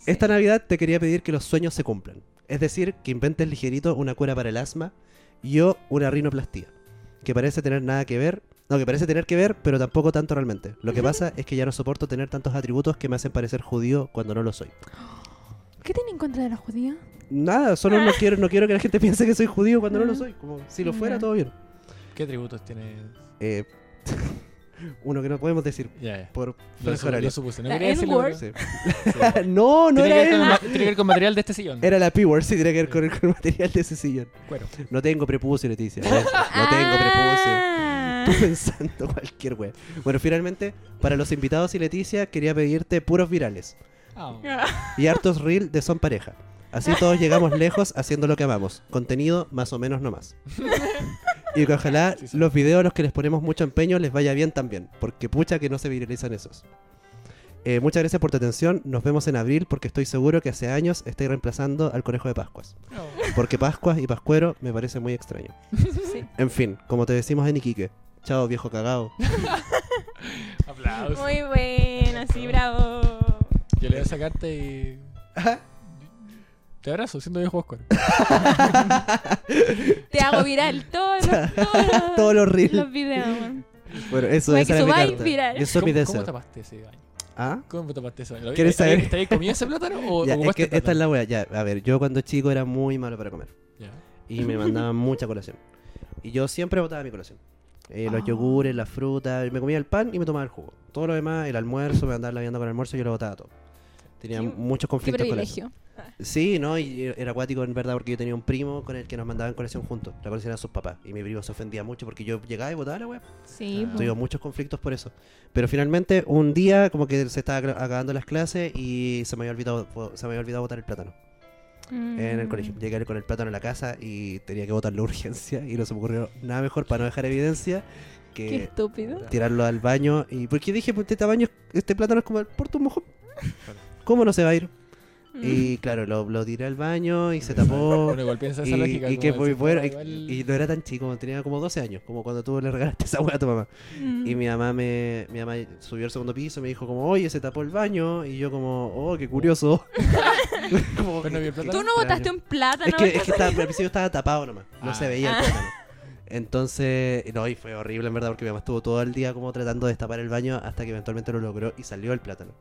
Esta Navidad te quería pedir que los sueños se cumplan. Es decir, que inventes ligerito una cura para el asma y yo una rinoplastía. Que parece tener nada que ver. No, que parece tener que ver, pero tampoco tanto realmente. Lo que pasa es que ya no soporto tener tantos atributos que me hacen parecer judío cuando no lo soy.
¿Qué tienen en contra de los judíos?
Nada, solo
Ah.
no quiero, no quiero que la gente *laughs* piense que soy judío cuando
Mm.
no lo soy. Como si lo fuera,
Ya.
todo bien.
¿Qué atributos tiene?
Eh, *laughs* uno que no podemos decir
Ya, ya.
por
Lo,
fuerza
su- lo
*laughs* horaria.
supuse. No
La
quería decirlo.
N-word.
pero-
Sí.
Sí.
No, no
tiene,
era
que ver con,
él.
ma- tiene que ver con material de este sillón.
Era la P-word, sí, tiene que ver con el, con el material de ese sillón.
Cuero.
No tengo prepucio, Leticia. por eso. No tengo prepucio.
Ah.
Tú *laughs* pensando cualquier wea. Bueno, finalmente, para los invitados y Leticia, quería pedirte puros virales
Ah,
y hartos reel de Son Pareja. Así todos llegamos lejos haciendo lo que amamos. Contenido más o menos nomás. Y que ojalá
Sí, sí.
los videos a los que les ponemos mucho empeño les vaya bien también. Porque pucha que no se viralizan esos. Eh, muchas gracias por tu atención. Nos vemos en abril porque estoy seguro que hace años estáis reemplazando al conejo de Pascuas.
no.
Porque Pascuas y Pascuero me parece muy extraño.
Sí.
En fin, como te decimos en Iquique.
*laughs*
Chao, viejo cagao.
Aplausos.
Muy bueno, sí, bravo.
leo esa carta y. Te abrazo, siento viejo Oscar.
*laughs*
Te hago viral todos los, todos
Todos los reels.
los videos, weón.
Bueno, eso
Para
esa
que
era mi
subáis
carta.
viral.
Eso es mi
¿Cómo, ¿Cómo
deseo.
tapaste ese baño?
¿Ah?
¿Cómo tapaste ese baño?
¿Quieres saber?
¿Estás comido ese plátano o
Ya,
o
es
ocupaste
que esta es
plátano?
la wea. Ya, a ver, yo cuando chico era muy malo para comer.
Ya.
Y me
*laughs*
mandaban mucha colación. Y yo siempre botaba mi colación. Eh, los
Ah.
yogures, las frutas. Me comía el pan y me tomaba el jugo. Todo lo demás, el almuerzo, me mandaban la vianda con el almuerzo, yo lo botaba todo. Tenía
Qué-
muchos
Qué
conflictos con eso.
privilegio.
Sí, ¿no? Y era- era acuático en verdad porque yo tenía un primo con el que nos mandaban colección juntos. La colección eran sus papás. Y mi primo se ofendía mucho porque yo llegaba y votaba la web.
Sí, pues. po.
Tuvimos muchos conflictos por eso. Pero finalmente, un día, como que se estaban agra- acabando las clases y se me había olvidado, se me había olvidado botar el plátano en el
Mm.
colegio. Llegué con el plátano a la casa y tenía que botar la urgencia. Y no se me ocurrió nada mejor para no dejar evidencia
Qué
que
estúpido.
tirarlo al baño. Y porque dije, pues, este, tamaño, este plátano es como el porto un mojón. ¿Cómo no se va a ir?
Mm.
Y claro, lo, lo tiré al baño y se
*laughs*
tapó.
Bueno, igual piensa esa
Y,
lógica. como
y que
de
muy
cierta
bueno.
forma
Y, y
igual-
no era tan chico, tenía como 12 años, como cuando tú le regalaste esa hueá a tu mamá.
Mm.
Y mi mamá me mi mamá subió al segundo piso y me dijo como, oye, se tapó el baño. Y yo como, oh, qué
*laughs*
curioso. *laughs* Como,
Pero no vi el
"Qué
plátano".
Tú no
extraño.
votaste un plátano.
Es que,
*laughs*
es que estaba, al principio estaba tapado nomás, no
Ah.
se veía el plátano. Entonces, no, y fue horrible en verdad porque mi mamá estuvo todo el día como tratando de destapar el baño hasta que eventualmente lo logró y salió el
*laughs*
plátano.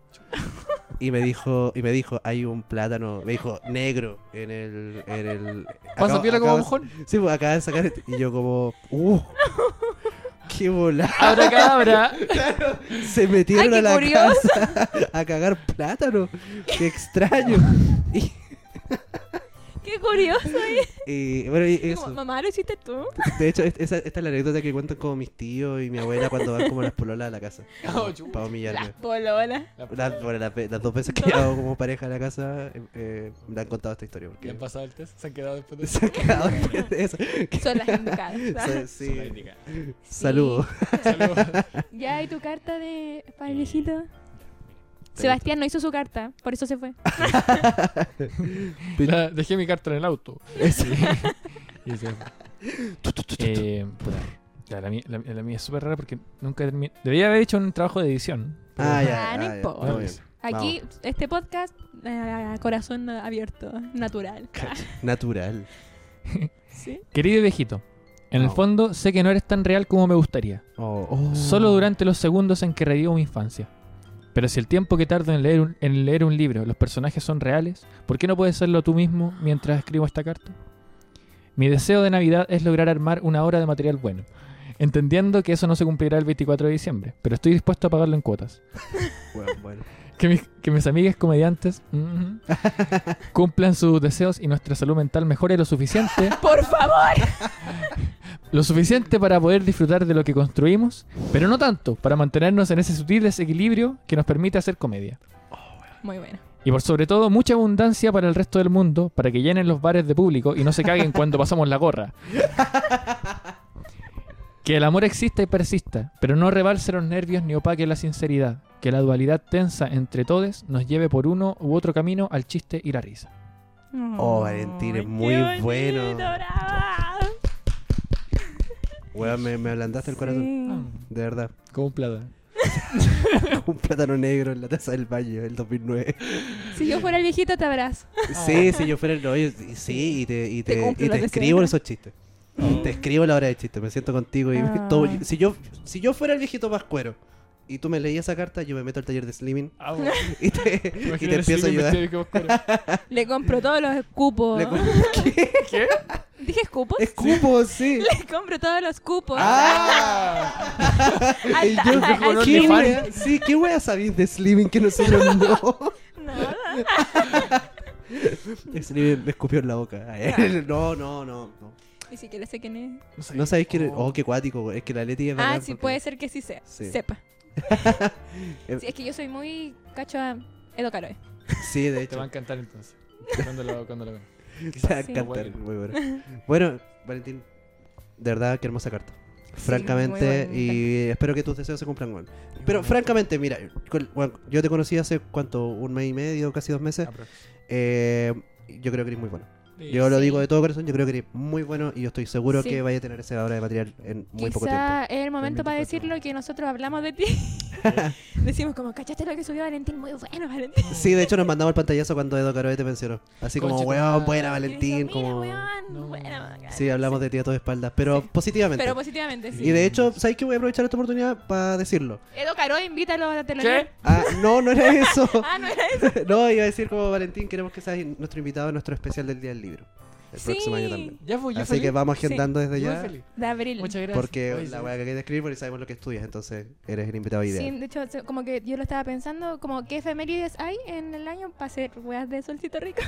Y me dijo, y me dijo, hay un plátano, me dijo, negro en el... En el
Pasa
acabo-
piola como
acabas-
mojón.
Sí, pues acaba de sacar este- y yo como, uh, qué volada.
*laughs*
Abra cadabra.
Se metieron
Ay,
a la
qué curioso.
casa a cagar plátano. Qué extraño. Y,
Qué curioso. ¿eh?
y, bueno, y
Como,
eso.
Mamá, lo hiciste
*laughs*
tú.
De hecho, es- esa- esta es la anécdota que cuentan como mis tíos y mi abuela cuando van como las pololas a la
*laughs*
casa.
Oh, chu-
Para
La
humillarme.
polola.
Las, bueno, las ve- las dos
*laughs*
veces que he llegado como pareja a la casa eh, eh, me han contado esta historia.
¿Y
Porque
han pasado el test? ¿Se han quedado después de eso?
se ha quedado después de eso.
*laughs*
Que-
Son las indicadas.
so-
Son la
sí.
indica.
Saludos.
Saludos.
Ya, ¿y tu carta de para el hijito? Sebastián no hizo su carta, por eso
*laughs*
se fue.
*laughs* La- dejé mi carta en el auto. *laughs* Y se fue. Eh, puta. Ya, la, mía, la- la mía es súper rara porque nunca terminé. Debería haber hecho un trabajo de edición. pero
Ah,
Ah,
ya.
no
ah, ya.
importa.
Todo bien.
Aquí, este podcast, eh, corazón abierto, natural.
Natural.
*laughs* ¿Sí?
Querido viejito, en el
No.
fondo sé que no eres tan real como me gustaría,
Oh, oh.
solo durante los segundos en que revivo mi infancia. Pero si el tiempo que tardo en leer, un, en leer un libro, los personajes son reales, ¿por qué no puedes serlo tú mismo mientras escribo esta carta? Mi deseo de Navidad es lograr armar una hora de material bueno, entendiendo que eso no se cumplirá el 24 de diciembre, pero estoy dispuesto a pagarlo en cuotas
*laughs* Bueno, bueno.
que, mis- que mis amigas comediantes mm, cumplan sus deseos y nuestra salud mental mejore lo suficiente.
¡Por favor!
*laughs* Lo suficiente para poder disfrutar de lo que construimos, pero no tanto para mantenernos en ese sutil desequilibrio que nos permite hacer comedia.
Muy bueno.
Y por sobre todo, mucha abundancia para el resto del mundo, para que llenen los bares de público y no se caguen *laughs* cuando pasamos la gorra. Que el amor exista y persista, pero no rebalse los nervios ni opaque la sinceridad. Que la dualidad tensa entre todos nos lleve por uno u otro camino al chiste y la risa.
Oh, Valentín, es
Ay,
muy
qué
bueno.
bonito, brava.
Weón, me, me ablandaste el corazón.
Sí.
De verdad.
Como un plato.
Un plátano negro en la taza del baño del 2009.
Si yo fuera el viejito, te abrazo.
Sí, si yo fuera el novio, y- sí, y te, y
Ah. Te
te,
cumplo
y
los
te
deseos.
escribo esos chistes. Te escribo la hora de chistes, me siento contigo y
Oh. Ah.
todo- si yo si yo fuera el viejito pascuero y tú me leías esa carta, yo me meto al taller de slimming
Ah,
y
*laughs*
te, *laughs* y te empiezo a ayudar. *laughs*
Le compro todos los cupos. *laughs*
Le cu- *laughs* ¿Qué?
¿Dije cupos?
Escupo, sí.
*laughs* Le compro todos los cupos.
¡Ah!
Al-
Y yo,
al- al-
¿qué
OnlyFans.
wea? Sí, ¿qué wea sabéis de slimming que nosotros no?
*laughs* Nada.
*laughs* Slimming me escupió en la boca. Ay, *laughs* No, no, no. no.
Ni siquiera sé quién es.
No sabéis que... Oh, qué cuático. güey. Es que la Leti es
Ah,
bacán
sí,
porque-
puede ser que sí sea.
Sí. *laughs*
Sepa.
Eh,
Sí, es que yo soy muy cacho a Edo eh. Caroe.
*laughs* Sí, de
Te va a
hecho.
encantar entonces. Cuando lo, cuando lo veas.
*laughs* Te va a
Sí.
encantar, muy
*laughs*
bueno. Bueno, Valentín, de verdad, qué hermosa carta.
muy
francamente,
bonita.
y espero que tus deseos se cumplan, Juan. Pero francamente, mira, con- Juan, yo te conocí hace, ¿cuánto? Un mes y medio, casi dos meses.
Aprox.
Eh, yo creo que eres muy bueno. Yo lo
Sí.
digo de todo corazón, yo creo que eres muy bueno y yo estoy seguro
Sí.
que vaya a tener esa obra de material en muy poco tiempo.
Quizá es el momento para
24
decirlo que nosotros
*laughs*
hablamos de ti. *laughs* Decimos como, ¿cachaste lo que subió Valentín? Muy bueno, Valentín.
Sí, de hecho nos mandamos el pantallazo cuando Edo Caroe te mencionó. Así como,
Concha tu
weón,
madre.
buena
Y dijo,
Valentín,
"Mira,
como...
weón,
No.
buena, bacán".
Sí, hablamos de ti a todas espaldas, pero positivamente.
Pero positivamente, sí.
Y de hecho, ¿sabes qué? Voy a aprovechar esta oportunidad para decirlo.
Edo Caro, invítalo a
¿Qué?
Telonear.
Ah, no, no era
*laughs*
eso. *laughs*
Ah, no era eso.
no, iba a decir como Valentín, queremos que seas nuestro invitado a nuestro especial del Día del Libro. El
Sí.
próximo año también.
Ya voy, yo
Así que
feliz.
vamos agendando desde
Yo voy
ya.
feliz.
De abril.
Muchas gracias.
Porque
Oye,
la
sí.
weá que quieres escribir porque sabemos lo que estudias, entonces eres el invitado ideal.
Sí, de hecho, se- como que yo lo estaba pensando, como qué efemérides hay en el año para hacer weas de solcito rico.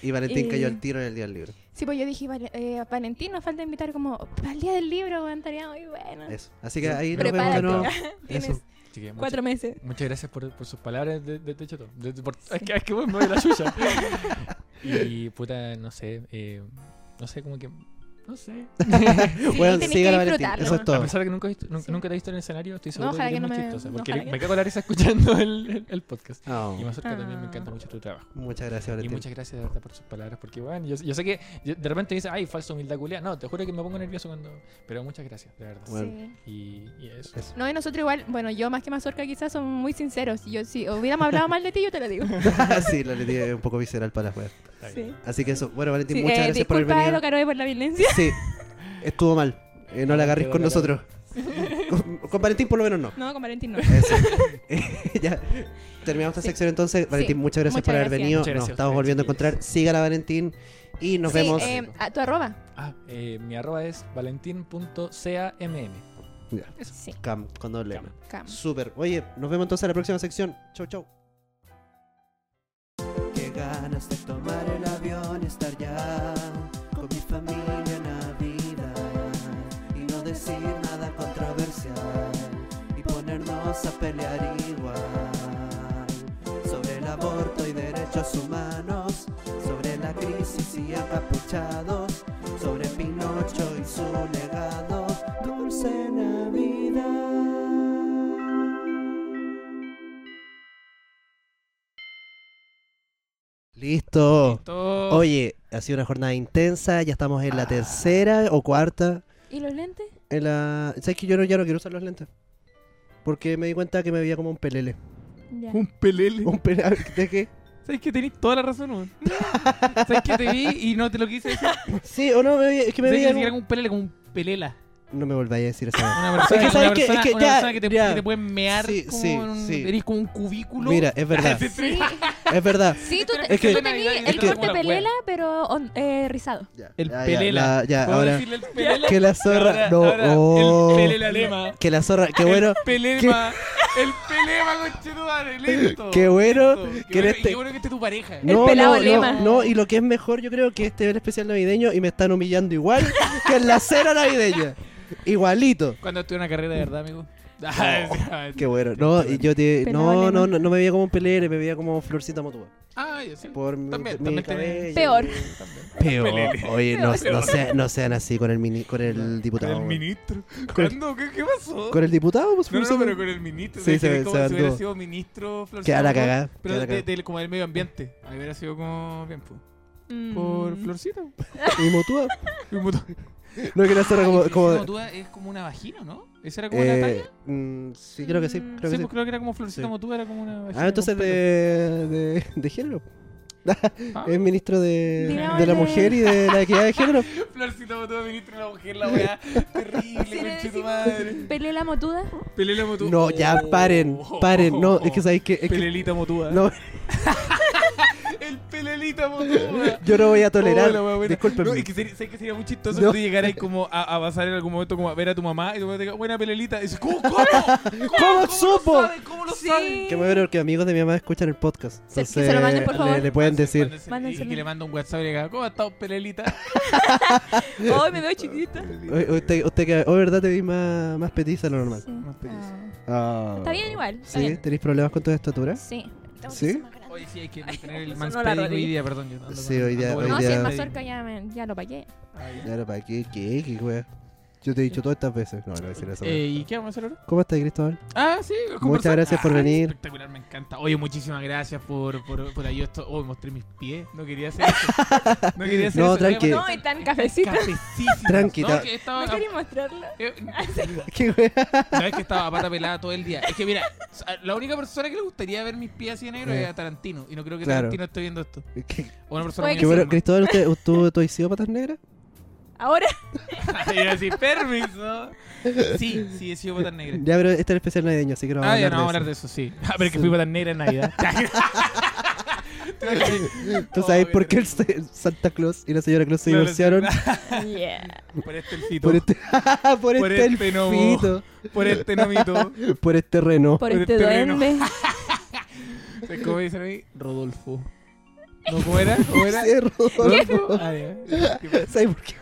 Y Valentín cayó
Y-
al tiro en el Día del Libro.
Sí, pues yo dije, "Vale, eh, a Valentín nos falta invitar como para el día del libro, weón, estaría muy bueno.
Eso. Así que ahí nos vemos de
Ah. Prepárate, *laughs*
nuevo.
Tienes
Eso.
Chiquilla, muchas-
cuatro meses.
Muchas gracias por, por sus palabras de, de Techo Top. De- de- por- Es que, es que bueno, me voy a la suya. y puta, no sé. eh, no sé, como que. No sé.
Sí,
Bueno,
tenés
siga
que
Valentín.
disfrutarlo,
Eso es
¿no?
A
todo.
pesar de que nunca, he visto- nun-
Sí.
nunca te he visto en el escenario, estoy seguro
ojalá
de que,
que
es
no
muy
me-
chistosa.
no,
Porque
ojalá
me,
que
me cago la risa escuchando el, el- el podcast.
Oh,
Y más cerca también me
Ah.
encanta mucho tu trabajo.
Muchas gracias,
Y
Valentín.
muchas gracias de verdad por sus palabras. Porque, bueno, yo, yo sé que yo- de repente dices, ay, falso humildad culia. No, te juro que me pongo nervioso cuando. Pero muchas gracias, de verdad.
Bueno.
Sí.
Y, y eso.
Eso.
No, y nosotros igual, bueno, yo más que Mazorca quizás somos muy sinceros. Yo si hubiéramos hablado mal de ti, yo te lo digo.
*laughs* sí, la Valentín es un poco visceral para la juega.
Está bien.
Sí.
Así que eso. Bueno, Valentín,
Sí,
muchas
eh,
gracias por haber
disculpa,
venido.
Edo Caroe, por la violencia. *laughs*
Sí, *laughs* estuvo mal. Eh, no la agarréis
Quedó
con
la
nosotros. *laughs* Con, con Valentín por lo menos no.
No,
*laughs*
con Valentín no.
Eso. ya. Terminamos esta
Sí.
sección entonces. Valentín,
Sí.
muchas gracias
Muchas
por haber
gracias.
venido.
Muchas
Nos
gracias a
estamos
ustedes,
volviendo a
chiquillos.
encontrar. Sígala Valentín y nos
Sí,
vemos.
eh, a tu arroba.
Ah, eh, mi arroba es valentín.camm.
Ya.
Eso.
Sí,
Cam, con doble M.
Cam.
cam.
Súper. Oye, nos vemos entonces en la próxima sección. Chau, chau. Qué ganas de tomar el avión y estar ya con mi familia en Navidad y no decir nada controversial y ponernos a pelear igual sobre el aborto y derechos humanos, sobre la crisis y acapuchados, sobre Pinocho y su legado. Dulce Navidad. Listo.
Todo.
Oye, ha sido una jornada intensa, ya estamos en la tercera o cuarta.
¿Y los lentes?
En la... ¿Sabes que yo no, ya no quiero usar los lentes? Porque me di cuenta que me veía como un pelele.
Ya.
Un pelele.
¿Un pelele? ¿De qué?
¿Sabes que tenés toda la razón, weón? *laughs* ¿Sabes que te vi y no te lo quise decir?
Sí, o no, me veía- es que me
¿Sabes que ni
veía...
siquiera
como-
como un pelele, como un pelela?
No me volváis a decir esa vez.
Una persona,
que
una
sabes que-
persona,
es que
una
ya-
persona que, te,
ya.
que te puede mear
Sí,
como
sí,
en un,
sí.
eres como un cubículo.
Mira,
*laughs*
es verdad,
Sí,
*laughs* es verdad.
sí, tú, te-
Es que-
tú tenías
Es
el
que-
corte pelela, pero on- eh, rizado.
Ya,
El
ya, ya,
pelela.
la- Ya,
¿Puedo
ahora...
decirle el pelela?
Que la zorra...
Ahora-
No,
ahora,
oh,
El pelela lema.
Que la zorra... Qué bueno...
El pelema. El pelema, conchetumare, lento.
Qué bueno
Lento. Qué
que en
bueno-
este-
Qué bueno que esté tu pareja.
No,
pelado
no,
lema.
no, no, y lo que es mejor, yo creo que este es el especial navideño y me están humillando igual que en la cena navideña. Igualito. Oh,
Cuando estuve en una carrera de verdad, amigo. *laughs*
Qué bueno. No, y yo te,
Pelado
no, no, no,
lema.
no me veía como un pelere, me veía como Florcita Motúa.
Ah, yo sí.
Por mi,
También,
mi
también
cabello,
tenés-
Peor.
También.
Peor.
Pelele.
Oye, no, no, sea- no sean así con el mini, con el diputado.
Con el
weón.
ministro.
Con el-
¿Cuándo? ¿Qué, qué pasó?
¿Con el diputado, pues
no, no, no,
Florcita
pero con el ministro.
Sí,
Sí, se,
se- se
como si hubiera
andó.
sido ministro Flor
Queda la
Silva,
cagada.
Pero
queda la
de,
cagada.
del- como del medio ambiente. Ahí hubiera sido como bien, po. Por
Mm.
Florcita.
¿Y Motúa?
*laughs* Y un botón.
*laughs* No, que la zorra como...
Ay,
como-
Florcita Motúa es como una vagina, ¿no? ¿Esa era como la
eh,
talla?
mm, sí, creo que sí, creo
Mm,
sí,
que sí.
pues creo que era como Florcita
Sí.
Motúa, era como una vagina.
Ah, entonces
con
de,
pelo.
de, de género.
Ah,
*laughs* Es ministro de,
Digamos
de la
de-
mujer y de la equidad de género.
Florcita Motúa, ministro de la mujer, la weá.
Sí, le
Terrible, conche tu
decimos.
madre.
Pelela motuda.
Pelela Motúa.
No, ya paren, paren. No, es que
Oh.
sabéis que. es que-
Pelelita Motúa.
no,
El pelelita ¿ah? Motúa.
yo no voy a tolerar.
Hola, wea, buena.
Discúlpenme.
No, es que sería, sé que sería muy chistoso
No.
que tú llegaras como a, a pasar en algún momento como a ver a tu mamá y tu mamá te diga, buena pelelita. Y dices, ¿cómo?
*laughs*
¿Cómo? ¿Cómo, lo
supo?
sabe? ¿Cómo lo
Sí.
sabe?
Que me veo porque amigos de mi mamá escuchan el podcast.
Se- que
Entonces,
se lo manden, por favor.
Le, le pueden decir.
Mándenselo.
Mándenselo.
Y que le manda un WhatsApp y le diga, ¿cómo ha estado pelelita?
*laughs* Ay, me
*laughs*
veo chiquita.
"Oye, Usted, usted que hoy, ¿verdad? Te vi más, más petiza de lo normal.
Sí. Ah.
*laughs* Ah.
Está bien igual. Está
¿Sí?
bien.
¿Tenéis problemas con tu estatura?
Sí.
Tengo que
¿Sí?
ser más grande.
Oye, sí, hay que tener el
sonó la
manspreading hoy
rodilla.
día, perdón. yo ando
Sí,
con-
hoy día-
ando
hoy
con
No,
el
si
día-
el
manspreading.
Mazorca ya, me- ya lo pagué.
Ay,
Ya, ¿para qué? ¿Qué? ¿Qué, wea? Yo te he dicho todas estas veces. No, no voy a decir eso.
Eh, ¿Y qué vamos a hacer ahora?
¿Cómo estás, Cristóbal?
Ah, sí. conversar.
gracias por
Ah,
venir.
Espectacular, me encanta. Oye, muchísimas gracias por, por, por ahí yo esto. Oh, mostré mis pies. No quería hacer eso.
*laughs*
No quería hacer
No,
eso.
tranqui.
Quería
No,
mostrar-
y tan cafecito.
Cafecísimo.
Tranqui,
No,
ta-
*laughs*
que
¿No
estaba,
quería mostrarlo?
eh,
Qué wea.
no es que estaba a pata pelada todo el día. Es que mira, la única persona que le gustaría ver mis pies así de negro
Eh.
es a Tarantino. Y no creo que
Claro.
Tarantino esté viendo esto.
Qué-
O una persona
Puede
muy
Qué bueno,
enferma.
Cristóbal,
*laughs*
¿usted, ¿tú, tú has sido patas negras?
Ahora,
Y yo así, permiso. Sí, sí, he sido botas negra.
Ya, pero este es el especial navideño, así que no vamos
Ah,
a
ya
hablar
no vamos a hablar de
*laughs*
eso, sí. A ver, que fui botas negra en Navidad. *laughs*
eso. *laughs* ¿Tú sabes por qué el se- el Santa Claus y la señora Claus se
No, no,
divorciaron?
*laughs* yeah.
Por este elfito.
Por este, *laughs* por
Por
este
este no.
elfito,
Por este nomito.
*laughs* por este reno.
Por
Pero
este
este reno.
duende.
¿Sabes ¿Cómo dicen ahí? Rodolfo. ¿No cómo era? ¿Cómo
*laughs*
era?
Sí, Rodolfo.
Ah, ya. ¿Qué pasa?
*laughs* ¿Sabes por qué?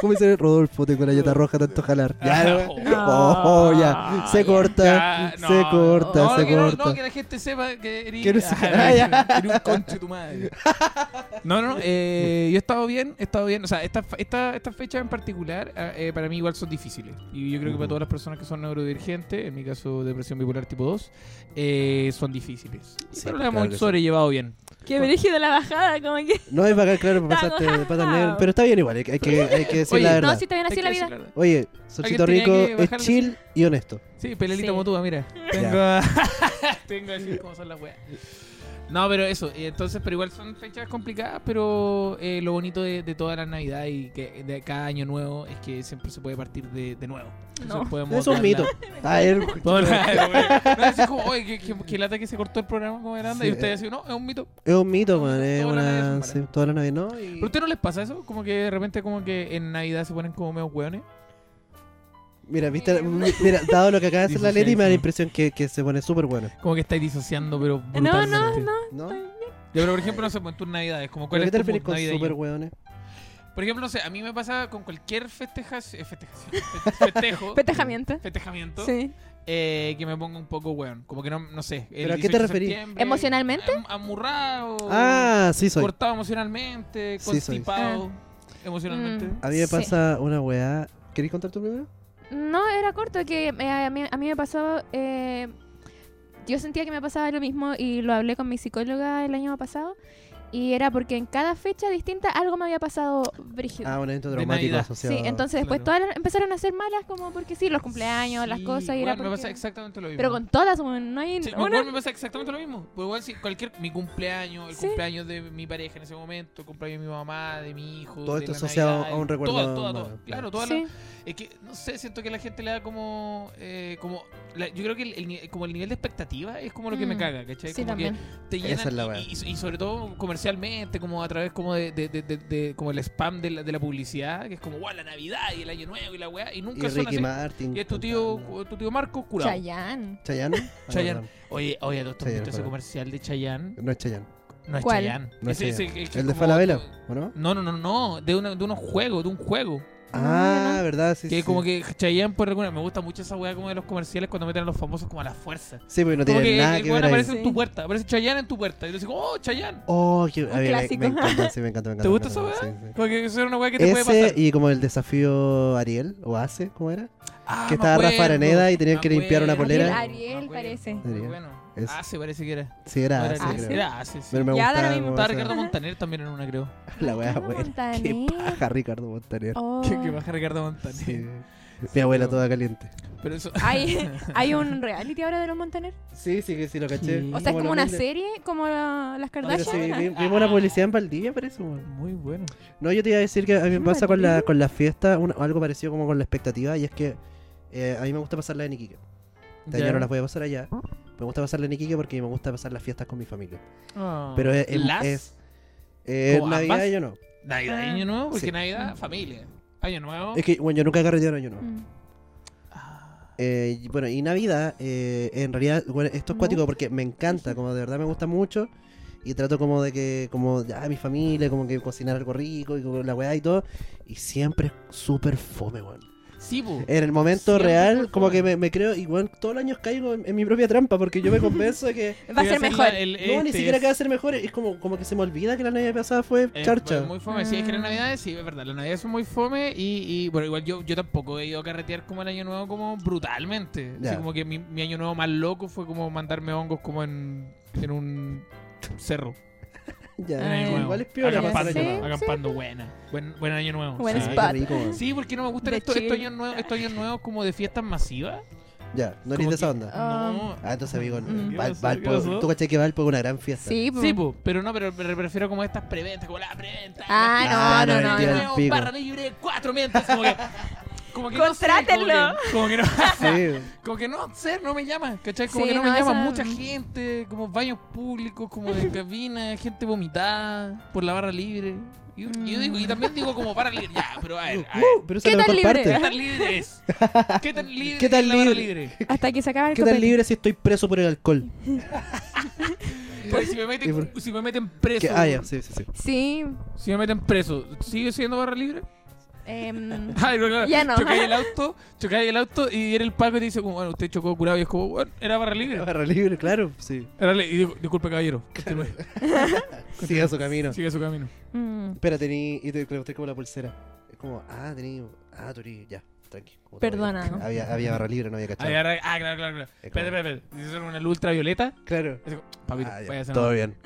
¿Cómo dice Rodolfo? Tengo la llanta roja, tanto jalar. Ya,
Ah,
no.
oh.
Oh,
Ah,
ya. Se
Ah, Ya,
corta,
ya, no.
se corta,
No,
se
que no-
corta.
No, que la gente sepa que eres.
Que
*laughs*
no
Ah,
se-
no,
Ah, ya.
eres un concho de tu madre. No, no, no. eh, yo he estado bien, he estado bien. O sea, estas esta, estas fechas en particular, ah, eh, para mí igual son difíciles. Y yo creo que para todas las personas que son neurodivergentes, en mi caso depresión bipolar tipo 2, eh, son difíciles.
Sí,
Pero las
claro
hemos
que sí.
sobrellevado bien.
Ah.
Que brígido la bajada, como que.
*laughs* No es bacán, claro, porque
Está
pasaste de patas
enojado.
negras. Pero está bien igual, hay que, hay que- hay que decir
Oye,
la
no,
verdad.
No, si te ven así
Hay
la
que
vida.
decir la verdad.
Oye, Solcito
tenía
Rico
que
es
bajarle-
chill y honesto.
Sí, pelelita
Sí.
como tú, mira. Tengo a... Tengo a decir cómo son las weas. No, pero eso, y entonces, pero igual son fechas complicadas, pero eh, lo bonito de, de toda la Navidad y que de cada año nuevo es que siempre se puede partir de, de nuevo. Entonces
No.
podemos
Es un
darla-
mito. Ah, él-
*laughs* Podemos darla- no, es como, oye, que, que, que lata que se cortó el programa como grande
Sí,
y ustedes
eh.
dicen, no, es un mito.
Es un mito, man. Es
Toda la Navidad
una.
es
sí,
un
Toda la Navidad, ¿no? Y-
¿Pero a ustedes no les pasa eso? Como que de repente como que en Navidad se ponen como medio hueones.
Mira, viste, mi- *laughs* mira, dado lo que acaba de hacer la Leti, me da
Difícil.
la impresión que, que se pone súper bueno.
Como que estáis disociando, pero
No,
brutalmente.
no, no.
¿No?
Yo, pero por ejemplo, no sé, pues en tus Navidades, como cuál
¿Pero
es
qué te
tu mood
refieres con
navideño?
súper hueones?
Por ejemplo, no sé, a mí me pasa con cualquier festejación, eh, festejación, fe- *laughs* festejo,
Petejamiento.
festejamiento,
Sí.
eh, que me ponga un poco weón. Como que no, no sé. el
¿Pero a qué te
18 de
referís?
septiembre,
¿Emocionalmente?
am- Amurrado.
Ah, sí soy.
cortado emocionalmente,
Sí, soy.
constipado
Ah.
emocionalmente.
Mm.
A mí me
Sí.
pasa una weá. ¿Querés contar tú primero?
No, era corto, que eh, a, mí, a mí me pasó... eh, yo sentía que me pasaba lo mismo y lo hablé con mi psicóloga el año pasado. Y era porque en cada fecha distinta algo me había pasado brígido.
Ah, un evento
De
traumático
Navidad.
asociado.
sí, entonces después
Claro.
todas las- empezaron a ser malas como porque sí, los cumpleaños, las
Sí,
cosas. Y
weón,
era
me
porque-
pasa exactamente lo mismo.
Pero con todas, weón, no hay
Sí, me-
una...
weón, me pasa exactamente lo mismo. Pues igual si cualquier mi cumpleaños, el
Sí.
cumpleaños de mi pareja en ese momento, el cumpleaños de mi mamá, de mi hijo,
Todo
de
esto
la
asociado
Navidad,
a un
todo,
recuerdo
todo, todo.
malo,
Claro,
claro.
todas las-
Sí.
Es que, no sé, siento que la gente le da como. eh, como la- yo creo que el, el ni- como el nivel de expectativa es como lo que me
Mm.
caga, ¿cachai?
Sí,
como
también.
que te llenan
Esa es la
y-
wea.
y, y sobre todo comercialmente, como a través como de, de- de- de- de- como el spam de la, de la publicidad, que es como, guau, la Navidad y el Año Nuevo y la weá, y
Y
nunca son
Ricky
así.
Martin.
Y es tu tío,
cantando.
tu tío Marco curado.
Chayanne.
¿Chayanne? Ah,
*laughs* Chayanne.
perdón.
Oye, oye, doctor,
Chayanne,
¿viste ese
perdón.
comercial de Chayanne?
No es Chayanne.
No es
¿Cuál?
Chayanne.
No es
Ese- ese-
Chayanne.
el que
¿El de
como-
Falabella? ¿O no?
No, no, no, no, de, una- de unos juegos, de un juego.
Ah,
no.
verdad, sí.
que
sí.
como que Chayanne, por alguna, me gusta mucho esa weá como de los comerciales cuando meten a los famosos como a la fuerza.
Sí, porque no
Como
tiene
que
nada
el
que
weón
ver ahí.
aparece en tu
Sí.
puerta, aparece Chayanne en tu puerta. Y yo digo, oh, Chayanne.
Oh, qué- a mí me,
clásico.
me encanta, sí, me encanta, me encanta.
¿Te gusta
me
esa
encanta,
weá?
sí, sí.
Como que eso era una weá que te puede
Ese
pasar.
y como el desafío Ariel, o Ace, ¿cómo era?
Ah,
que
me
estaba Rafa
acuerdo,
Araneda y tenían
me
que limpiar una
acuerdo,
polera.
Ariel,
me acuerdo.
parece.
Muy
Ariel.
bueno.
Es-
Ah, se parece que era.
Sí, era
Era
Ace,
Ace,
creo.
era Ace, sí.
Pero me
Ya, da
gustaba
lo mismo.
como
Estaba
esa-
Ricardo Montaner también en una, creo.
La weá,
Ricardo
buena. Qué
Montaner.
paja, Ricardo Montaner.
Oh.
Que, que baja Ricardo Montaner.
Sí. Mi abuela toda caliente.
Pero eso.
¿Hay, hay un reality ahora de los Montaner.
Sí, sí, que sí, lo caché.
Sí.
O sea, es como
lo
una
humilde.
serie, como la- las
Pero sí,
*laughs* Kardashian.
vi- vimos una publicidad en Valdivia, parece. weón.
Muy bueno.
No, yo te iba a decir que a mí me
¿En
pasa con la,
Valdivia?
con la fiesta un- algo parecido como con la expectativa, y es que eh, a mí me gusta pasarla en Iquique. Este año
Ya.
no las voy a pasar allá. Me gusta pasarla en Iquique porque me gusta pasar las fiestas con mi familia.
Ah.
Pero es, es-
Las
es- eh,
¿Como
Navidad
ambas?
yo no.
Navidad y Año Nuevo, porque
Sí.
Navidad, familia. Año Nuevo.
Es que, bueno, yo nunca he carreteado en año nuevo.
Mm.
Eh, y bueno, y Navidad, eh, en realidad, bueno, esto es
No.
cuático porque me encanta, como de verdad me gusta mucho. Y trato como de que, como, ah, mi familia, como que cocinar algo rico y como la weá y todo. Y siempre es súper fome, weón.
Sí, bu.
En el momento
Siempre
real,
culpable.
como que me, me creo, igual todos los años caigo en, en mi propia trampa porque
*laughs*
yo me convenzo de que
Va a
Voy
ser
hacer
mejor.
la- el-
no, ni
este
siquiera
es-
que va a ser mejor. Es como, como que se me olvida que la Navidad pasada fue
Eh,
charcha.
fue Muy fome, sí, es
Mm.
que las navidades, sí, es verdad, las navidades son muy fome y, y, bueno, igual yo, yo tampoco he ido a carretear como el año nuevo como brutalmente. Así
Ya.
como que mi, mi año nuevo más loco fue como mandarme hongos como en, en un cerro.
*laughs* Ya,
en Año
Ah,
Nuevo.
igual Ah, es peor.
Acampando,
sí, sí.
acampando, buena. Buen, buen año nuevo.
Buen
sí.
spot.
Sí, porque no me gustan
De
estos, estos
chill.
años nuevos, estos años nuevos como de fiestas masivas.
Ya, no eres
Como
de esa
que-
onda.
No.
Ah, entonces amigo,
Mm.
¿Qué
Val-
pasó?
Valpo-
¿Qué pasó?
tú caché que Valpo es una gran fiesta.
Sí, pues. po.
Sí, po, pero no, pero me prefiero como estas preventas, como la preventa.
Ah,
Ah,
no,
no,
no, no.
mentira.
no.
Al pico.
barra libre de cuatro mientras como que como que no sé,
¡Contrátenlo!
como que, como que no
Sí.
como que no sé no me llama ¿cachai? como
Sí,
que no,
no,
me llama
esa-
mucha gente como baños públicos como
*laughs*
de cabina gente vomitada por la barra libre y yo, yo digo y también digo como barra libre ya pero a ver, a ver,
Uh, pero esa es
¿Qué
la
tan
mejor
libre? Ah,
¿Qué
parte.
tan libre es? ¿Qué tan libre
¿Qué tan
es la barra
libre?
libre?
*laughs* Hasta que se acaba el
¿Qué tan
copete.
libre si estoy preso por el alcohol?
Porque Pues si
*laughs*
me meten, si me meten preso,
Que- ah, ya, sí, sí, sí.
Sí.
si me meten preso, ¿sigue siendo barra libre?
em, *laughs*
Ay, no, no.
Ya no. *laughs*
Chocáis el auto, chocáis el auto y viene el Paco y te dice, como, bueno, usted chocó curado y es como, bueno, era barra libre.
Barra libre, claro. Sí,
Era li- y dijo, disculpe caballero,
*laughs*
continúe,
siga su camino.
sigue su camino.
mm,
Espera, tení. Y te pregunté como la pulsera. Es como, ah, tení. Ah, tú eres- Ya, tranqui. Como todo bien.
Perdona.
Había, había barra libre, no había
Ah,
cachado.
ya, ahora- ah, claro, claro, claro. Espérate, espérate, espérate. Si son una luz ultravioleta,
Claro.
es como, papito,
Ah, ya.
vaya a
Todo
*laughs*
bien,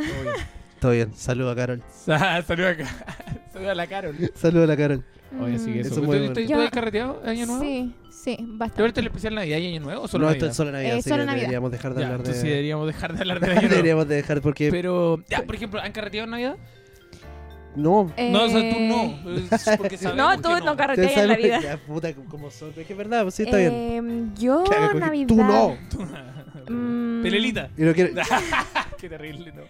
todo bien. Saluda a Carol. *laughs*
Saludos Ah, acá. *laughs* Saludos a la Carol.
Saluda a la Carol.
Oye, así
Eso
que eso.
es
¿Tú,
muy
tú, tú,
bueno.
tú has carreteado año nuevo?
Mm. Sí, sí,
¿Tú
bastante.
ahorita el especial Navidad y año nuevo o solo
no, esto
Navidad?
es solo Navidad,
Eh,
así
solo
que
Navidad.
deberíamos dejar de
Ya,
hablar de. *laughs*
entonces deberíamos dejar de hablar de año nuevo.
deberíamos de dejar porque.
Pero, ya, por ejemplo, ¿han carreteado en Navidad?
No.
Eh,
No, o sea, tú no. es
*laughs*
Porque sabemos
No, tú
que
no
Ustedes
carreteas en la
saben- *laughs*
vida.
Ya, puta, como son. Es que es verdad, pues sí, está bien.
Em, yo,
Que haga como que
Navidad.
Tú no.
mm,
Pelelita.
Y no quiero.
*laughs* Qué terrible, no.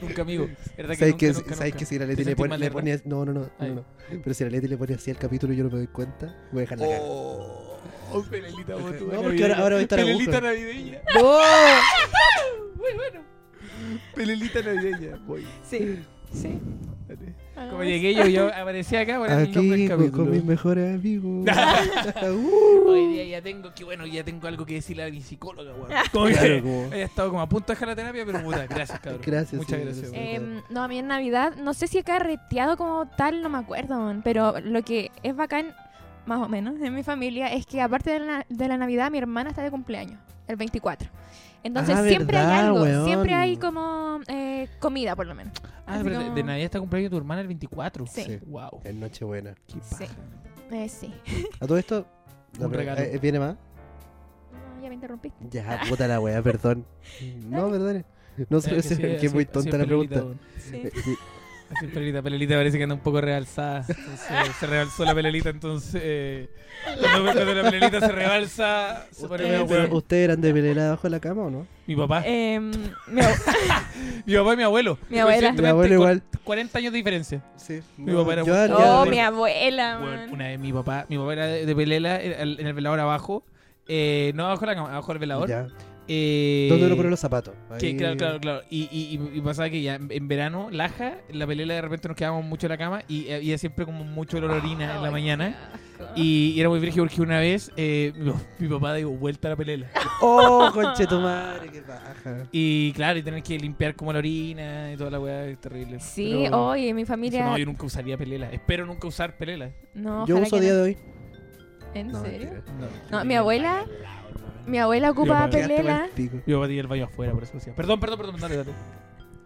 Nunca amigo. ¿Verdad que
¿Sabes
nunca,
que,
nunca,
¿sabes
nunca?
que si la
Te
Leti le,
sentís
pone-
mal
le
de
ponía. No, no, no.
Ay.
no, no. Pero si la Leti le pone así al capítulo y yo no me doy cuenta, voy a dejar la cara.
Oh, Pelelita, vos tú,
No,
la
porque
navideña.
ahora- ahora voy a estar a
Pelelita
gusto.
navideña.
Muy bueno.
Pelelita navideña. Voy.
Sí, sí. Mm.
Como llegué
*laughs*
yo, yo aparecí acá, ahora es mi nombre
Aquí
del
con,
capítulo.
con mis mejores
*laughs*
amigos. Uh.
Hoy día ya tengo que, bueno, ya tengo algo que decirle a mi psicóloga, weón. Como que
Claro, como-
he estado como a punto de dejar la terapia, pero puta, gracias, cabrón.
Gracias,
Muchas
sí,
gracias.
gracias.
weón.
Em, no, a mí en Navidad, no sé si he carreteado como tal, no me acuerdo, man, pero lo que es bacán, más o menos, en mi familia, es que aparte de la, de la Navidad, mi hermana está de cumpleaños, el 24. Entonces
Ah,
siempre hay
verdad,
algo,
weón.
siempre hay como eh, comida, por lo menos.
Ah,
así
pero de,
como-
de Navidad está cumpleaños tu hermana el 24.
Sí.
Sí.
Wow.
En Nochebuena.
Qué
Sí.
paja.
Eh, sí. *laughs*
A todo esto.
Un regalo.
eh, ¿Viene más?
No, ya me interrumpiste.
Ya, puta la wea,
*laughs*
perdón. No, perdón. No sé,
Eh,
es que
así-
es muy
así
tonta la
Pelelita,
pregunta.
weón.
Sí.
Eh, sí.
Así es Pelelita, Pelelita parece que anda un poco realzada. Entonces, se rebalsó la Pelelita, entonces. eh, cuando, cuando la Pelelita se rebalsa, se pone medio
¿Ustedes,
weón.
¿Ustedes eran de pelera abajo de la cama o no?
Mi papá.
Em, mi ab-
Mi papá y mi abuelo.
Mi abuela.
Coincidentemente,
Mi abuelo
cua-
igual.
40 años de diferencia.
Sí.
Mi papá era
yo
muy-
ya-
oh,
de-
mi abuela,
Weón,
man.
una vez mi papá, mi papá era de, de velela era al- en el velador abajo. Eh, no abajo de la cama, abajo del velador.
ya.
Eh,
¿Dónde uno pone los zapatos?
que,
Ahí-
claro, claro, claro. Y, y- y- y pasaba que ya en, en verano, laja, en la velela de repente nos quedábamos mucho en la cama y había siempre como mucho olor a orina en la
Ay,
mañana.
qué asco.
Y y era muy virgen porque una vez eh, mi, pa- mi papá dio vuelta a la pelela.
¡Oh, conche tu madre! ¡Qué baja!
Y claro, y tener que limpiar como la orina y toda la weá es terrible.
Sí,
Pero,
oye, mi
dije,
familia.
No, yo nunca usaría pelela. Espero nunca usar pelela.
No,
Yo
ojalá
uso
que
a día
no.
de hoy.
¿En
No,
serio?
mentira.
No, mi abuela. Mi abuela ocupa
papá-
Quedaste para
pelela.
el pico.
Yo batí el baño afuera, por eso decía. Perdón, perdón, perdón,
*laughs*
dale, dale.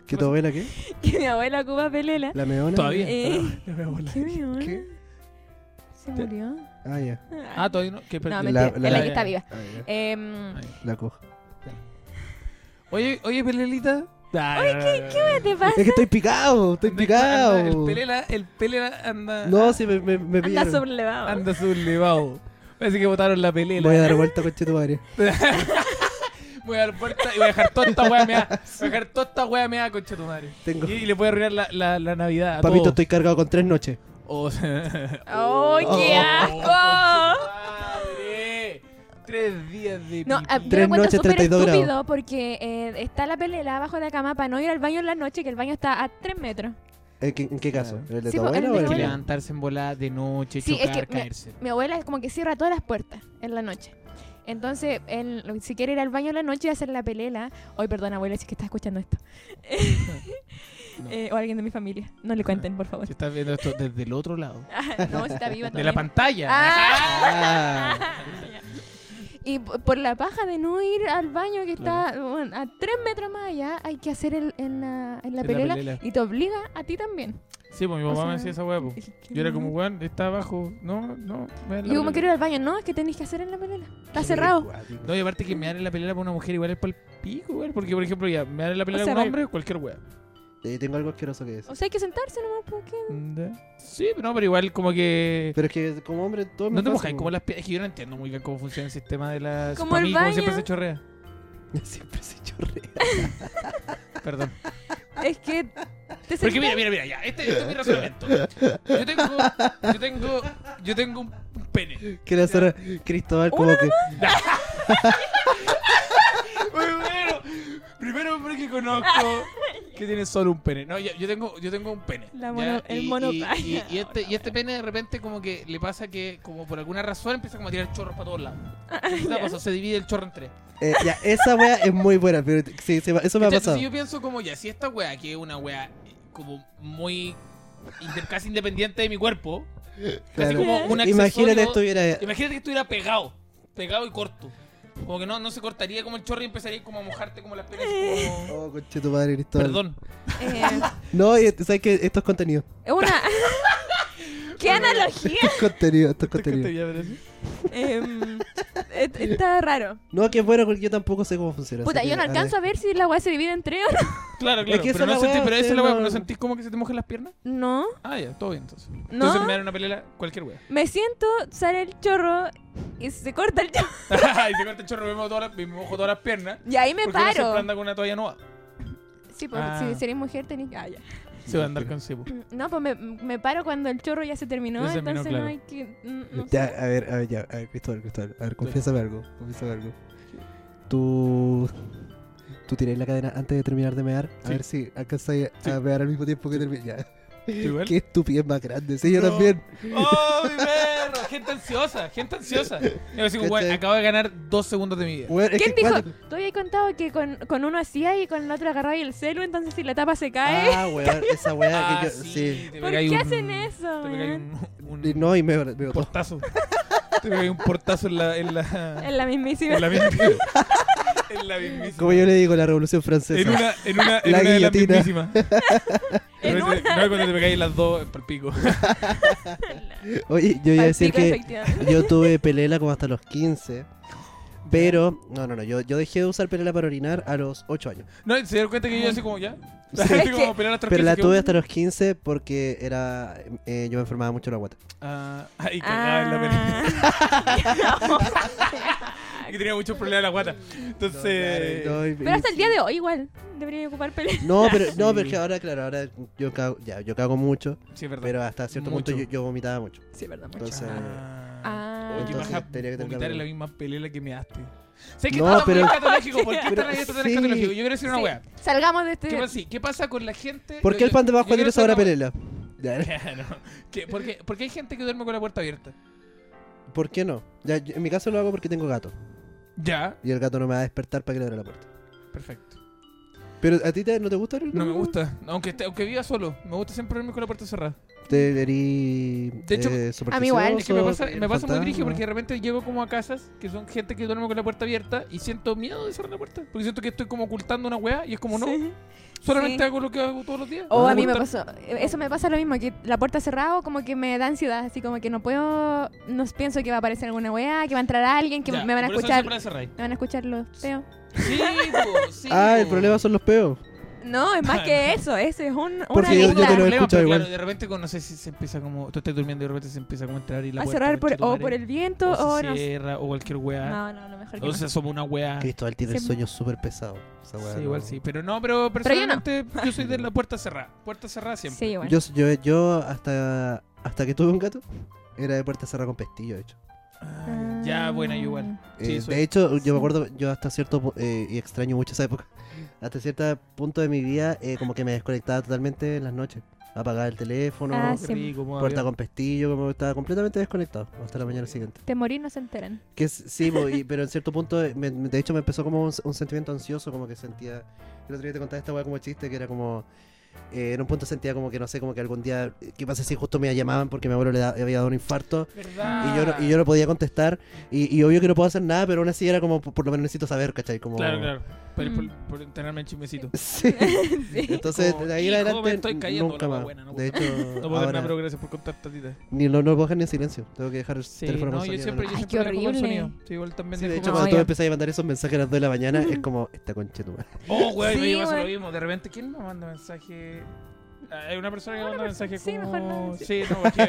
¿Que tu abuela qué?
Que mi abuela ocupa pelela.
¿La meona?
Todavía.
Eh. *laughs*
No me voy a
¿Qué
volar.
mi abuela?
¿Qué?
¿Se murió?
Ah, ya.
Ah, todavía no. ¿Qué,
no,
perdón.
me- La-
mentira. es la
la-
que está viva.
Ah, ya.
Em,
Ay.
La cojo.
Oye, oye, pelelita. Oye, ¿qué,
¿Qué te pasa?
Es que estoy picado, estoy picado.
El pelela, el pelela anda.
No, si me, me, me
Anda
pillaron.
sublevado.
Anda sublevado. Parece que botaron la pelela.
Voy a dar vuelta, conche tu madre.
*laughs* Voy a dar vuelta y voy a dejar toda esta wea mea. Voy a dejar toda esta wea mea, concha tu madre.
Tengo.
Y, y le puede arruinar la, la, la Navidad. a
Papito,
todos.
estoy cargado con tres noches.
Oh,
¡Oh, qué asco!
madre. *laughs* Tres días de.
No, a- yo
pipí.
Tres
lo encuentro
noches,
súper
32 grados.
estúpido porque eh, está la pelela abajo de la cama para no ir al baño en la noche, que el baño está a 3 metros.
¿En qué, en qué caso?
Claro.
¿En ¿El de
Sí,
tu
pues, el
abuela o
de mi
el
que
abuela.
mío?
levantarse en bola de noche,
Sí, es
chocar,
que me-
caerse.
Mi abuela es como que cierra todas las puertas en la noche. Entonces, en- si quiere ir al baño en la noche y hacer la pelela. Hoy, perdón, abuela, si es que estás escuchando
*laughs*
esto. Eh, o alguien de mi familia. No le cuenten, por favor.
Si estás viendo esto desde el otro lado.
*laughs* Ah, no, si está viva
De la
todavía.
pantalla.
Ah. Y p- por la paja de no ir al baño que está bueno, a tres metros más allá, hay que hacer el- en la, en
En
la
la
pelela,
pelela.
y te obliga a ti también.
Sí, pues mi
O
mamá
sea,
me decía esa hueá. po.
es que
Yo era
no.
como, weón, está abajo. No, no. ve la
Y yo me
pelea".
quiero ir al baño. No, es que tenéis que hacer en la pelela. Está cerrado.
No,
No,
*laughs*
y aparte que me en la pelea para una mujer igual es para el pico, weón. Porque, por ejemplo, ya, me en la pelea
sea,
para
va-
un hombre, cualquier weá.
Eh, tengo algo asqueroso que decir.
O sea, hay que sentarse nomás porque...
Sí, pero no, pero igual
*laughs*
como que.
Pero es que como hombre todo es
No
más
te
fácil,
mojáis
po.
como las piernas. Es que yo no entiendo muy bien cómo funciona el sistema de
Ah,
las.
Como
Pa'
el
mí,
baño.
siempre se chorrea.
Siempre se chorrea.
Perdón.
Es que... Te
Porque mira,
sentáis-
mira, mira, ya. Este, este es mi razonamiento. Yo tengo. Yo tengo. Yo tengo un pene.
Que la zorra Cristóbal como que...
Muy bueno. Primero hombre que conozco que tiene solo un pene. No, ya, yo tengo, yo tengo un pene.
La
ya,
mono- el
y-
mono-
y,
Ay,
y- y este, y este pene de repente como que le pasa que como por alguna razón empieza como a tirar chorros para todos lados. Entonces, la cosa, se divide el chorro en tres.
Eh, ya, esa wea es muy buena, pero sí, se va- eso me ha
¿Cachai?
pasado.
Entonces yo pienso como ya, si esta wea que es una wea eh, como muy inde- casi independiente de mi cuerpo, casi
Claro.
como un accesorio,
Imagínate estuviera...
Imagínate que estuviera pegado, pegado y corto. Como que no, no se cortaría como el chorro y empezaría como a mojarte como las penas. así
*laughs*
como-
Oh, conche tu madre, Cristóbal.
Perdón.
*laughs* eh,
No, y sabes que esto es contenido.
es una... *laughs* ¡Qué analogía!
Esto es contenido, esto es contenido.
*laughs*
Em, et- está raro.
No, que es bueno porque yo tampoco sé cómo funciona.
Puta,
así
yo
que
no alcanzo a ver si la weá se divide en tres o no.
Claro, claro.
que esa
pero no
es la
sentí,
wea,
pero esa es
ustedes
la wea,
no-
¿no sentís como que se te mojan las piernas?
No,
Ah, ya, todo bien entonces.
no.
Entonces me dan una pelea cualquier wea.
Me siento, sale el chorro y se corta el chorro.
*laughs* y se corta el chorro, me mojo todas las, me mojo todas las piernas.
Y ahí me
porque uno siempre
paro.
anda con una toalla nueva.
Sí, pues
Ah.
si seréis mujer tenéis... Ah, ya.
Se va a andar con cebo.
No, pues me, me paro cuando el chorro ya se terminó,
Ya se terminó,
entonces
claro.
no hay que... n- no
Ya,
sé.
a ver, a ver, ya, a ver, Cristóbal, Cristóbal. A ver, confiésame algo, confiésame algo. Tú... Tú tiráis la cadena antes de terminar de mear. A
Sí.
ver si alcanzáis a mear al mismo tiempo que terminas. Ya.
igual?
Qué estupidez más grande. Sí, yo
No.
también.
*laughs* ¡Oh, mi perro! Gente ansiosa, gente ansiosa. Yo digo, "Güey,
¿Cachai?
acabo de ganar dos segundos de mi vida.
Bueno, es
¿Quién
que
dijo?
cuando-
Tú habías contado que con, con uno hacía y con el otro agarraba el celu, entonces si la tapa se cae...
Ah, weón, esa weá
Ah,
que yo... Sí.
te
¿Por
pegáis
qué
un-
hacen eso,
Te pegáis
man?
un, un
Y No, y me, me botó.
portazo. te pegáis un portazo en la... En la,
En la mismísima...
*laughs* en la misma. en la mismísima.
Como yo le digo, la Revolución
en
Francesa.
una, en una, en
La
una de las
guillotina.
mismísimas.
*laughs*
En
No,
una.
no, cuando te pegáis las dos, pal pico.
Oye, yo iba a
Al
decir
pico,
que
efectivamente.
yo tuve pelela como hasta los 15. Pero, no, no, no, yo, yo dejé de usar pelela para orinar a los 8
*laughs*
años.
No, y se dieron cuenta que yo así como ya.
Sí.
Así
Es
como
que-
pelear hasta los
Pero la
15, que-
tuve hasta los 15 porque era eh, yo me enfermaba mucho la guata.
Ah, ay, cagada en la pelea.
Ah.
que tenía muchos problemas en la guata. Entonces.
No, y-
Pero hasta el día de hoy igual debería ocupar pelea.
no, pero, no, pero es que ahora, claro, ahora yo cago, ya, yo cago mucho,
Sí, es verdad.
pero hasta cierto punto
Mucho.
yo, yo vomitaba mucho.
Sí, verdad, mucho.
Entonces,
Ah.
Oye,
Entonces,
baja
tenía que tener
vomitar en la
algo.
misma pelela que me daste. Sé que
No,
no,
pero-
pero... escatológico.
*laughs*
¿Por qué
Pero
están ahí tan
sí.
escatológico? Yo quiero decir una
Sí.
wea.
Salgamos de
¿Qué,
este...
pasa, sí, ¿Qué pasa con la gente?
¿Por qué el pan de
bajo
bajo tiene sabor a
*laughs*
pelela? Ya,
Claro. ¿Qué- ¿Por qué, por qué hay gente que duerme con la puerta abierta?
¿Por qué no? Ya, yo- en mi caso lo hago porque tengo gato.
*laughs* Ya.
Y el gato no me va a despertar para que le abra la puerta.
Perfecto.
Pero a ti te- no te gusta abrir
No me gusta. Aunque, esté- aunque viva solo. Me gusta siempre dormir con la puerta cerrada.
Te verí.
De hecho,
eh,
a mí igual.
Es que me pasa,
supersticioso,
me pasa muy
fantasma.
brillo porque de repente llego como a casas que son gente que duerme con la puerta abierta y siento miedo de cerrar la puerta. Porque siento que estoy como ocultando una weá y es como no.
Sí.
Solamente
Sí.
hago lo que hago todos los días.
O a mí me
Ocultar-
pasó, eso me pasa lo mismo, que la puerta cerrada como que me da ansiedad, así como que no puedo, no pienso que va a aparecer alguna weá, que va a entrar alguien, que
Ya,
me van a
por eso
escuchar,
siempre la cerráis.
me van a escuchar los feos.
Sí, po, sí,
Ah, el
po.
problema son los peos.
No,
*laughs*
es más
Ah,
que eso, eso es un, una
Porque yo- yo
lista.
te lo he
Problema,
escuchado
pero
igual.
claro, de repente con- no sé si se empieza como tú estás durmiendo y de repente se empieza como a entrar y la
a
puerta
cerrar por, o
conchetumare,
por el viento
o,
o,
se
no sé.
cierra o cualquier weá.
No, no, no, mejor que
o
no.
sea, somos una weá.
Cristóbal tiene el
Sí.
sueño súper pesado. Esa weá
Sí,
no-
igual sí, pero no, pero
Pero yo no.
personalmente yo, soy de
*laughs*
la puerta cerrada. Puerta cerrada siempre.
Sí, bueno.
Yo, yo, yo hasta, hasta que tuve un gato, era de puerta cerrada con pestillo, de hecho.
Ah, ya, buena, yo igual. Sí,
Eh,
soy-
de hecho, yo me acuerdo, yo hasta cierto, pu- eh, y *laughs* extraño mucho esa época, hasta cierto punto de mi vida, eh, como que me desconectaba totalmente en las noches. apagar el teléfono,
Ah,
Qué
sí.
rico, como
puerta
había-
con pestillo, como estaba completamente desconectado hasta la mañana siguiente.
Te morí, no se enteran.
Que es- sí, bo, y- pero en cierto punto, eh, me- me- de hecho, me empezó como un, un sentimiento ansioso, como que sentía. El otro día te contaba esta weá como chiste, que era como. eh, en un punto sentía como que no sé, como que algún día. eh, ¿Qué pasa si justo me llamaban porque mi abuelo le da- había dado un infarto? Y yo, no- y yo no podía contestar. Y, y obvio que no puedo hacer nada, pero aún así era como, por, por lo menos necesito saber, ¿cachai? Como,
Claro, *laughs* claro. Por,
Mm.
por, por enterarme el chismecito.
Sí. Entonces,
Como,
de ahí en
hijo, me
adelante.
estoy cayendo,
nunca
la weá
más.
buena, no
de
puedo-
hecho,
*laughs* No puedo hacer
ahora
nada, pero gracias por contar tatita.
ni lo, no lo puedo dejar ni en silencio. Tengo que dejar el
Sí,
teléfono con
no, yo
sonido,
siempre, yo
Ay,
siempre
qué
dejo con
horrible.
sonido. Sí, igual también
Sí, de
dejo
hecho,
con-
cuando tú
ya.
me empezás a mandar esos mensajes a las 2 de la mañana, es
*laughs*
como, esta concha tu madre.
Oh, güey, me
Sí,
pasa lo
güey.
mismo. De repente, ¿quién me manda mensaje? Ah, Hay una persona que manda
persona-
mensaje
sí,
como...
mejor no, sí.
Sí, no, porque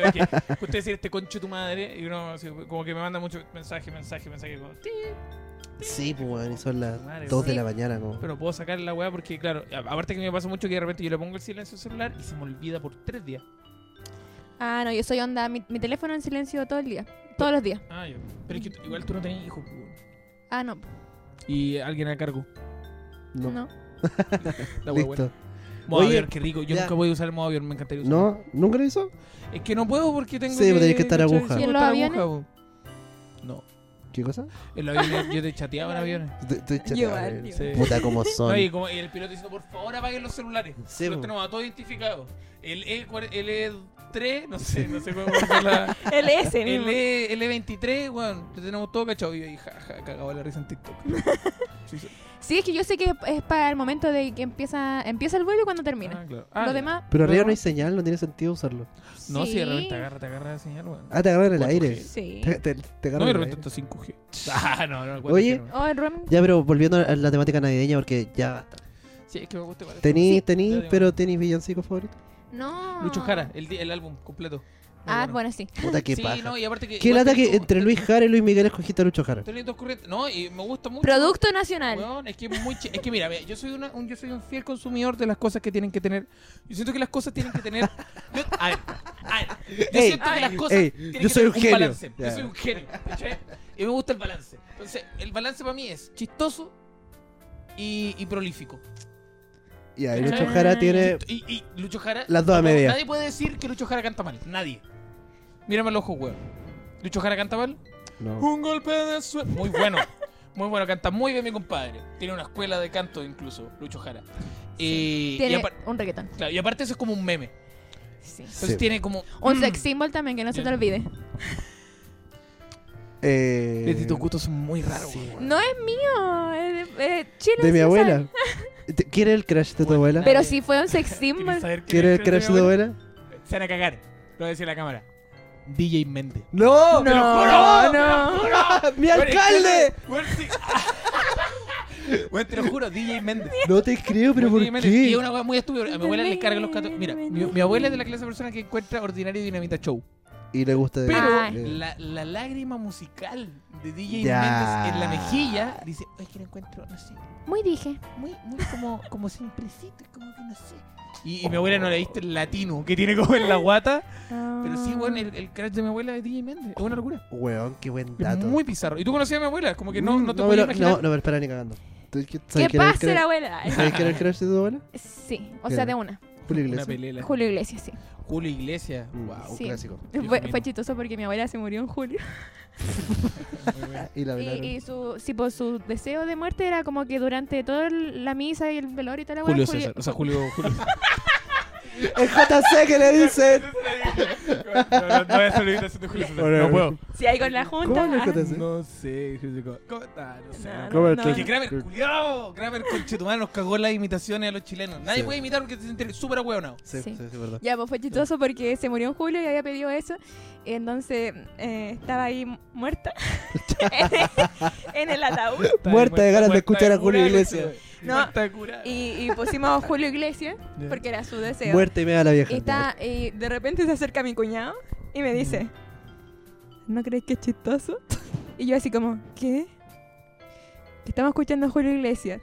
porque usted decir este concho tu madre y uno así, como que me manda mucho mensaje, mensaje, mensaje. Como, "Ti".
Sí, pues, weón, y son las
Madre,
2 de
sí.
la mañana, como.
pero no puedo sacar la weá porque, claro, a- aparte que me pasa mucho que de repente yo le pongo el silencio al celular y se me olvida por tres días.
Ah, no, yo soy onda. Mi, mi teléfono en silencio todo el día. Todos los días.
Ah, yo. Pero es que tú- igual tú no tenés hijos. pues, weón.
Ah, no.
Y alguien a cargo.
No,
No.
*laughs* La weá buena.
listo.
Modo
Oye,
avión, qué rico. Yo
ya.
nunca voy a usar el modo avión, me encantaría usarlo.
¿No? ¿Nunca lo hizo?
Es que no puedo porque tengo
Sí,
que...
tenés que estar
¿cachai?
aguja.
Sí,
¿Y en
tengo
los
que estar
aviones?
aguja, po. No.
¿Qué cosa?
En los aviones, yo te chateaba en aviones.
Te- te echaste
Yo
a
igual,
ver.
yo
igual.
Puta, como
*laughs* No, y,
son.
como, y el piloto diciendo, por favor, apaguen los celulares.
Sí,
los
po.
tenemos a todos identificados. El, e, cuare- el E3, no sé, no sé cómo va a ser la...
El S
*laughs* El, e, el E23, weón, lo tenemos todo cachado. Y yo, jaja, cagado la risa en TikTok. Sí, sí.
Sí, es que yo sé que es para el momento de que empieza empieza el vuelo y cuando termina.
Ah, claro. Ah,
Lo
ya.
demás.
Pero arriba
Luego-
no hay señal, no tiene sentido usarlo.
No, si
sí.
de repente agarra, te agarra la señal, weón.
Ah, te agarran el
4G.
aire.
Sí.
Te, te, te agarran
No, de
el
repente
aire. *laughs*
está 5G. Ah, no, no, 4G
Oye.
no.
Oh, el Rom.
Ya, pero volviendo a la temática navideña, porque ya.
Sí, es que me gusta igual.
Tení,
Sí. Ya
tení,
digo.
pero tenís villancico favorito.
No.
Lucho Jara, el, di- el álbum completo. Muy
Ah, bueno, sí.
Puta, qué
sí,
paja.
no, y aparte que.
Qué
igual
lata que
tenés como-
entre Luis Jara y Luis Miguel escogiste a Lucho Jara.
tenés dos corrientes. No, y me gusta mucho.
Producto nacional.
Weón, es que es muy chi- es que mira, mira, yo soy una- un yo soy un fiel consumidor de las cosas que tienen que tener. Yo siento que las cosas tienen que tener. Yo, a ver, a ver, yo
Ey,
siento que las cosas
ey,
tienen
yo
que
soy
tener
un genio.
balance.
Ya.
Yo soy un genio, ¿cachai? Y me gusta el balance. Entonces, el balance para mí es chistoso y, y prolífico.
Y ahí
Ah.
Lucho Jara tiene.
Y, y Lucho Jara.
Las dos a
no,
media.
Nadie puede decir que Lucho Jara canta mal. Nadie. Mírame al ojo, weón. ¿Lucho Jara canta mal?
No.
Un golpe de suerte. Muy bueno. Muy bueno, canta muy bien mi compadre. Tiene una escuela de canto incluso, Lucho Jara. Eh, y,
Tiene
apar-
un reggaetón.
claro, y aparte eso es como un meme.
Sí.
Entonces
Sí.
tiene como... mm.
Un sex symbol también, que no se te
Ya.
olvide.
Eh,
Desde tus gustos son muy raros. weón.
No es mío. Es de, eh, Chile.
De mi
sí lo
abuela.
sabe.
¿Te- ¿Quiere el crash de tu abuela?
Pero si fue un
*laughs*
sex
¿Quieres
symbol.
saber quién
¿Quiere
es
el
que
crash de
tiene
tu
abuela?
abuela?
Se van a cagar. Lo voy a decir a la cámara. DJ Méndez.
¡No!
¡Te lo juro! ¡Te lo
no.
juro!
¡Mi
Bueno,
alcalde!
bueno, sí. *laughs* Bueno, te lo juro, DJ Méndez.
No te creo, pero
Bueno,
¿por
DJ Méndez. Y es
qué?
una weá muy estúpida. A mi abuela le cargan los católicos. Mira, mi, mi abuela es de la clase de personas que encuentra ordinario y dinamita show.
Y le gusta.
Pero
Ay.
eh,
la, la lágrima musical de DJ
Ya.
Méndez en la mejilla dice, es que lo encuentro, no sé,
Muy dije.
muy, muy como, como simplecito, como que no sé. Y, y mi abuela no le diste el latino que tiene como en la guata. Pero
Ah.
sí, bueno, el, el crash de mi abuela es DJ Méndez. Es una locura.
Weón, qué buen
Es
dato.
muy bizarro. ¿Y tú conocías a mi abuela? Como que no,
Mm,
no te
no,
podías
pero-
imaginar.
No, no, pero espera ni cagando. ¿Tú- ¿Qué
¿Qué
sabes quién es el
pase la
crash-
*laughs* abuela? Eh,
¿Sabes quién era el crash de tu abuela?
Sí, o
¿Quién
sea,
era?
de una.
Julio
Una
Iglesias.
pelela.
Julio Iglesias, sí.
Julio Iglesias.
Mm.
Wow.
Un
Sí.
clásico.
Fue,
mío.
fue chistoso porque mi abuela se murió en julio.
Ah, Y la
Y,
velaron.
y su, sí, pues, su deseo de muerte era como que durante toda el- la misa y el velorio y toda la weá,
Julio César. O sea, Julio... Julio...
El JC que le dicen.
no, no, no, voy a hacer la imitación de Julio César. No puedo.
Sí, ahí con la junta. ah,
¿Cómo no JC?
No sé, ¿cómo, cómo- ah, no sé.
No,
no.
no,
¿Cómo
no,
te-
Es que
no.
Kramer, culiao, Kramer conchetumano nos cagó las imitaciones a los chilenos. Nadie
Sí.
puede imitar porque se siente súper ahueonado.
Sí, sí,
Sí.
sí, verdad.
Ya, pues fue chistoso porque se murió en julio y había pedido eso. Entonces eh, estaba ahí mu- muerta *laughs* en el ataúd.
Muerta de ganas de escuchar a Julio Iglesias.
No.
Muerta de cura.
Y, y pusimos Julio Iglesias porque era su deseo.
Muerte y me da la vieja.
Y, está, y de repente se acerca mi cuñado y me dice, ¿no crees que es chistoso? *laughs* Y yo así como, ¿qué? Que Estamos escuchando a Julio Iglesias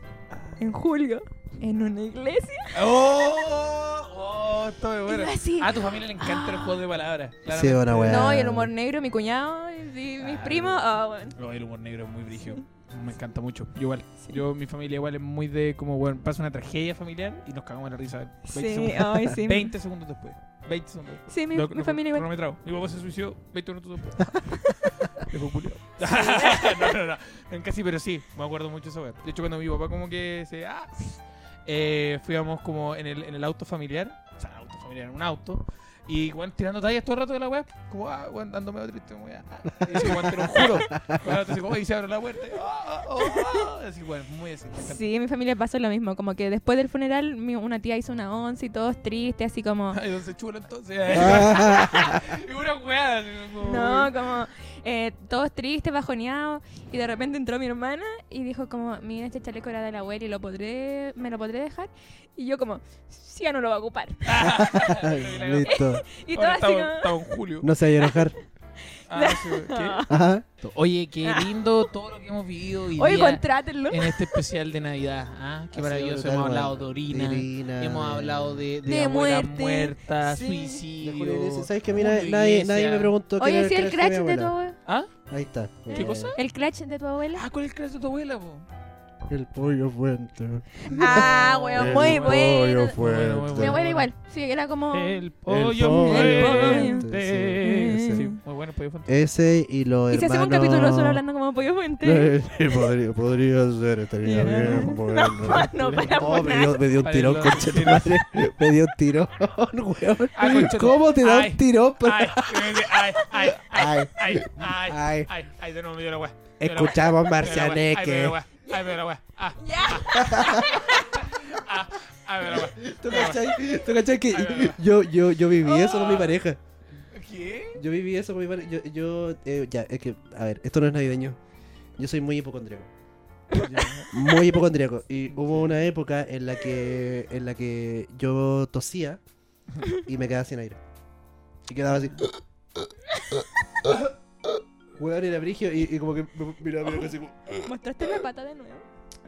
en julio en una iglesia.
*laughs* ¡Oh! ¡Oh! Esto
Y
es
yo
bueno.
así,
Ah, A tu familia le encantan los juegos de palabras.
Sí,
claramente.
una weá.
no, y el humor negro, mi cuñado y, y mis
Claro.
primos, ah, bueno.
No, el humor negro es muy brígido. Me encanta mucho. Yo igual. Yo, mi familia igual es muy de como, bueno, pasa una tragedia familiar y nos cagamos la risa. 20
Sí,
segundos,
ay,
*laughs*
sí.
20 segundos después. 20 segundos después.
Sí, mi,
Lo-
mi
lo-
familia igual.
cronometrado. Mi papá se suicidó 20 minutos después. Le fue culiao. *laughs* no, no, no. En Casi, pero sí. Me acuerdo mucho de esa wea. De hecho, cuando mi papá como que se... Ah, eh, fuimos como en el, en el auto familiar. O sea, auto familiar, en un auto. Y weón, tirando tallas todo el rato de la web, como ah, weón, dándome medio triste, como ya. ah. Y así, weón, te lo juro.
*laughs*
Weón, así como, "Oye, se abre la puerta. y, ah, ah, ah, ah. Así, weón, muy así. me encanta.
Sí, en mi familia pasó lo mismo, como que después del funeral mi- una tía hizo una once y todos tristes, así como...
Ay, ¿dónde se chula entonces? *laughs* y una weá. así, como,
No, como eh, todos tristes, bajoneados. Y de repente entró mi hermana y dijo como, mira, este chaleco era de la abuela y lo podré, me lo podré dejar. Y yo como, sí, ya no lo va a ocupar. *laughs*
Listo.
Y todo
Ahora
así
estaba,
como...
estaba en julio.
No se vaya a enojar.
Ah, sí, ¿qué?
Ajá.
Oye, qué lindo todo lo que hemos vivido hoy
Oye,
día
contrátenlo.
en este especial de Navidad. ¿ah?
Ha
Qué
sido
maravilloso.
brutal,
Hemos
weón.
hablado de orina.
De orina,
Hemos
de-
hablado de, de,
De
abuelas
muerte,
muertas,
sí.
De
suicidio.
Julio Iglesias. ¿Sabes que a mí
Julio
nadie, nadie,
Iglesias.
nadie me preguntó qué
Oye,
era
sí, el
crash
crash
de mi
de tu
abuela?
abuela.
¿Ah?
Ahí está.
¿Qué cosa?
El crash de tu abuela.
Ah, ¿cuál es el crash de tu abuela, po?
El pollo fuente.
Ah, weón, muy
El
bueno.
Bueno, bueno,
Mi
bueno.
abuela igual. Sí, era como...
El
pollo
pollo
fuente.
fuente.
Sí,
Sí,
sí.
muy bueno el pollo fuente.
Ese y lo
Y
hermano...
se hacía un capítulo solo hablando como pollo fuente.
Sí, podría, podría ser, estaría bien. bueno.
*laughs* No, para
Oh, me
poner.
dio, me dio un
Para
tirón,
el lado
concha tu madre. *laughs* Me dio un tirón, *laughs* weón.
Ah, concha tu-
¿Cómo te da
Ay.
un tirón? pa-
Ay, ay, ay, ay, ay, ay,
Ay.
ay, ay, ay, de nuevo me dio la weá.
Escuchamos
Ay, me dio la
Marcianeque.
weá. Ay, me dio la weá. Ah, ah, ay, me dio la weá.
*laughs* ¿Tú cachai? ¿Tú cachai que
Ay, me dio
yo,
la
yo, yo viví eso con mi pareja?
weá. ¿Qué?
Yo viví eso con mi pareja. Yo, yo eh, ya, es que, a ver, esto no es navideño. Yo soy muy hipocondríaco. Muy hipocondríaco. Y hubo una época en la que, en la que yo tosía y me quedaba sin aire. Y quedaba así. Weón era brigio y, y como que me miraba, miraba así como.
Mostraste la pata de nuevo.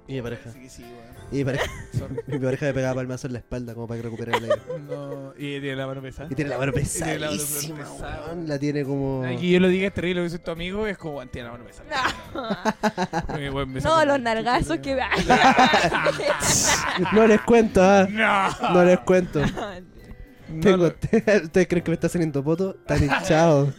Y mi pareja.
Sí, que sí, weón.
*laughs* Y mi pareja,
*laughs* Sorry.
mi pareja me pegaba palmazo en la espalda como para que recuperara el aire.
No, y tiene la mano pesada.
Y tiene la mano
tiene la mano
pesadísima,
pesada.
weón. La tiene como.
Aquí yo lo diga es terrible, lo dice tu amigo, es como, "Bueno, tiene la mano pesada. Eh, bueno,
No,
me saco-
los nalgazos que...
No les cuento, ah.
No.
No les cuento. Tengo, *laughs*
no.
¿Ustedes creen que me está saliendo poto?
*laughs*
Están hinchados. *laughs*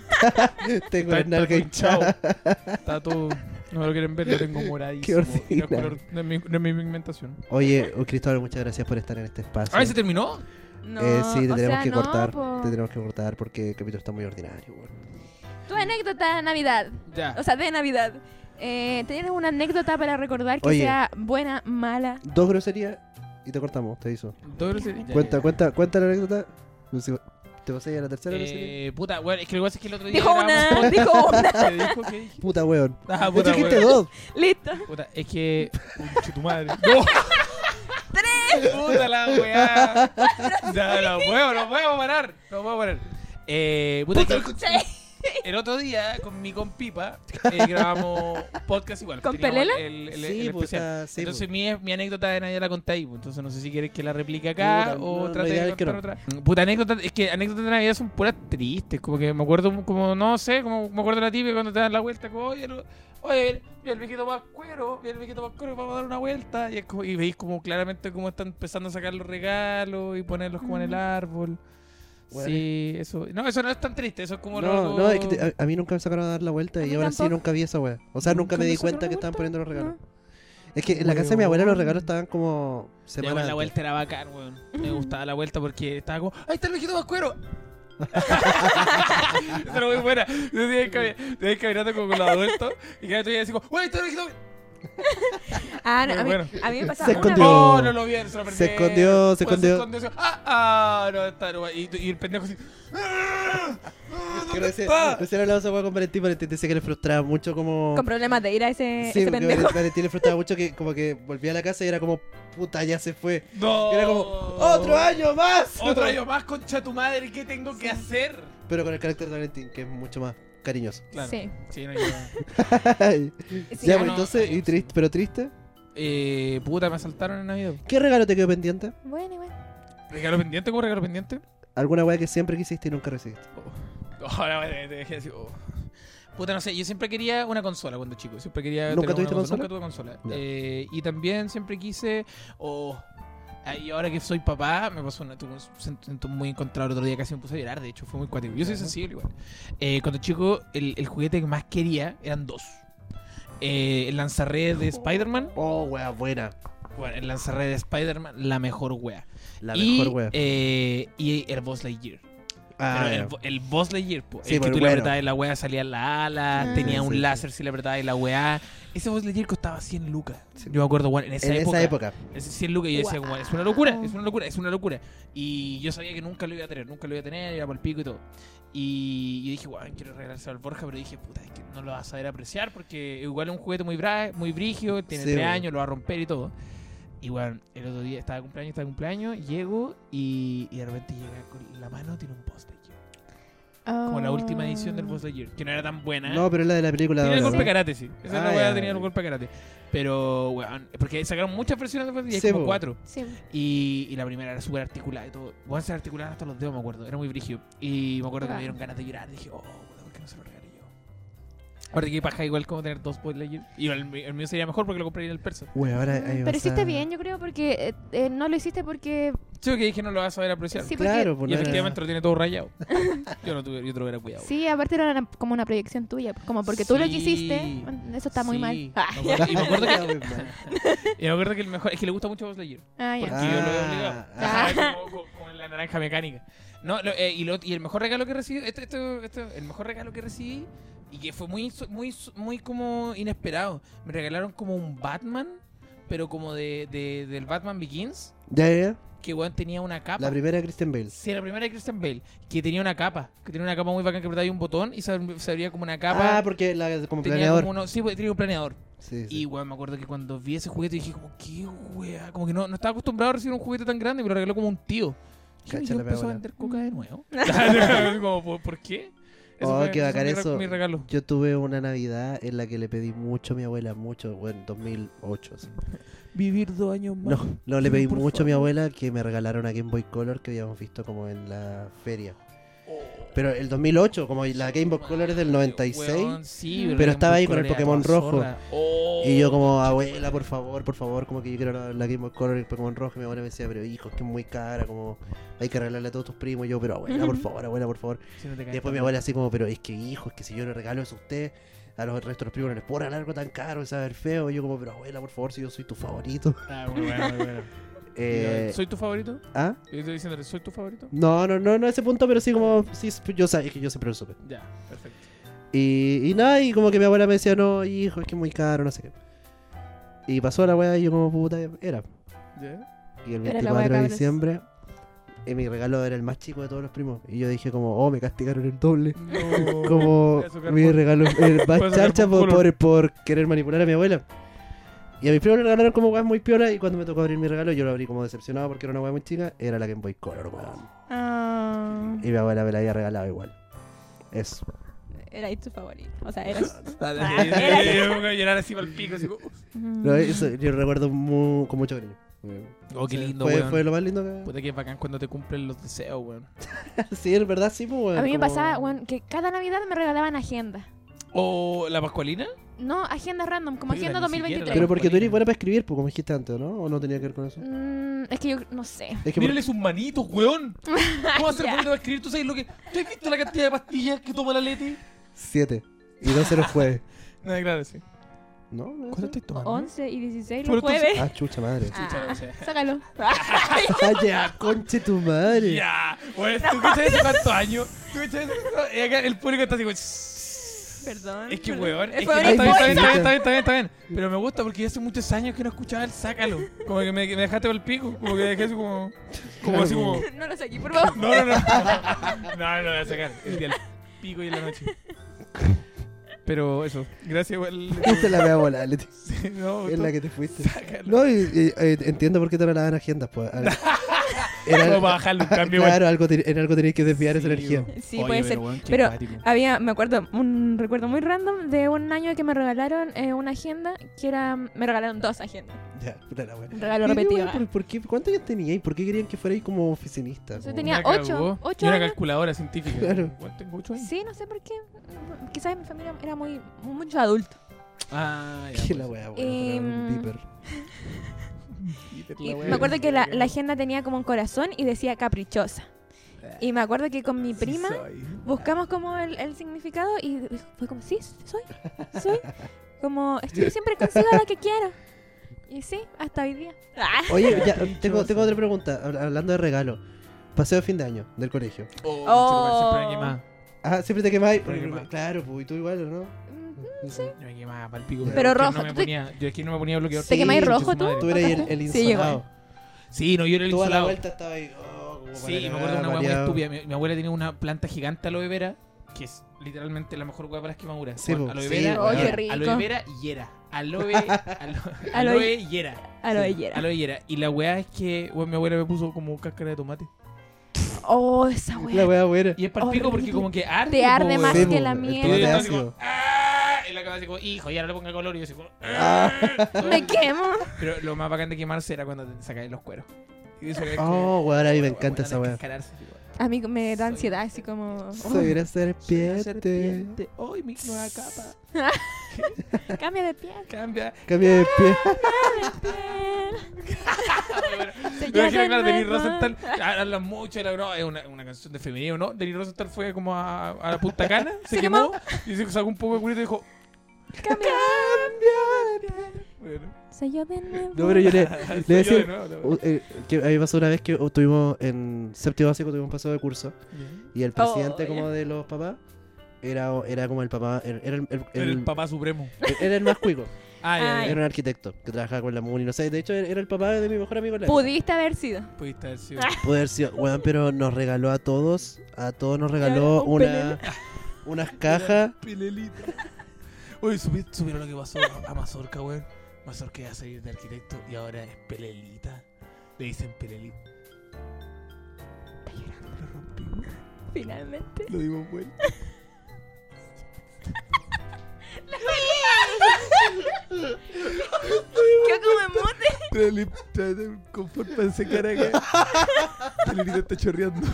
Tengo
Está-
la
está
nalga
todo
hinchada. *laughs*
hinchado. Está todo. No me lo quieren ver, lo tengo
Qué
moradísimo. Y
ordinario.
no es color- No es mi, no es mi pigmentación.
Oye, oh, Cristóbal, muchas gracias por estar en este espacio.
Ah, ¿se terminó?
*laughs* No,
Eh, sí, te
o
tenemos
sea,
que
no,
cortar.
po.
Te tenemos que cortar porque el capítulo está muy ordinario. weón.
Tu anécdota de Navidad.
Ya.
O sea, de Navidad. Eh, ¿Tienes una anécdota para recordar que
Oye.
sea buena, mala?
Dos groserías y te cortamos, te hizo.
Todo lo que- ya,
Cuenta,
ya.
cuenta, cuenta la anécdota. No sé, ¿Te pasé a la tercera grosería?
Eh, puta, bueno, es que lo que pasa es que el otro día.
Dijo
grabamos
una, *laughs*
un
dijo
*laughs*
una.
podcast, ¿Te dijo qué dije?
Puta weón.
*laughs* Ah,
De hecho,
puta,
dijiste
weón.
dos.
Listo.
Puta, es que. Conche tu *laughs* madre. ¡No! ¡Tres! ¡Puta la weá! *laughs* Ya, no puedo, no puedo parar. No puedo parar. Eh, puta, que- el otro día con mi compipa eh, grabamos un podcast igual.
¿Con
teníamos
Pelela?
El, el- el
Sí,
especial.
puta, sí,
Entonces
puta.
mi, mi anécdota de nadie la conté ahí, pues. entonces no sé si quieres que la replique
pues.
acá
Puta, no,
o
la
trate
idea
de
es que
contar otra. Puta anécdota, es que anécdotas de Navidad son puras tristes, como que me acuerdo como no sé, como me acuerdo de la típica cuando te dan la vuelta como oye, lo- oye, mira el viejito más cuero, mira el viejito más cuero, vamos a dar una vuelta y, es como- y veis como claramente cómo están empezando a sacar los regalos y ponerlos como en el árbol.
Bueno.
Sí, eso. No, eso no es tan triste, eso es como
No,
lo-
no, es que te- a, a mí nunca me sacaron a dar la vuelta
A
y
mí
ahora sí
tampoco.
nunca vi esa wea. O sea, nunca
¿Nunca
me
te
di
sacaron
cuenta
la
que estaban
vuelta?
poniendo los regalos.
No.
Es que en la casa de mi abuela los regalos estaban como
Ya, weón,
semanas.
la vuelta era bacán, weón. Me *laughs* gustaba la vuelta porque estaba como, ¡ahí está el viejito más cuero! Esa era muy buena. Yo te ibas caminando como con los adultos y cada vez te ibas así como, ¡Uy, ahí está el viejito! más-".
Ah, no, a, mí,
Bueno.
a mí me pasaba.
Se
una
escondió.
vez-
¡Oh, no lo vieron! Se lo
Se
perdieron.
escondió, se
Weón,
escondió.
se así, ¡Ah, ah! No, está, no, y, y el pendejo así, ¡Ah! ah,
Que
¿Dónde
Recién
está?
recién hablaba esa wea con Valentín, Valentín decía que le frustraba mucho como...
Con problemas de ir a ese,
Sí,
ese
porque
pendejo.
Valentín- Valentín le frustraba mucho que como que volvía a la casa y era como, puta, ya se fue.
¡No!
Era como, ¡otro año más!
¡Otro año más, concha tu madre! ¿Qué tengo que hacer?
Pero con el carácter de Valentín, que es mucho más cariñoso.
Claro.
Sí.
Sí, no, yo...
*laughs*
Sí,
ya, pues
ah, no,
entonces, y
sí.
triste, pero triste.
Eh, puta, me asaltaron en Navidad.
¿Qué regalo te quedó pendiente?
Bueno, igual.
¿Regalo pendiente? ¿Cómo regalo pendiente? *laughs*
¿Alguna wea que siempre quisiste y nunca recibiste?
Ahora me dejé así. oh. Puta, no sé, yo siempre quería una consola cuando chico. Siempre quería
¿Nunca
tener
tuviste
una
consola?
Eh, Nunca tuve consola.
Ya.
Eh, y también siempre quise. O. ah, y ahora que soy papá, me pasó una, tuve un sentimiento muy encontrado el otro día, casi me puse a llorar, de hecho, fue muy cuático. Yo soy sensible igual. Eh, cuando chico, el, el juguete que más quería eran dos. Eh, el lanzarred de Spider-Man.
Oh, wea, buena.
Bueno, el lanzarred de Spider-Man, la mejor wea.
La
y,
mejor wea.
eh, y el Boss Lightyear.
Ah,
Pero el,
ya.
bo- el Boss Lightyear, po,
Sí,
el
po,
que
el
tú le
güero.
apretabas la weá, salía la ala,
Ah.
tenía un
Sí, sí.
láser si le apretabas la weá. Ese Boss Lightyear costaba 100 lucas. Yo me acuerdo, weón, en esa
en
época.
esa época.
ese 100 lucas, y yo decía, como, es una locura, es una locura, es una locura. Y yo sabía que nunca lo iba a tener, nunca lo iba a tener, iba por el pico y todo. Y yo dije, weón, quiero regalarse al Borja, pero dije, puta, es que no lo vas a saber apreciar porque igual es un juguete muy, bra muy brigio, tiene
Sí,
3
weón.
años, lo va a romper y todo. Y bueno, el otro día estaba de cumpleaños, estaba de cumpleaños, llego y, y de repente llega con la mano, tiene un post Lightyear. Como la última edición del Boss Lightyear, que no era tan buena.
No, pero es la de la película de
Tenía el
ahora,
golpe
¿no?
karate, sí. Esa
Ah,
no weá
ya,
tenía el
ya.
golpe karate. Pero, weón, porque sacaron muchas versiones del Boss Lightyear,
Sí,
como
po.
cuatro.
Sí.
Y, y la primera era súper articulada y todo. Weón, se articulada hasta los dedos, me acuerdo. Era muy brígido. Y me acuerdo que me dieron ganas de llorar. Dije, oh, weón, ¿por qué no se lo regalé yo? Aparte que paja igual como tener dos Boss Lightyear. Y el, mi- el mío sería mejor porque lo compraría en el persa.
Wea, ahora ahí
Mm,
vas
Pero hiciste
a-
bien, yo creo, porque eh, eh, no lo hiciste porque...
Sí, porque dije, no lo vas a saber apreciar.
Sí, porque-
Claro, pues
Y
no era- *laughs*
efectivamente lo tiene todo *laughs* rayado. yo no tuve, yo te lo hubiera cuidado.
Sí, aparte era una- como una proyección tuya, como porque tú lo
Sí.
quisiste, eso está muy
Sí.
mal.
Me
Ah,
acuerdo- y me acuerdo que-
Muy mal.
y me acuerdo que el mejor es que le gusta mucho Buzz Lightyear.
ah, ya.
Porque yo lo he
Ah,
obligado.
ah.
Ajá, como- como- como en la naranja mecánica. No, lo- eh, y, lo- y el mejor regalo que recibí, esto, esto- esto- el mejor regalo que recibí y que fue muy, so- muy, so- muy como inesperado. Me regalaron como un Batman, pero como de, de- del Batman Begins,
Ya, ya, ya.
que weón tenía una capa.
La primera de Kristen Bell.
Sí, la primera de Christian Bale, que tenía una capa, que tenía una capa muy bacán que apretaba ahí un botón y se, ab- se abría como una capa.
Ah, porque la, como
tenía
planeador.
como uno- sí, pues, tenía un planeador.
Sí, sí.
Y weón, me acuerdo que cuando vi ese juguete dije como, qué wea, como que no, no estaba acostumbrado a recibir un juguete tan grande y me lo regaló como un tío. Y yo
Cacha
empecé
la
a
pegona.
vender coca
*laughs*
de nuevo. *laughs* como, ¿por, por qué?
Oh, qué
ese
bacán
mi re-
eso.
Mi regalo.
Yo tuve una Navidad en la que le pedí mucho a mi abuela, mucho, bueno, 2008. así.
Vivir dos años más.
No, no le pedí
Por
mucho a mi
favor.
abuela que me regalaron a Game Boy Color que habíamos visto como en la feria.
Oh.
Pero el 2008, como la Game Boy Color es del 96.
Weón,
*laughs*
sí,
pero estaba ahí
Game Boy
con el
Color
Pokémon
era toda
rojo.
zorra. Oh.
Y yo como, abuela, por favor, por favor, como que yo quiero la, la Game Boy Color y el Pokémon Rojo. Y mi abuela me decía, pero hijo, es que es muy cara, como hay que regalarle a todos tus primos. Y yo, pero abuela, por favor, abuela, por favor.
Si no te
Y
caes
después mi
tanto.
abuela así como, pero es que hijo, es que si yo le regalo eso a usted, a los restos de los primos no les puedo regalar algo tan caro, se va a ver feo. Y yo como, pero abuela, por favor, si yo soy tu favorito.
Ah, muy bueno, muy bueno.
*laughs* Eh,
¿Soy tu favorito?
¿Ah?
Yo estoy diciéndole, ¿soy tu favorito?
No, no, no, no a ese punto, pero sí como, sí, yo sabía que yo siempre lo supe.
Ya, perfecto.
Y, y nada, y como que mi abuela me decía, no, hijo, es que es muy caro, no sé qué. Y pasó la weá y yo como, puta, era.
¿Ya?
Y el
Era la
24
wea,
de
cabros.
diciembre, eh, mi regalo era el más chico de todos los primos. Y yo dije como, oh, me castigaron el doble.
No.
*laughs* Como
Voy a sacar
mi
por-
regalo
*laughs*
el
voy a
más
sacar
charcha
por
por,
culo.
por, por querer manipular a mi abuela. Y a mis primos le regalaron como weas muy piola y cuando me tocó abrir mi regalo yo lo abrí como decepcionado porque era una wea muy chica, era la Game Boy Color, weón.
Ah,
Y mi abuela me la había regalado igual. Eso.
Era ahí tu favorito. O sea,
*laughs*
eras. *laughs*
Y yo me voy a llorar así para el pico. Así como... "Uh". Mm.
Mm.
Lo- eso yo lo recuerdo mu- con mucho cariño.
Oh, qué
Sí,
lindo,
fue,
weón.
fue lo más lindo que...
Puta que bacán cuando te cumplen los deseos, weón.
*laughs* Sí, en verdad sí, pues, weón,
a mí me
como-
pasaba weón, que cada Navidad me regalaban agenda.
¿O Oh, la Pascualina?
No, agenda random, como
Oiga,
agenda
ni siquiera la-
2023.
Pero porque tú eres buena para escribir, pues como dijiste antes, ¿no? ¿O no tenía que ver con eso?
Mm, es que yo no sé.
Es que por-
Mírale sus manitos, weón. ¿Cómo
*laughs*
hacer
Ya.
bonito para escribir? ¿Tú sabes lo que.? ¿Tú has visto la cantidad de pastillas que toma la Leti?
7 y 12 los jueves.
*laughs* No, claro, sí.
¿No? ¿No es
¿Cuánto
así?
estás tomando?
11 y 16
Pero
los
tú-
jueves.
Ah, chucha madre.
Chucha, no sé.
Sácalo.
*laughs* ya, conche tu madre.
Ya, weón, ¿tú qué sabes hace cuántos años? ¿Tú qué sabes hace cuántos- y acá El público está así, como, "Shh".
*laughs* Perdón,
Es que,
perdón.
weón.
Es
Es que,
por
está, bien,
Invoice.
está, bien, está bien, está bien, está bien, está bien. Pero me gusta porque hace muchos años que no escuchaba el sácalo. Como que me, que me dejaste por el pico. Como que dejé eso como. Como así como.
*laughs* No lo saqué, por favor.
No, no, no. No, no lo voy a sacar. El día del pico y en la noche. Pero eso. Gracias, igual.
Esta es la wea bola, Leti.
Sí, no,
Es
tú-
la que te fuiste.
sácalo. *laughs*
No, y, y- eh, entiendo por qué te regalaban agendas, pues. A ver. Era-
Vamos a bajarle un cambio, güey.
Claro, algo te- en algo tenéis que desviar esa energía.
Sí, puede ser. pero había, me acuerdo, un recuerdo muy random de un año que me regalaron eh, una agenda que era. Me regalaron dos agendas.
Ya, puta la wea.
Un regalo
Y digo,
repetido.
¿por, por qué, ¿Cuánto años teníais? ¿Por qué querían que fuerais como oficinista?
Yo
como-
tenía
La
ocho.
cagó.
ocho
Y una
años.
calculadora científica.
Claro.
Bueno, tengo ocho años.
Sí, no sé por qué. Quizás mi familia era muy. mucho adulto.
Ah, ya.
¿Qué
pues.
la wea, weón?
Eh,
Era un beeper.
Quítate la
Y
wea,
me acuerdo
yo
que la,
creo.
la agenda tenía como un corazón y decía caprichosa. Y me acuerdo que con mi
Sí
prima
soy.
buscamos como el, el significado y dijo- fue como, sí, soy,
*laughs*
soy. Como, estoy siempre consigo lo que quiero. Y sí, hasta hoy día. Ah,
Oye,
*laughs*
ya, tengo, tengo otra pregunta. habla- Hablando de regalo. Paseo de fin de año del colegio.
Oh,
Oh.
conchetumare, siempre me quemaba.
Ah, siempre te quemáis.
Siempre me quemaba.
Claro, pues, y tú igual, ¿o ¿no?
mm,
Yo me quemaba pa'l pico,
Pero
es que
rojo,
No me
¿tú te-
ponía, yo es que no me ponía bloqueador.
¿Te quemáis
Sí,
rojo
conche su
tú?
madre.
Tú eras el, el
Sí, igual.
insolado.
Sí, no, yo era el
Toda la
insolado.
vuelta estaba ahí. oh, como para
Sí, me
cagar,
acuerdo de una hueá muy
mareado.
estúpida. Mi, mi abuela tenía una planta gigante aloe vera, que es literalmente la mejor hueá para las quemaduras.
Sí,
Bueno,
po.
aloe
Sí,
vera,
weón.
Oye, rico.
aloe vera y hiera. Aloe,
*laughs*
alo- aloe,
Aloe-
hiera.
A lo de
Sí,
Yera.
Aloe hiera. Y la weá es que weón, mi abuela me puso como cáscara de tomate.
Oh, esa
La
wea.
wea buena.
Y es pa'l pico porque
Horrible.
como que
Oh,
arde.
Te
po,
arde
weón.
más
Sí,
que
po,
la
el
mierda.
Y yo
tomate
estaba así
ácido.
como, "Ah", En la cabeza así como, hijo, ya no le ponga color. Y yo así como,
Ah.
*laughs* Me quemo.
Pero lo más bacán de quemarse era cuando te sacáis los cueros. Y eso es
Oh, weón, a mí me
como,
encanta
weón,
esa weá.
descascararse, así, weón.
A mí me da
Soy-
ansiedad, así como. oh,
Soy una serpiente.
serpiente. Hoy mi nueva capa.
cambia de piel.
Cambia.
Cambia de pie.
Se
Me
llama
imagino, claro, Denis
nuevo.
Rosenthal. ah, Hablan mucho de la. No, es una, una canción de femenino, ¿no? Denis Rosenthal fue como a, a la Punta Cana, se,
Se
quemó. Y se sacó un poco de culito y dijo.
Cambia.
Bueno,
Soy yo de nuevo.
No, pero yo le,
*laughs* soy
le
yo
decía.
de nuevo, la
u- eh, que a mí me pasó una vez que u- tuvimos en séptimo básico tuvimos un paseo de curso
verdad.
y el
Oh,
presidente
ya.
como de los papás era, era como el papá era, era el, el-
Era el
el- e,
papá supremo.
era el más cuico
Ah, ya,
Ay.
ya.
era un arquitecto que trabajaba con la MUNI no sé de hecho era era el papá de mi mejor amigo en la época.
Pudiste haber sido.
Pudiste haber sido.
Puede haber sido, weón, pero nos regaló a todos, a todos nos regaló
un
una, unas cajas.
Pilelita. Oye, ¿supi- ¿supieron lo que pasó a- a Mazorca, weón? Mazorca iba a salir de arquitecto y ahora es Pelelita. Le dicen Pelelita. Lo rompimos.
Finalmente.
Lo dimos vuelta.
*laughs* Quedó como emote.
Pelelita, confórmense, caraca. Pelelita está *laughs* chorreando.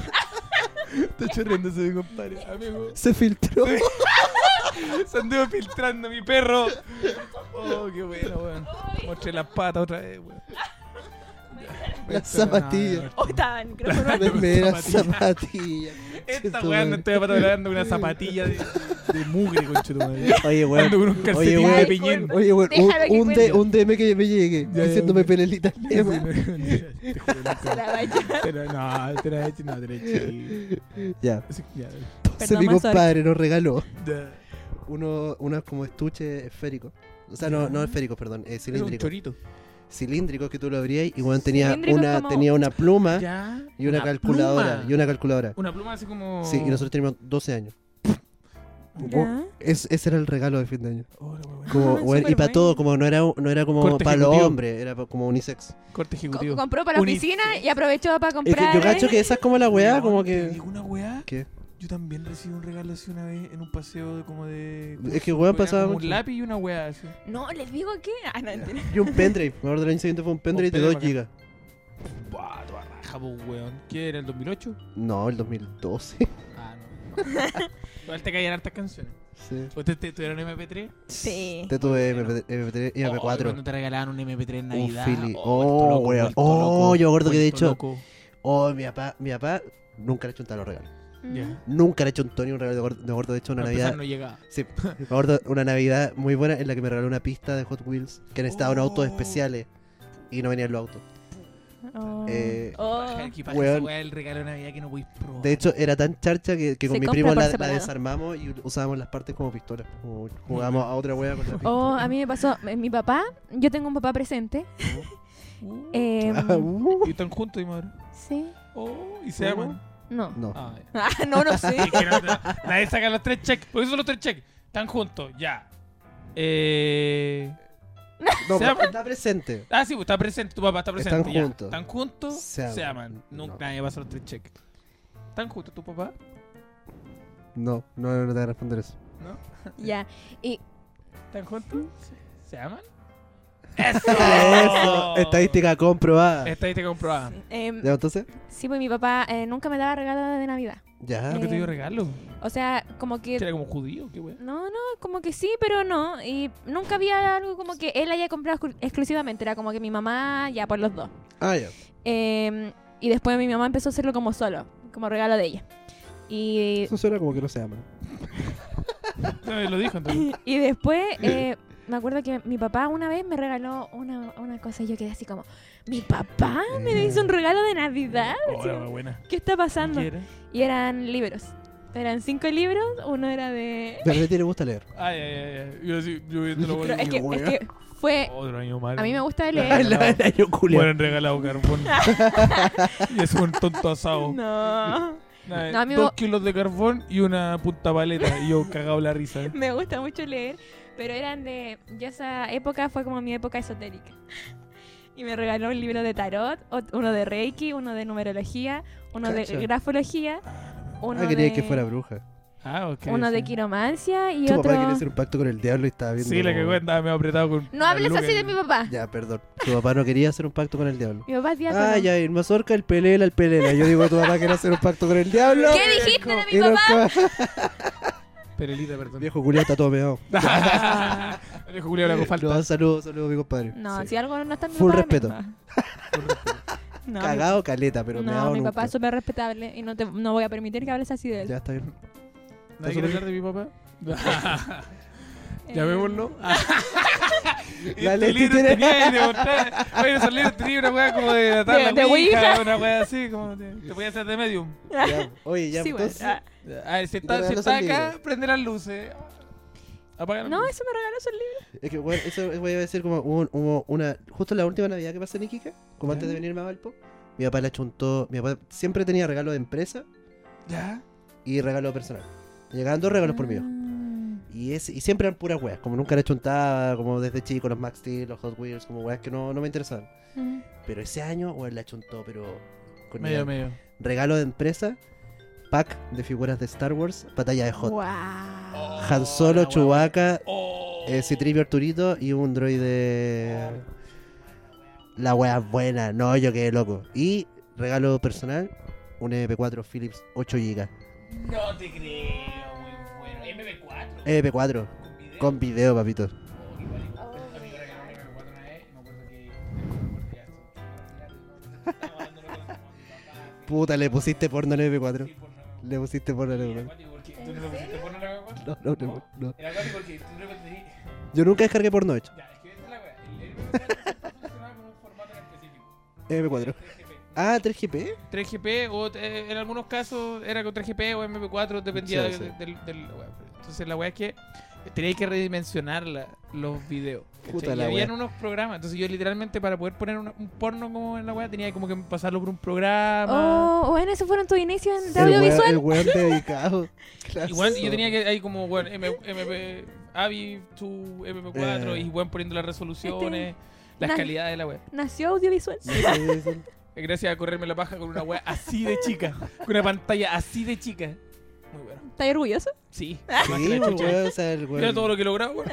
Está chorreando ese compadre. Amigo,
Se filtró.
se anduvo filtrando mi perro. Oh, qué bueno, weón. Mostré las patas otra vez, weón.
Las zapatillas.
Oh, estaba en micrófono.
Remeras,
Zapatillas.
zapatillas.
Esta weá no estoy patologando una zapatilla de, de mugre, concho tu madre.
Oye,
Ando
weón.
con un
Oye,
calcetín de
weón.
piñín.
Oye, weón.
Déjalo que
Un, un,
cuente.
de- un DM que me llegue
Ya, ya,
diciéndome
ya.
pelelita.
Te juro, nunca.
Se la va
*laughs*
a echar.
Te lo- No, te la he hecho, no, te la he hecho.
Ya.
Así que ya,
Entonces mi
Mazorca.
compadre nos regaló
ya.
uno, unos como estuches esféricos. O sea, no, no esféricos, perdón, eh,
Era un
cilíndricos.
chorito.
Cilíndricos que tú lo abrías y weón tenía
Cilíndricos
una,
como-
tenía una pluma
Ya.
y una, calculadora.
pluma. Oh.
Y una calculadora.
Una pluma así como.
Sí, y nosotros teníamos 12 años.
Ya.
Es- ese era el regalo de fin de año.
Oh, la wea, wea.
Como,
Ah,
bueno, y
súper
para
bueno.
todo, como no era, no era como
Corte
para los
ejecutivo.
hombres, era pa- como unisex.
Corte
Co-
ejecutivo.
compró para la
Uni-
oficina y aprovechó para
Es que
comprar. eh.
yo cacho que esa es como la weá,
Weón,
como
te
que.
digo una weá.
¿Qué?
Yo también recibí un regalo así una vez en un paseo de como de.
Es que weón
Era
pasaba
como
mucho.
un lápiz y una weá así.
No, les digo que. Ah, no,
*laughs*
mentira.
Y un pendrive. Me acuerdo del año siguiente fue un pendrive de
pendrive
2 gigas.
Buah, toda raja, po, weón. ¿Qué era el 2008?
No, el 2012.
Ah, no. Igual te caían hartas canciones.
*laughs* sí.
¿Ustedes te- tuvieron MP3?
Sí.
Te tuve MP3 MP3 y
Oh, cuando
MP4.
te regalaban un MP3 en
Un
Navidad.
fili-
vuelto
oh,
loco,
weón.
vuelto
Oh,
loco,
yo me acuerdo que de
vuelto
hecho-
loco.
Oh, mi papá, mi papá nunca le chuntaba los regalos.
Ya.
Nunca le chuntó ni un regalo de gordo. Me acuerdo, de hecho, una
Para empezar,
Navidad.
no llegaba.
Sí,
*laughs*
me acuerdo una Navidad muy buena en la que me regaló una pista de Hot Wheels que necesitaba unos autos
Oh.
especiales eh, y no venían los autos.
Oh.
Eh,
Oh.
Baja aquí, baja
Weón.
esa weá del regalo de Navidad que no podéis probar.
De hecho, era tan charcha que, que con
Se
mi
compra
primo
por
la, la
separado.
desarmamos y usábamos las partes como pistolas. Como jugábamos a otra wea con la pistola.
Oh, a mí me pasó. eh, Mi papá, yo tengo un papá presente. *laughs*
Uh,
Eh,
Ah, *laughs* Uh.
y están juntos, y madre.
sí.
Oh, y se aman.
No.
no.
Ah, ya.
*laughs* Ah, no, no sé. *laughs*
Es que no- no- nadie saca los tres cheques. Por eso son los tres cheques. Están juntos, ya. Eh.
No,
Se
pero
aman.
está presente.
Ah, sí, pues está presente, tu papá está presente.
Están
ya.
juntos.
Están juntos,
Se
se
aman.
aman. Nunca nadie va a hacer tres cheques. ¿Están juntos tu papá?
No, no, no te voy a responder
*laughs*
eso.
¿No?
Ya. Y
¿Están juntos? ¿Se aman? Oh.
Eso, estadística comprobada.
Estadística comprobada.
em,
¿Ya entonces?
sí, pues mi papá eh, nunca me daba regalo de Navidad.
Ya.
¿Nunca te dio
Eh,
regalo?
O sea, como que...
¿Era como judío? ¿Qué weón?
No, no, como que sí, pero no. Y nunca había algo como que él haya comprado exclu- exclusivamente. Era como que mi mamá, ya por los dos.
Ah, ya.
Eh, y después mi mamá empezó a hacerlo como solo, como regalo de ella. Y,
Eso suena como que no se aman.
No, me lo dijo entonces.
*laughs* y después eh, me acuerdo que mi papá una vez me regaló una, una cosa y yo quedé así como, ¿mi papá me hizo un regalo de Navidad? *laughs*
Hola, weón, Oh, buena.
¿Qué está pasando?
¿Qué era?
Y eran libros. Eran cinco libros, uno era de...
Pero a ti le gusta leer.
Ay, ay, ay, ay. Yo sí, yo viendo lo
Pero
bueno.
es que, es que fue...
Otro año malo.
A mí me gusta *laughs*
*laughs*
leer.
El año culiao.
Bueno, regalado *laughs* carbón. y es un tonto asado.
No.
Nada,
No, a mí
eh, dos
me-
kilos de carbón y una punta paleta. Y yo cagado la risa.
*laughs* Me gusta mucho leer, pero eran de. Ya esa época fue como mi época esotérica. *laughs* Y me regaló un libro de tarot, ot- uno de Reiki, uno de numerología, uno
Cacha.
de grafología, uno,
Ah, quería
de,
que fuera bruja.
Ah, ok.
uno de
sí.
quiromancia y
Tu papá
otro.
quería hacer un pacto con el diablo y estaba viendo.
Sí, la
como-
que andaba medio apretado con.
No hables así de mi papá.
Ya, perdón. Tu papá no quería hacer un pacto con el diablo.
Mi papá es diácono.
Ah, ya, el mazorca, el pelela, el pelela. Yo digo, tu papá quería hacer un pacto con el diablo.
¿Qué dijiste de mi
Y no-
papá?
*laughs* Perelita, perdón.
Viejo culiao está todo
*laughs*
meado.
Viejo Julio habla con falta.
No, saludos, saludos, mi compadre.
*laughs* No,
Sí.
si algo no está en mi
Full
papá. es mi
respeto.
papá. *laughs* No,
Cagado caleta,
mi,
pero
no,
meado
mi
nunca.
papá es súper respetable y no, te, no voy a permitir que hables así de él.
Ya está bien.
¿Nadie quiere hablar de mi papá?
Eh,
Llamémoslo.
La Leti tiene-
tenía de mostrar. Oye, esos libros tenía una weá como de atar
De-
la
de
ouija,
ouija.
una weá así, como de- te podía hacer de medium.
*laughs* Ya, Oye, ya,
sí, bueno,
entonces.
ah,
A ver, si
Te
está, si
regalo
está
esos
acá,
libros.
prende las luces. Apaga las
No,
luces.
eso me regaló su libro.
Es que, bueno, eso voy a decir como hubo, un- hubo una. Justo la última Navidad que pasé en Iquique, como antes de venirme a Valpo, mi papá le chuntó. Mi papá siempre tenía regalo de empresa
Ya.
y regalo personal. Llegaban dos regalos por mí.
Ah.
Y, ese- y siempre eran puras weas, como nunca le chuntaba, como desde chico, los Max Steel, los Hot Wheels, como weas que no, no me interesaban.
Mm.
Pero ese año, weón, la chuntó, pero. Con
Medio,
idea.
medio.
Regalo de empresa, pack de figuras de Star Wars, batalla de Hot.
Guau.
Han Solo,
Oh, la weá.
Chewbacca,
Oh.
eh, C-3PO Arturito y un droide. La wea buena, no, yo quedé loco. Y regalo personal, un MP4 Philips 8 GB.
No te creo, muy bueno. MP4.
MP4,
con video. Oh,
con video, papito.
eh. eh.
*laughs* Puta, le pusiste porno al MP4. Le pusiste porno al MP4. No, no, no, no. Yo nunca descargué porno, de hecho. MP4. Eh, Ah, 3GP.
3GP o eh, en algunos casos era con 3GP o MP4, dependía
Sí, sí.
de- del, del- la weá. Entonces la weá es que teníais que redimensionar la- los videos. ¿cachai?
Puta
y
la
habían
weá.
unos programas. Entonces yo literalmente para poder poner una- un porno como en la weá tenía como que pasarlo por un programa.
Oh, bueno, esos fueron tus inicios en
El weón, el
audiovisual.
weón dedicado. Claro.
*laughs* Igual yo tenía que ahí como bueno, M- MP, Avi, tu
*laughs*
MP4
Eh.
y bueno, poniendo las resoluciones, las
Nas-
calidades de la weá.
Nació audiovisual.
Sí, sí, sí.
Gracias a correrme la paja con una weá así de chica, con una pantalla así de chica. Muy bueno.
¿Estás orgulloso?
Sí, más que
Sí,
la
pues,
chucha.
weón, o sea, el weón.
Mira todo lo que he logrado, weón.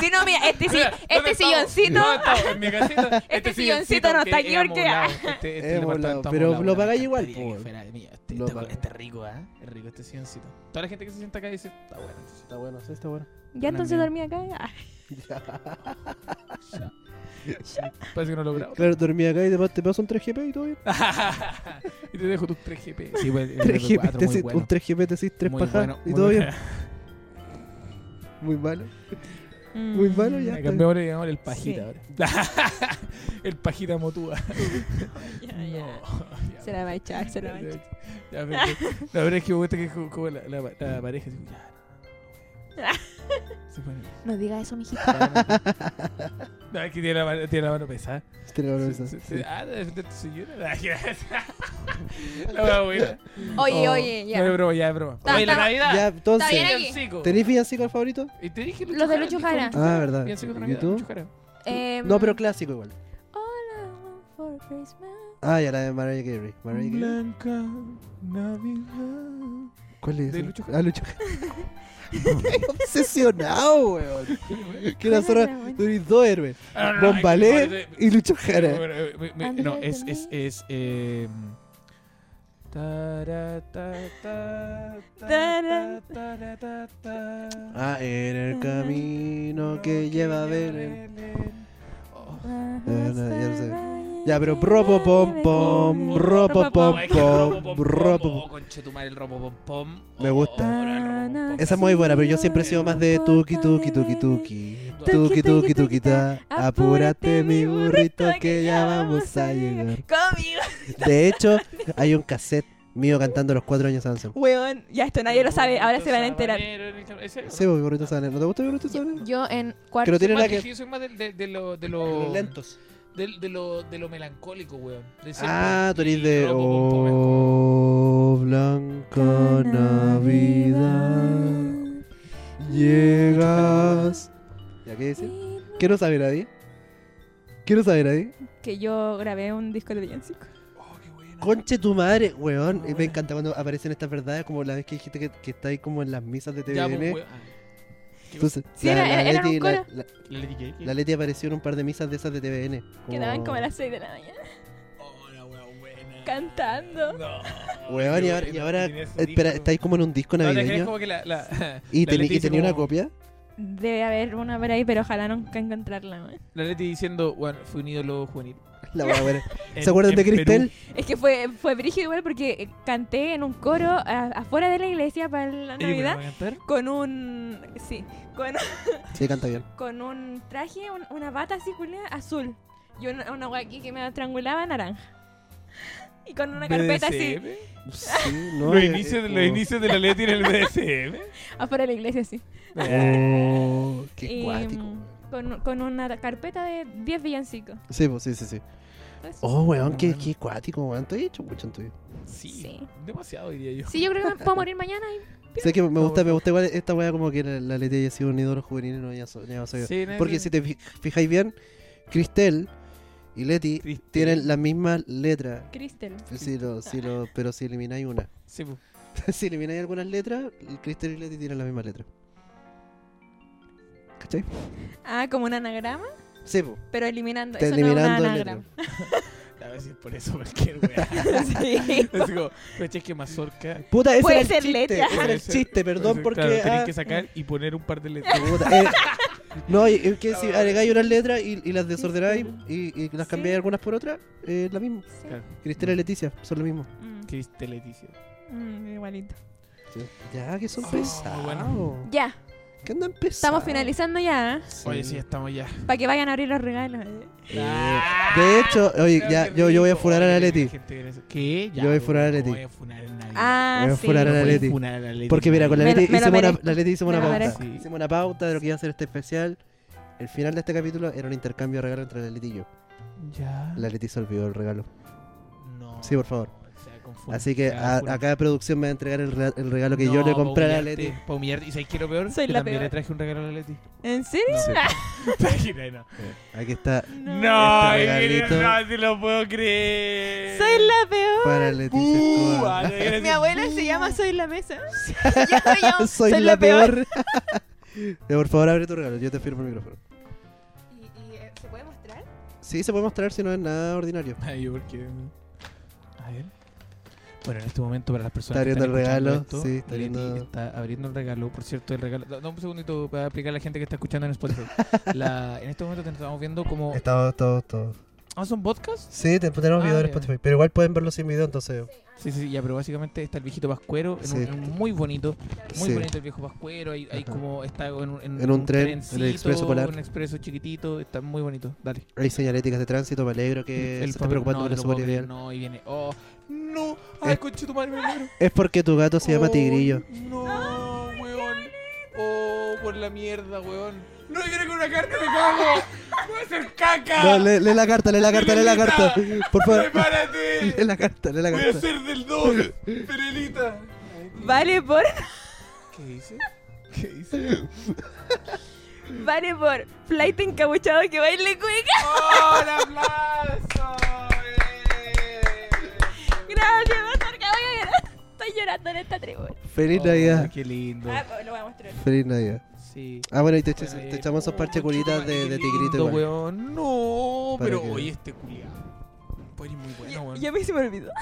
Sí, no, mira, este, sí-
Mira,
este
¿dónde estamos?
silloncito.
¿Dónde estamos? En mi casita. Este,
silloncito no
porque
está aquí
hemos
porque-
volado. Este, este
Hemos
departamento
volado,
hemos
pero
volado,
lo
me
pagáis
encantaría
igual, po,
que fuera de mí. Este,
Lo
está-
pagáis.
está rico, ¿ah? Es rico este silloncito. Toda la gente que se sienta acá dice, está bueno. este silloncito".
Está bueno, sí, está bueno.
*laughs* Ya entonces
mía.
dormí acá. Ah,
Parece que no lo he logrado.
Claro, dormí acá y además te paso un 3GP y todo bien.
*laughs*
pues,
y te dejo tus 3 GP. Sí, bueno, el
3GP, te
muy
haces-
bueno.
un 3GP te haces tres
Muy
pajas
bueno,
y
muy
todo bien.
bueno.
Muy malo.
Mm.
Muy malo, ya.
Le
está.
cambiamos le llamamos el
Sí.
pajita ahora. *laughs* el pajita motúa.
ya, ya.
No, ya,
*laughs* Se la va a echar, se la va a echar.
Ya, pero, la verdad es que me gusta que es como, como la, la- la pareja. así, ya, no, no, no, no,
Se pone-
No diga eso, mijito.
No, es que tiene la mano, tiene la mano pesada.
Tiene la mano pesada,
Sí, sí,
*laughs* sí.
sí. Ah, de de tu señora. La La wea buena.
*laughs* Oye, oye, ya.
No es broma, ya es broma.
Ah.
Ta-
Oye, la
ta-
Navidad.
Ya, entonces.
Está bien aquí.
Villancico.
¿Tenéis villancico al favorito?
Y te dije
Los de Lucho
dijo
Jara.
Lucho Jara.
Ah, verdad.
Villancico de
¿Y
Navidad,
tú?
Lucho Jara.
Em,
No, pero clásico igual.
All I want for Christmas.
Ah, ya la de Mariah Carey. Mariah Carey.
Blanca Navidad.
¿Cuál es?
De
esa?
Lucho Jara.
Ah, Lucho *laughs* Jara. Obsesionado,
*laughs*
weón. Que la zorra. Tú eres dos héroes.
Ah, no, no, no,
Bombalé
no, no,
y Lucho
no,
Jara.
eh,
me- me- me- No, es, es, es, eh... Tara, ta, ta, ta, ta,
Tara.
tara, ta, ta.
Ah, en el camino que lleva a Belén.
Oh.
Ya, no sé. Ya, pero propo pom pom, ropo pom
Es que ropo,
pom,
pom,
ropo
Oh,
pom.
conchetumare, el ropo, pom, pom.
Me
Oh,
gusta.
oh, era el ropo, pom, pom.
Esa es muy buena, pero yo siempre he sido más de tuki tuki tuki tuki. Tuki tuki tuki ta. Apúrate mi burrito que ya vamos a llegar.
Conmigo.
De hecho, hay un cassette mío cantando los cuatro años Samson.
Weón, ya esto nadie lo sabe, ahora se van a enterar.
Sabanero, ¿en serio?
Sí, pues, mi burrito sabanero. ¿No te gusta mi burrito sabanero?
Yo en
Que
cuarto.
no tiene
Más
nada
que
que...
yo soy más de, de, de lo de lo
lentos.
de, de lo de lo melancólico, weón. De ser-
Ah, tú eres
y
de...
ropo, pom, pom, es como-
Oh, blanca Navidad, llegas... ¿Ya qué decir? ¿Qué no sabe nadie? ¿Qué no sabe nadie?
Que yo grabé un disco de villancico.
Conche tu madre, weón. Me encanta cuando aparecen estas verdades, como la vez que dijiste que, que estáis como en las misas de
Ya, pues,
TVN.
weón. Ah,
Entonces,
Sí, era- eran
Leti-
un
la-
coro.
la-
La Lady Gaga.
la Leti apareció en un par de misas de esas de TVN.
Quedaban como a las 6 de la mañana
Oh, la weón buena.
cantando.
No.
Weón, y ahora, y ahora espera, estáis como en un disco
No, te crees
navideño.
como que la, la,
*laughs* ¿Y,
la
teni-
Leti
y
dice
tenía una
como-
copia?
Debe haber una por ahí, pero ojalá nunca encontrarla, weón.
La Leti diciendo, bueno, fue un ídolo juvenil.
La wea
*laughs*
buena. ¿Se
En-
acuerdan
en
de
Perú.
Cristel?
Es que fue, fue brígido igual porque eh, canté en un coro a- afuera de la iglesia para la
Oye, pero
Navidad
¿me va a cantar?
con un... Sí, con,
Sí, canta
*laughs*
bien.
con un traje, un- una bata así, culia, azul. Y una, una wea aquí que me triangulaba naranja. Y con una carpeta así,
BDSM?
Sí, no.
*laughs* Los
eh,
inicios,
eh,
de-
como-
los inicios de la Leti en el BDSM.
afuera de la iglesia así.
Oh, qué
Y,
cuático.
mm,
weón.
Con, con una carpeta de 10 villancicos.
Sí, pues, sí, sí, sí.
Entonces,
Oh, weón, qué, qué cuático, weón. Estoy hecho mucho en tuyo.
Sí,
Sí.
demasiado diría yo.
Sí, yo creo que me puedo morir mañana. Y...
Sé que me gusta, me gusta igual esta wea como que la, la Leti haya sido un ídolo juvenil y no haya so- no haya sabido.
Sí, no,
Porque
no.
si te fi- fijáis bien, Cristel y Leti
Cristel.
tienen la misma letra.
Crystal.
Si lo- si lo- pero si elimináis una. *laughs*
Sí, pues, po.
si elimináis algunas letras, Cristel y Leti tienen la misma letra. ¿Cachai?
Ah, como un anagrama,
Sí, po.
pero eliminando.
Está
Eso no es un
eliminando
anagrama.
letras.
A ver si es por eso cualquier weá.
*laughs* Sí.
*laughs* Es como, pero es que mazorca.
Puta, ese
Puede
era el
ser
chiste.
letra.
ese era el
Puede
chiste, perdón
Entonces,
porque.
Claro, tenés
ah,
que sacar y poner un par de letras.
puta, eh, *laughs* no, y- y que si agregáis unas letras y, y las desordenáis y, y las
Sí.
cambiáis algunas por otras, eh, es la misma.
Sí.
Claro.
Cristel y Leticia son lo mismo.
Mm,
Cristel Leticia.
mm, igualito.
Ya, que son
Oh,
pesados.
bueno.
Ya,
¿Qué andan pesados?
estamos finalizando ya.
Oye, sí, estamos ya.
Para que vayan a abrir los regalos.
Eh, de hecho, oye,
Pero
ya,
qué
yo, yo voy a
rico.
furar a la
Oye,
Leti.
gente que eres- ¿Qué? Ya,
Yo voy a furar a la
¿cómo
Leti.
voy a furar en Navidad?
Ah,
Voy a
sí.
furar a
No
la
puedes
Leti.
funar a la Leti.
Porque mira, con la
Me
Leti
lo- me
hicimos
lo
una,
merezco.
la Leti hicimos
Me
una
lo
pauta.
merezco.
Sí.
Hicimos una pauta de lo que iba a ser este especial. El final de este capítulo era un intercambio de regalo entre la Leti y yo.
Ya.
La Leti se olvidó el regalo.
No.
Sí, por favor.
Se va a confundir,
Así que
se va
a,
funar.
a cada producción me va a entregar el, re- el regalo que yo le
pa'
compré a la
humillarte,
Leti.
pa' humillarte. ¿Y sabes qué es lo peor?
Soy
Que
la
también
peor.
le traje un regalo a la Leti.
¿En serio?
Sí.
Imagina, no.
Eh, Aquí está
No,
Este
y viene-
regalito.
no, te lo puedo creer.
Soy la peor.
para Leticia
Uh,
Escobar.
ah, te viene
Mi
así,
abuela se llama Soy la Mesa. *laughs* Yo soy yo.
*laughs* Soy la peor. Ya, por favor, abre tu regalo. Yo te firmo el micrófono.
¿Y, se puede mostrar?
Sí, se puede mostrar si no es nada ordinario.
Ay, yo porque... A ver. Bueno, en este momento para las personas
Está
que
abriendo
están
el regalo,
escuchando esto,
sí, está
Leti
abriendo-
está abriendo el regalo. Por cierto, el regalo... Dame un segundito para explicar a la gente que está escuchando
*laughs*
en Spotify. La- En este momento te estamos viendo como...
Está todo, todo.
¿Ah, son podcasts?
Sí, te- tenemos
Ah,
video en
ya.
Spotify. Pero igual pueden verlo sin video, entonces.
Sí, sí, sí, ya, pero básicamente está el viejito Pascuero, en un,
Sí.
en un muy bonito, muy
Sí.
bonito el viejo Pascuero, hay, hay
Ajá.
como, está en un,
En un tren, en el expreso polar.
un expreso chiquitito, está muy bonito, dale.
Hay señaléticas de tránsito, me alegro que se esté
papel-
preocupando
no,
por la
te lo puedo
super
creer,
ideal.
No, y viene, oh, no, ay,
Eh.
conche tu madre, me muero.
Es porque tu gato se llama
Oh,
Tigrillo.
No, weón, oh, por por la mierda, weón. No lloré con una carta, me cago. No voy a hacer caca.
No, lee, lee la carta,
¡Ah!
lee la carta, lee la carta. Por favor.
Prepárate.
*laughs* Lee la carta, lee la
Voy a
carta.
ser del 2, Perelita.
Vale por.
*laughs*
¿Qué hice? ¿Qué hice?
Vale por. Flight encabuchado que baile cueca.
¡Oh, el aplauso! eh!
Gracias, Mazorca. Voy a llorar. Estoy llorando en esta tribuna.
Feliz
Oh,
Navidad.
¡Qué lindo!
Ah, pues, lo voy a mostrar.
Feliz Navidad.
Sí.
Ah, bueno, y te, ech-
Bueno,
te
eh,
echamos esos parches
oh,
curitas
qué
de, de tigrito
lindo,
igual.
weón. No,
Para
pero
que-
oye, este culiado. Pues eres muy bueno, weón.
Y a mí se me olvidó.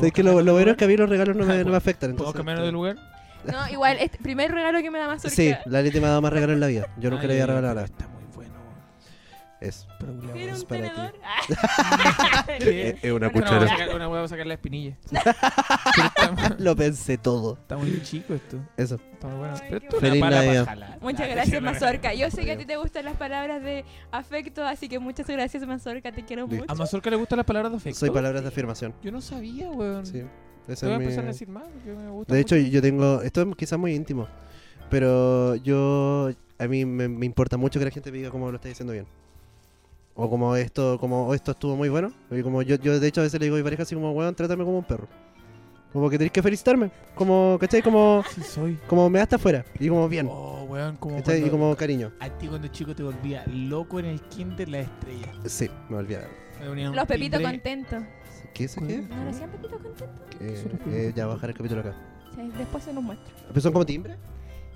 Sé que lo, lo bueno es que a mí los regalos no me, no me afectan.
¿Puedo
Entonces,
Ah, cambiar de lugar?
No, igual, este primer regalo que me da Mazorca.
Sí, la Leti me ha dado más regalos en la vida. Yo nunca
Ay,
le voy a regalar nada.
Está muy bueno, weón.
Eso.
Pero culiao,
Era
Es
un
para ti.
tenedor. Ah. *laughs*
¿Qué?
Es una
Una hueá
cuchara.
*laughs* sacar- Una hueá va a sacar la espinilla. Pero está,
*laughs* Lo pensé todo.
está muy chico esto.
Eso.
Está muy bueno.
Ay,
Pero
qué
esto es una
Feliz
pala para
Navidad.
jalar.
Muchas
Ah,
gracias,
sí,
Mazorca. Yo sé que a ti te gustan las palabras de afecto, así que muchas gracias, Mazorca. Te quiero
Listo.
mucho.
A Mazorca le gustan las palabras de afecto.
Soy palabras de afirmación.
Yo no sabía, weón.
Sí. Ese
Te voy a
es mi-
empezar a decir más. porque me gusta
De hecho,
mucho.
yo tengo. Esto es quizás muy íntimo. Pero yo. A mí me, me importa mucho que la gente me diga cómo lo está diciendo bien. O como esto, como "Oh, esto estuvo muy bueno. Y como yo, yo de hecho a veces le digo a mi pareja así como, weón, trátame como un perro. Como que tenés que felicitarme. Como, ¿cachai? Como,
*laughs* Sí, soy.
como me hasta afuera. Y como bien.
Oh, weón, como.
¿Cachai? Y
cuando-
como cariño.
A ti cuando chico te volvía loco en el kinder la estrella.
Sí, me olvidaba.
Los pepitos contentos.
¿Qué es qué?
¿No lo hacían pepitos contentos?
Eh, eh, ya, bajar el capítulo acá.
Sí, después se los muestro.
¿Pero son como timbre?
*laughs*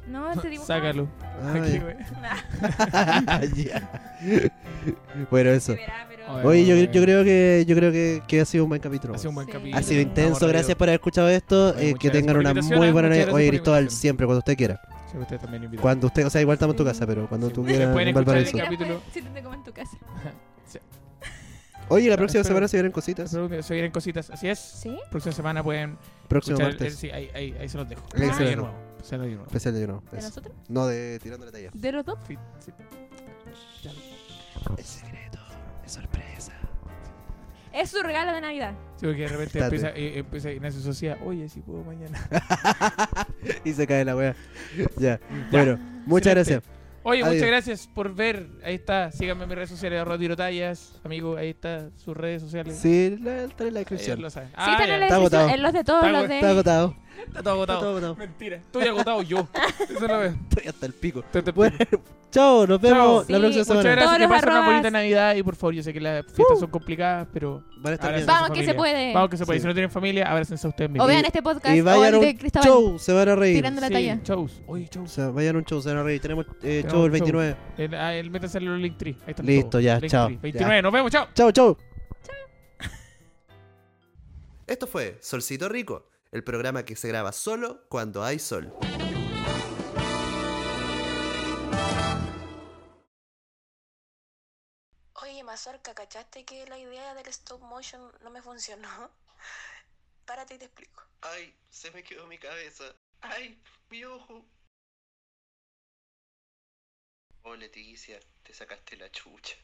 No, te dibujo. *laughs*
Sácalo.
Ah,
Aquí,
ya.
weón.
Ya. bueno, eso.
Verá, pero-
Oye,
Oye, yo,
Bueno,
yo creo que yo creo que, que ha sido un buen capítulo.
Ha sido un buen
Sí.
capítulo.
Ha sido
Estamos
intenso,
arriba.
gracias por haber escuchado esto. eh,
Oye, muchas
que
gracias
tengan
por
una
la invitación,
muy
¿eh?
buena
Muchas
noche. Oye,
gracias por la
Cristóbal,
invitación.
siempre, cuando usted quiera.
Sí, usted también invitado.
Cuando usted, o sea, igual estamos en tu
Sí.
casa, pero cuando
Sí,
tú
bueno.
quieras
Pueden
en
escuchar el
Valparaíso.
cap- capítulo.
Si te como en tu casa.
Oye, la próxima
Espero-
semana se vienen cositas.
Pero Se vienen cositas. Así es.
¿Sí?
Próxima semana pueden
Próximo
escuchar. el- el-
martes.
sí, ahí, ahí, ahí se los dejo.
Ahí se
de
los dejo.
nuevo. Se los de nuevo.
Especial de uno.
¿De nosotros?
No, de tirando la talla.
¿De los dos?
Sí, sí.
Es secreto, es sorpresa.
Es su regalo de Navidad.
Sí, porque de repente
Tarde.
empieza, eh, empieza Ignacio Socia. Oye, si puedo mañana.
*laughs* Y se cae la wea. Ya. Bueno, muchas
Excelente.
gracias.
Oye,
Adiós.
muchas gracias por ver. Ahí está. Síganme en mis redes sociales. Arroba tirotallas. Amigo, ahí está. Sus redes sociales.
Sí, la, está en la
Ellos
descripción.
lo saben.
sí,
Ah,
están
ya.
en, la
Está
descripción,
agotado.
en los de todos
Está
los
ago-
de.
Está agotado.
Está todo
Está todo
agotado.
agotado.
Mentira. Estoy
*laughs*
agotado yo. Eso es lo que-
Estoy hasta el pico.
te- te-
Bueno, *laughs* chao, nos vemos
Sí,
la próxima
muchas
semana.
Muchas gracias,
Todos
que
los
pasen una
arrobas.
bonita Navidad y por favor, yo sé que las fiestas son complicadas, pero
Van a estar
Ahora
bien.
Vamos,
Su
que
familia.
se puede.
vamos que se puede.
Sí.
Si no tienen familia, abrácense a ustedes
O
mismos.
vean este podcast.
Y
o
vayan
el
a
de
un
Cristóbal.
show, se van a reír.
Tirando la
Sí,
talla.
Shows. Oye,
O
shows.
sea, vayan a un show, se van a reír. Tenemos eh,
Tenemos
show el
show.
29.
El, ah, el, métanse en el link tree. Ahí está
Listo,
todo.
ya,
Linktree.
chao.
29, nos vemos, chao.
Chao, chao.
Esto fue Solcito Rico, el programa que se graba solo cuando hay sol.
Oye, Mazorca, ¿cachaste que la idea del stop motion no me funcionó? *laughs* Párate y te explico.
Ay, se me quedó mi cabeza. Ay, mi ojo. Oh, Leticia, te sacaste la chucha.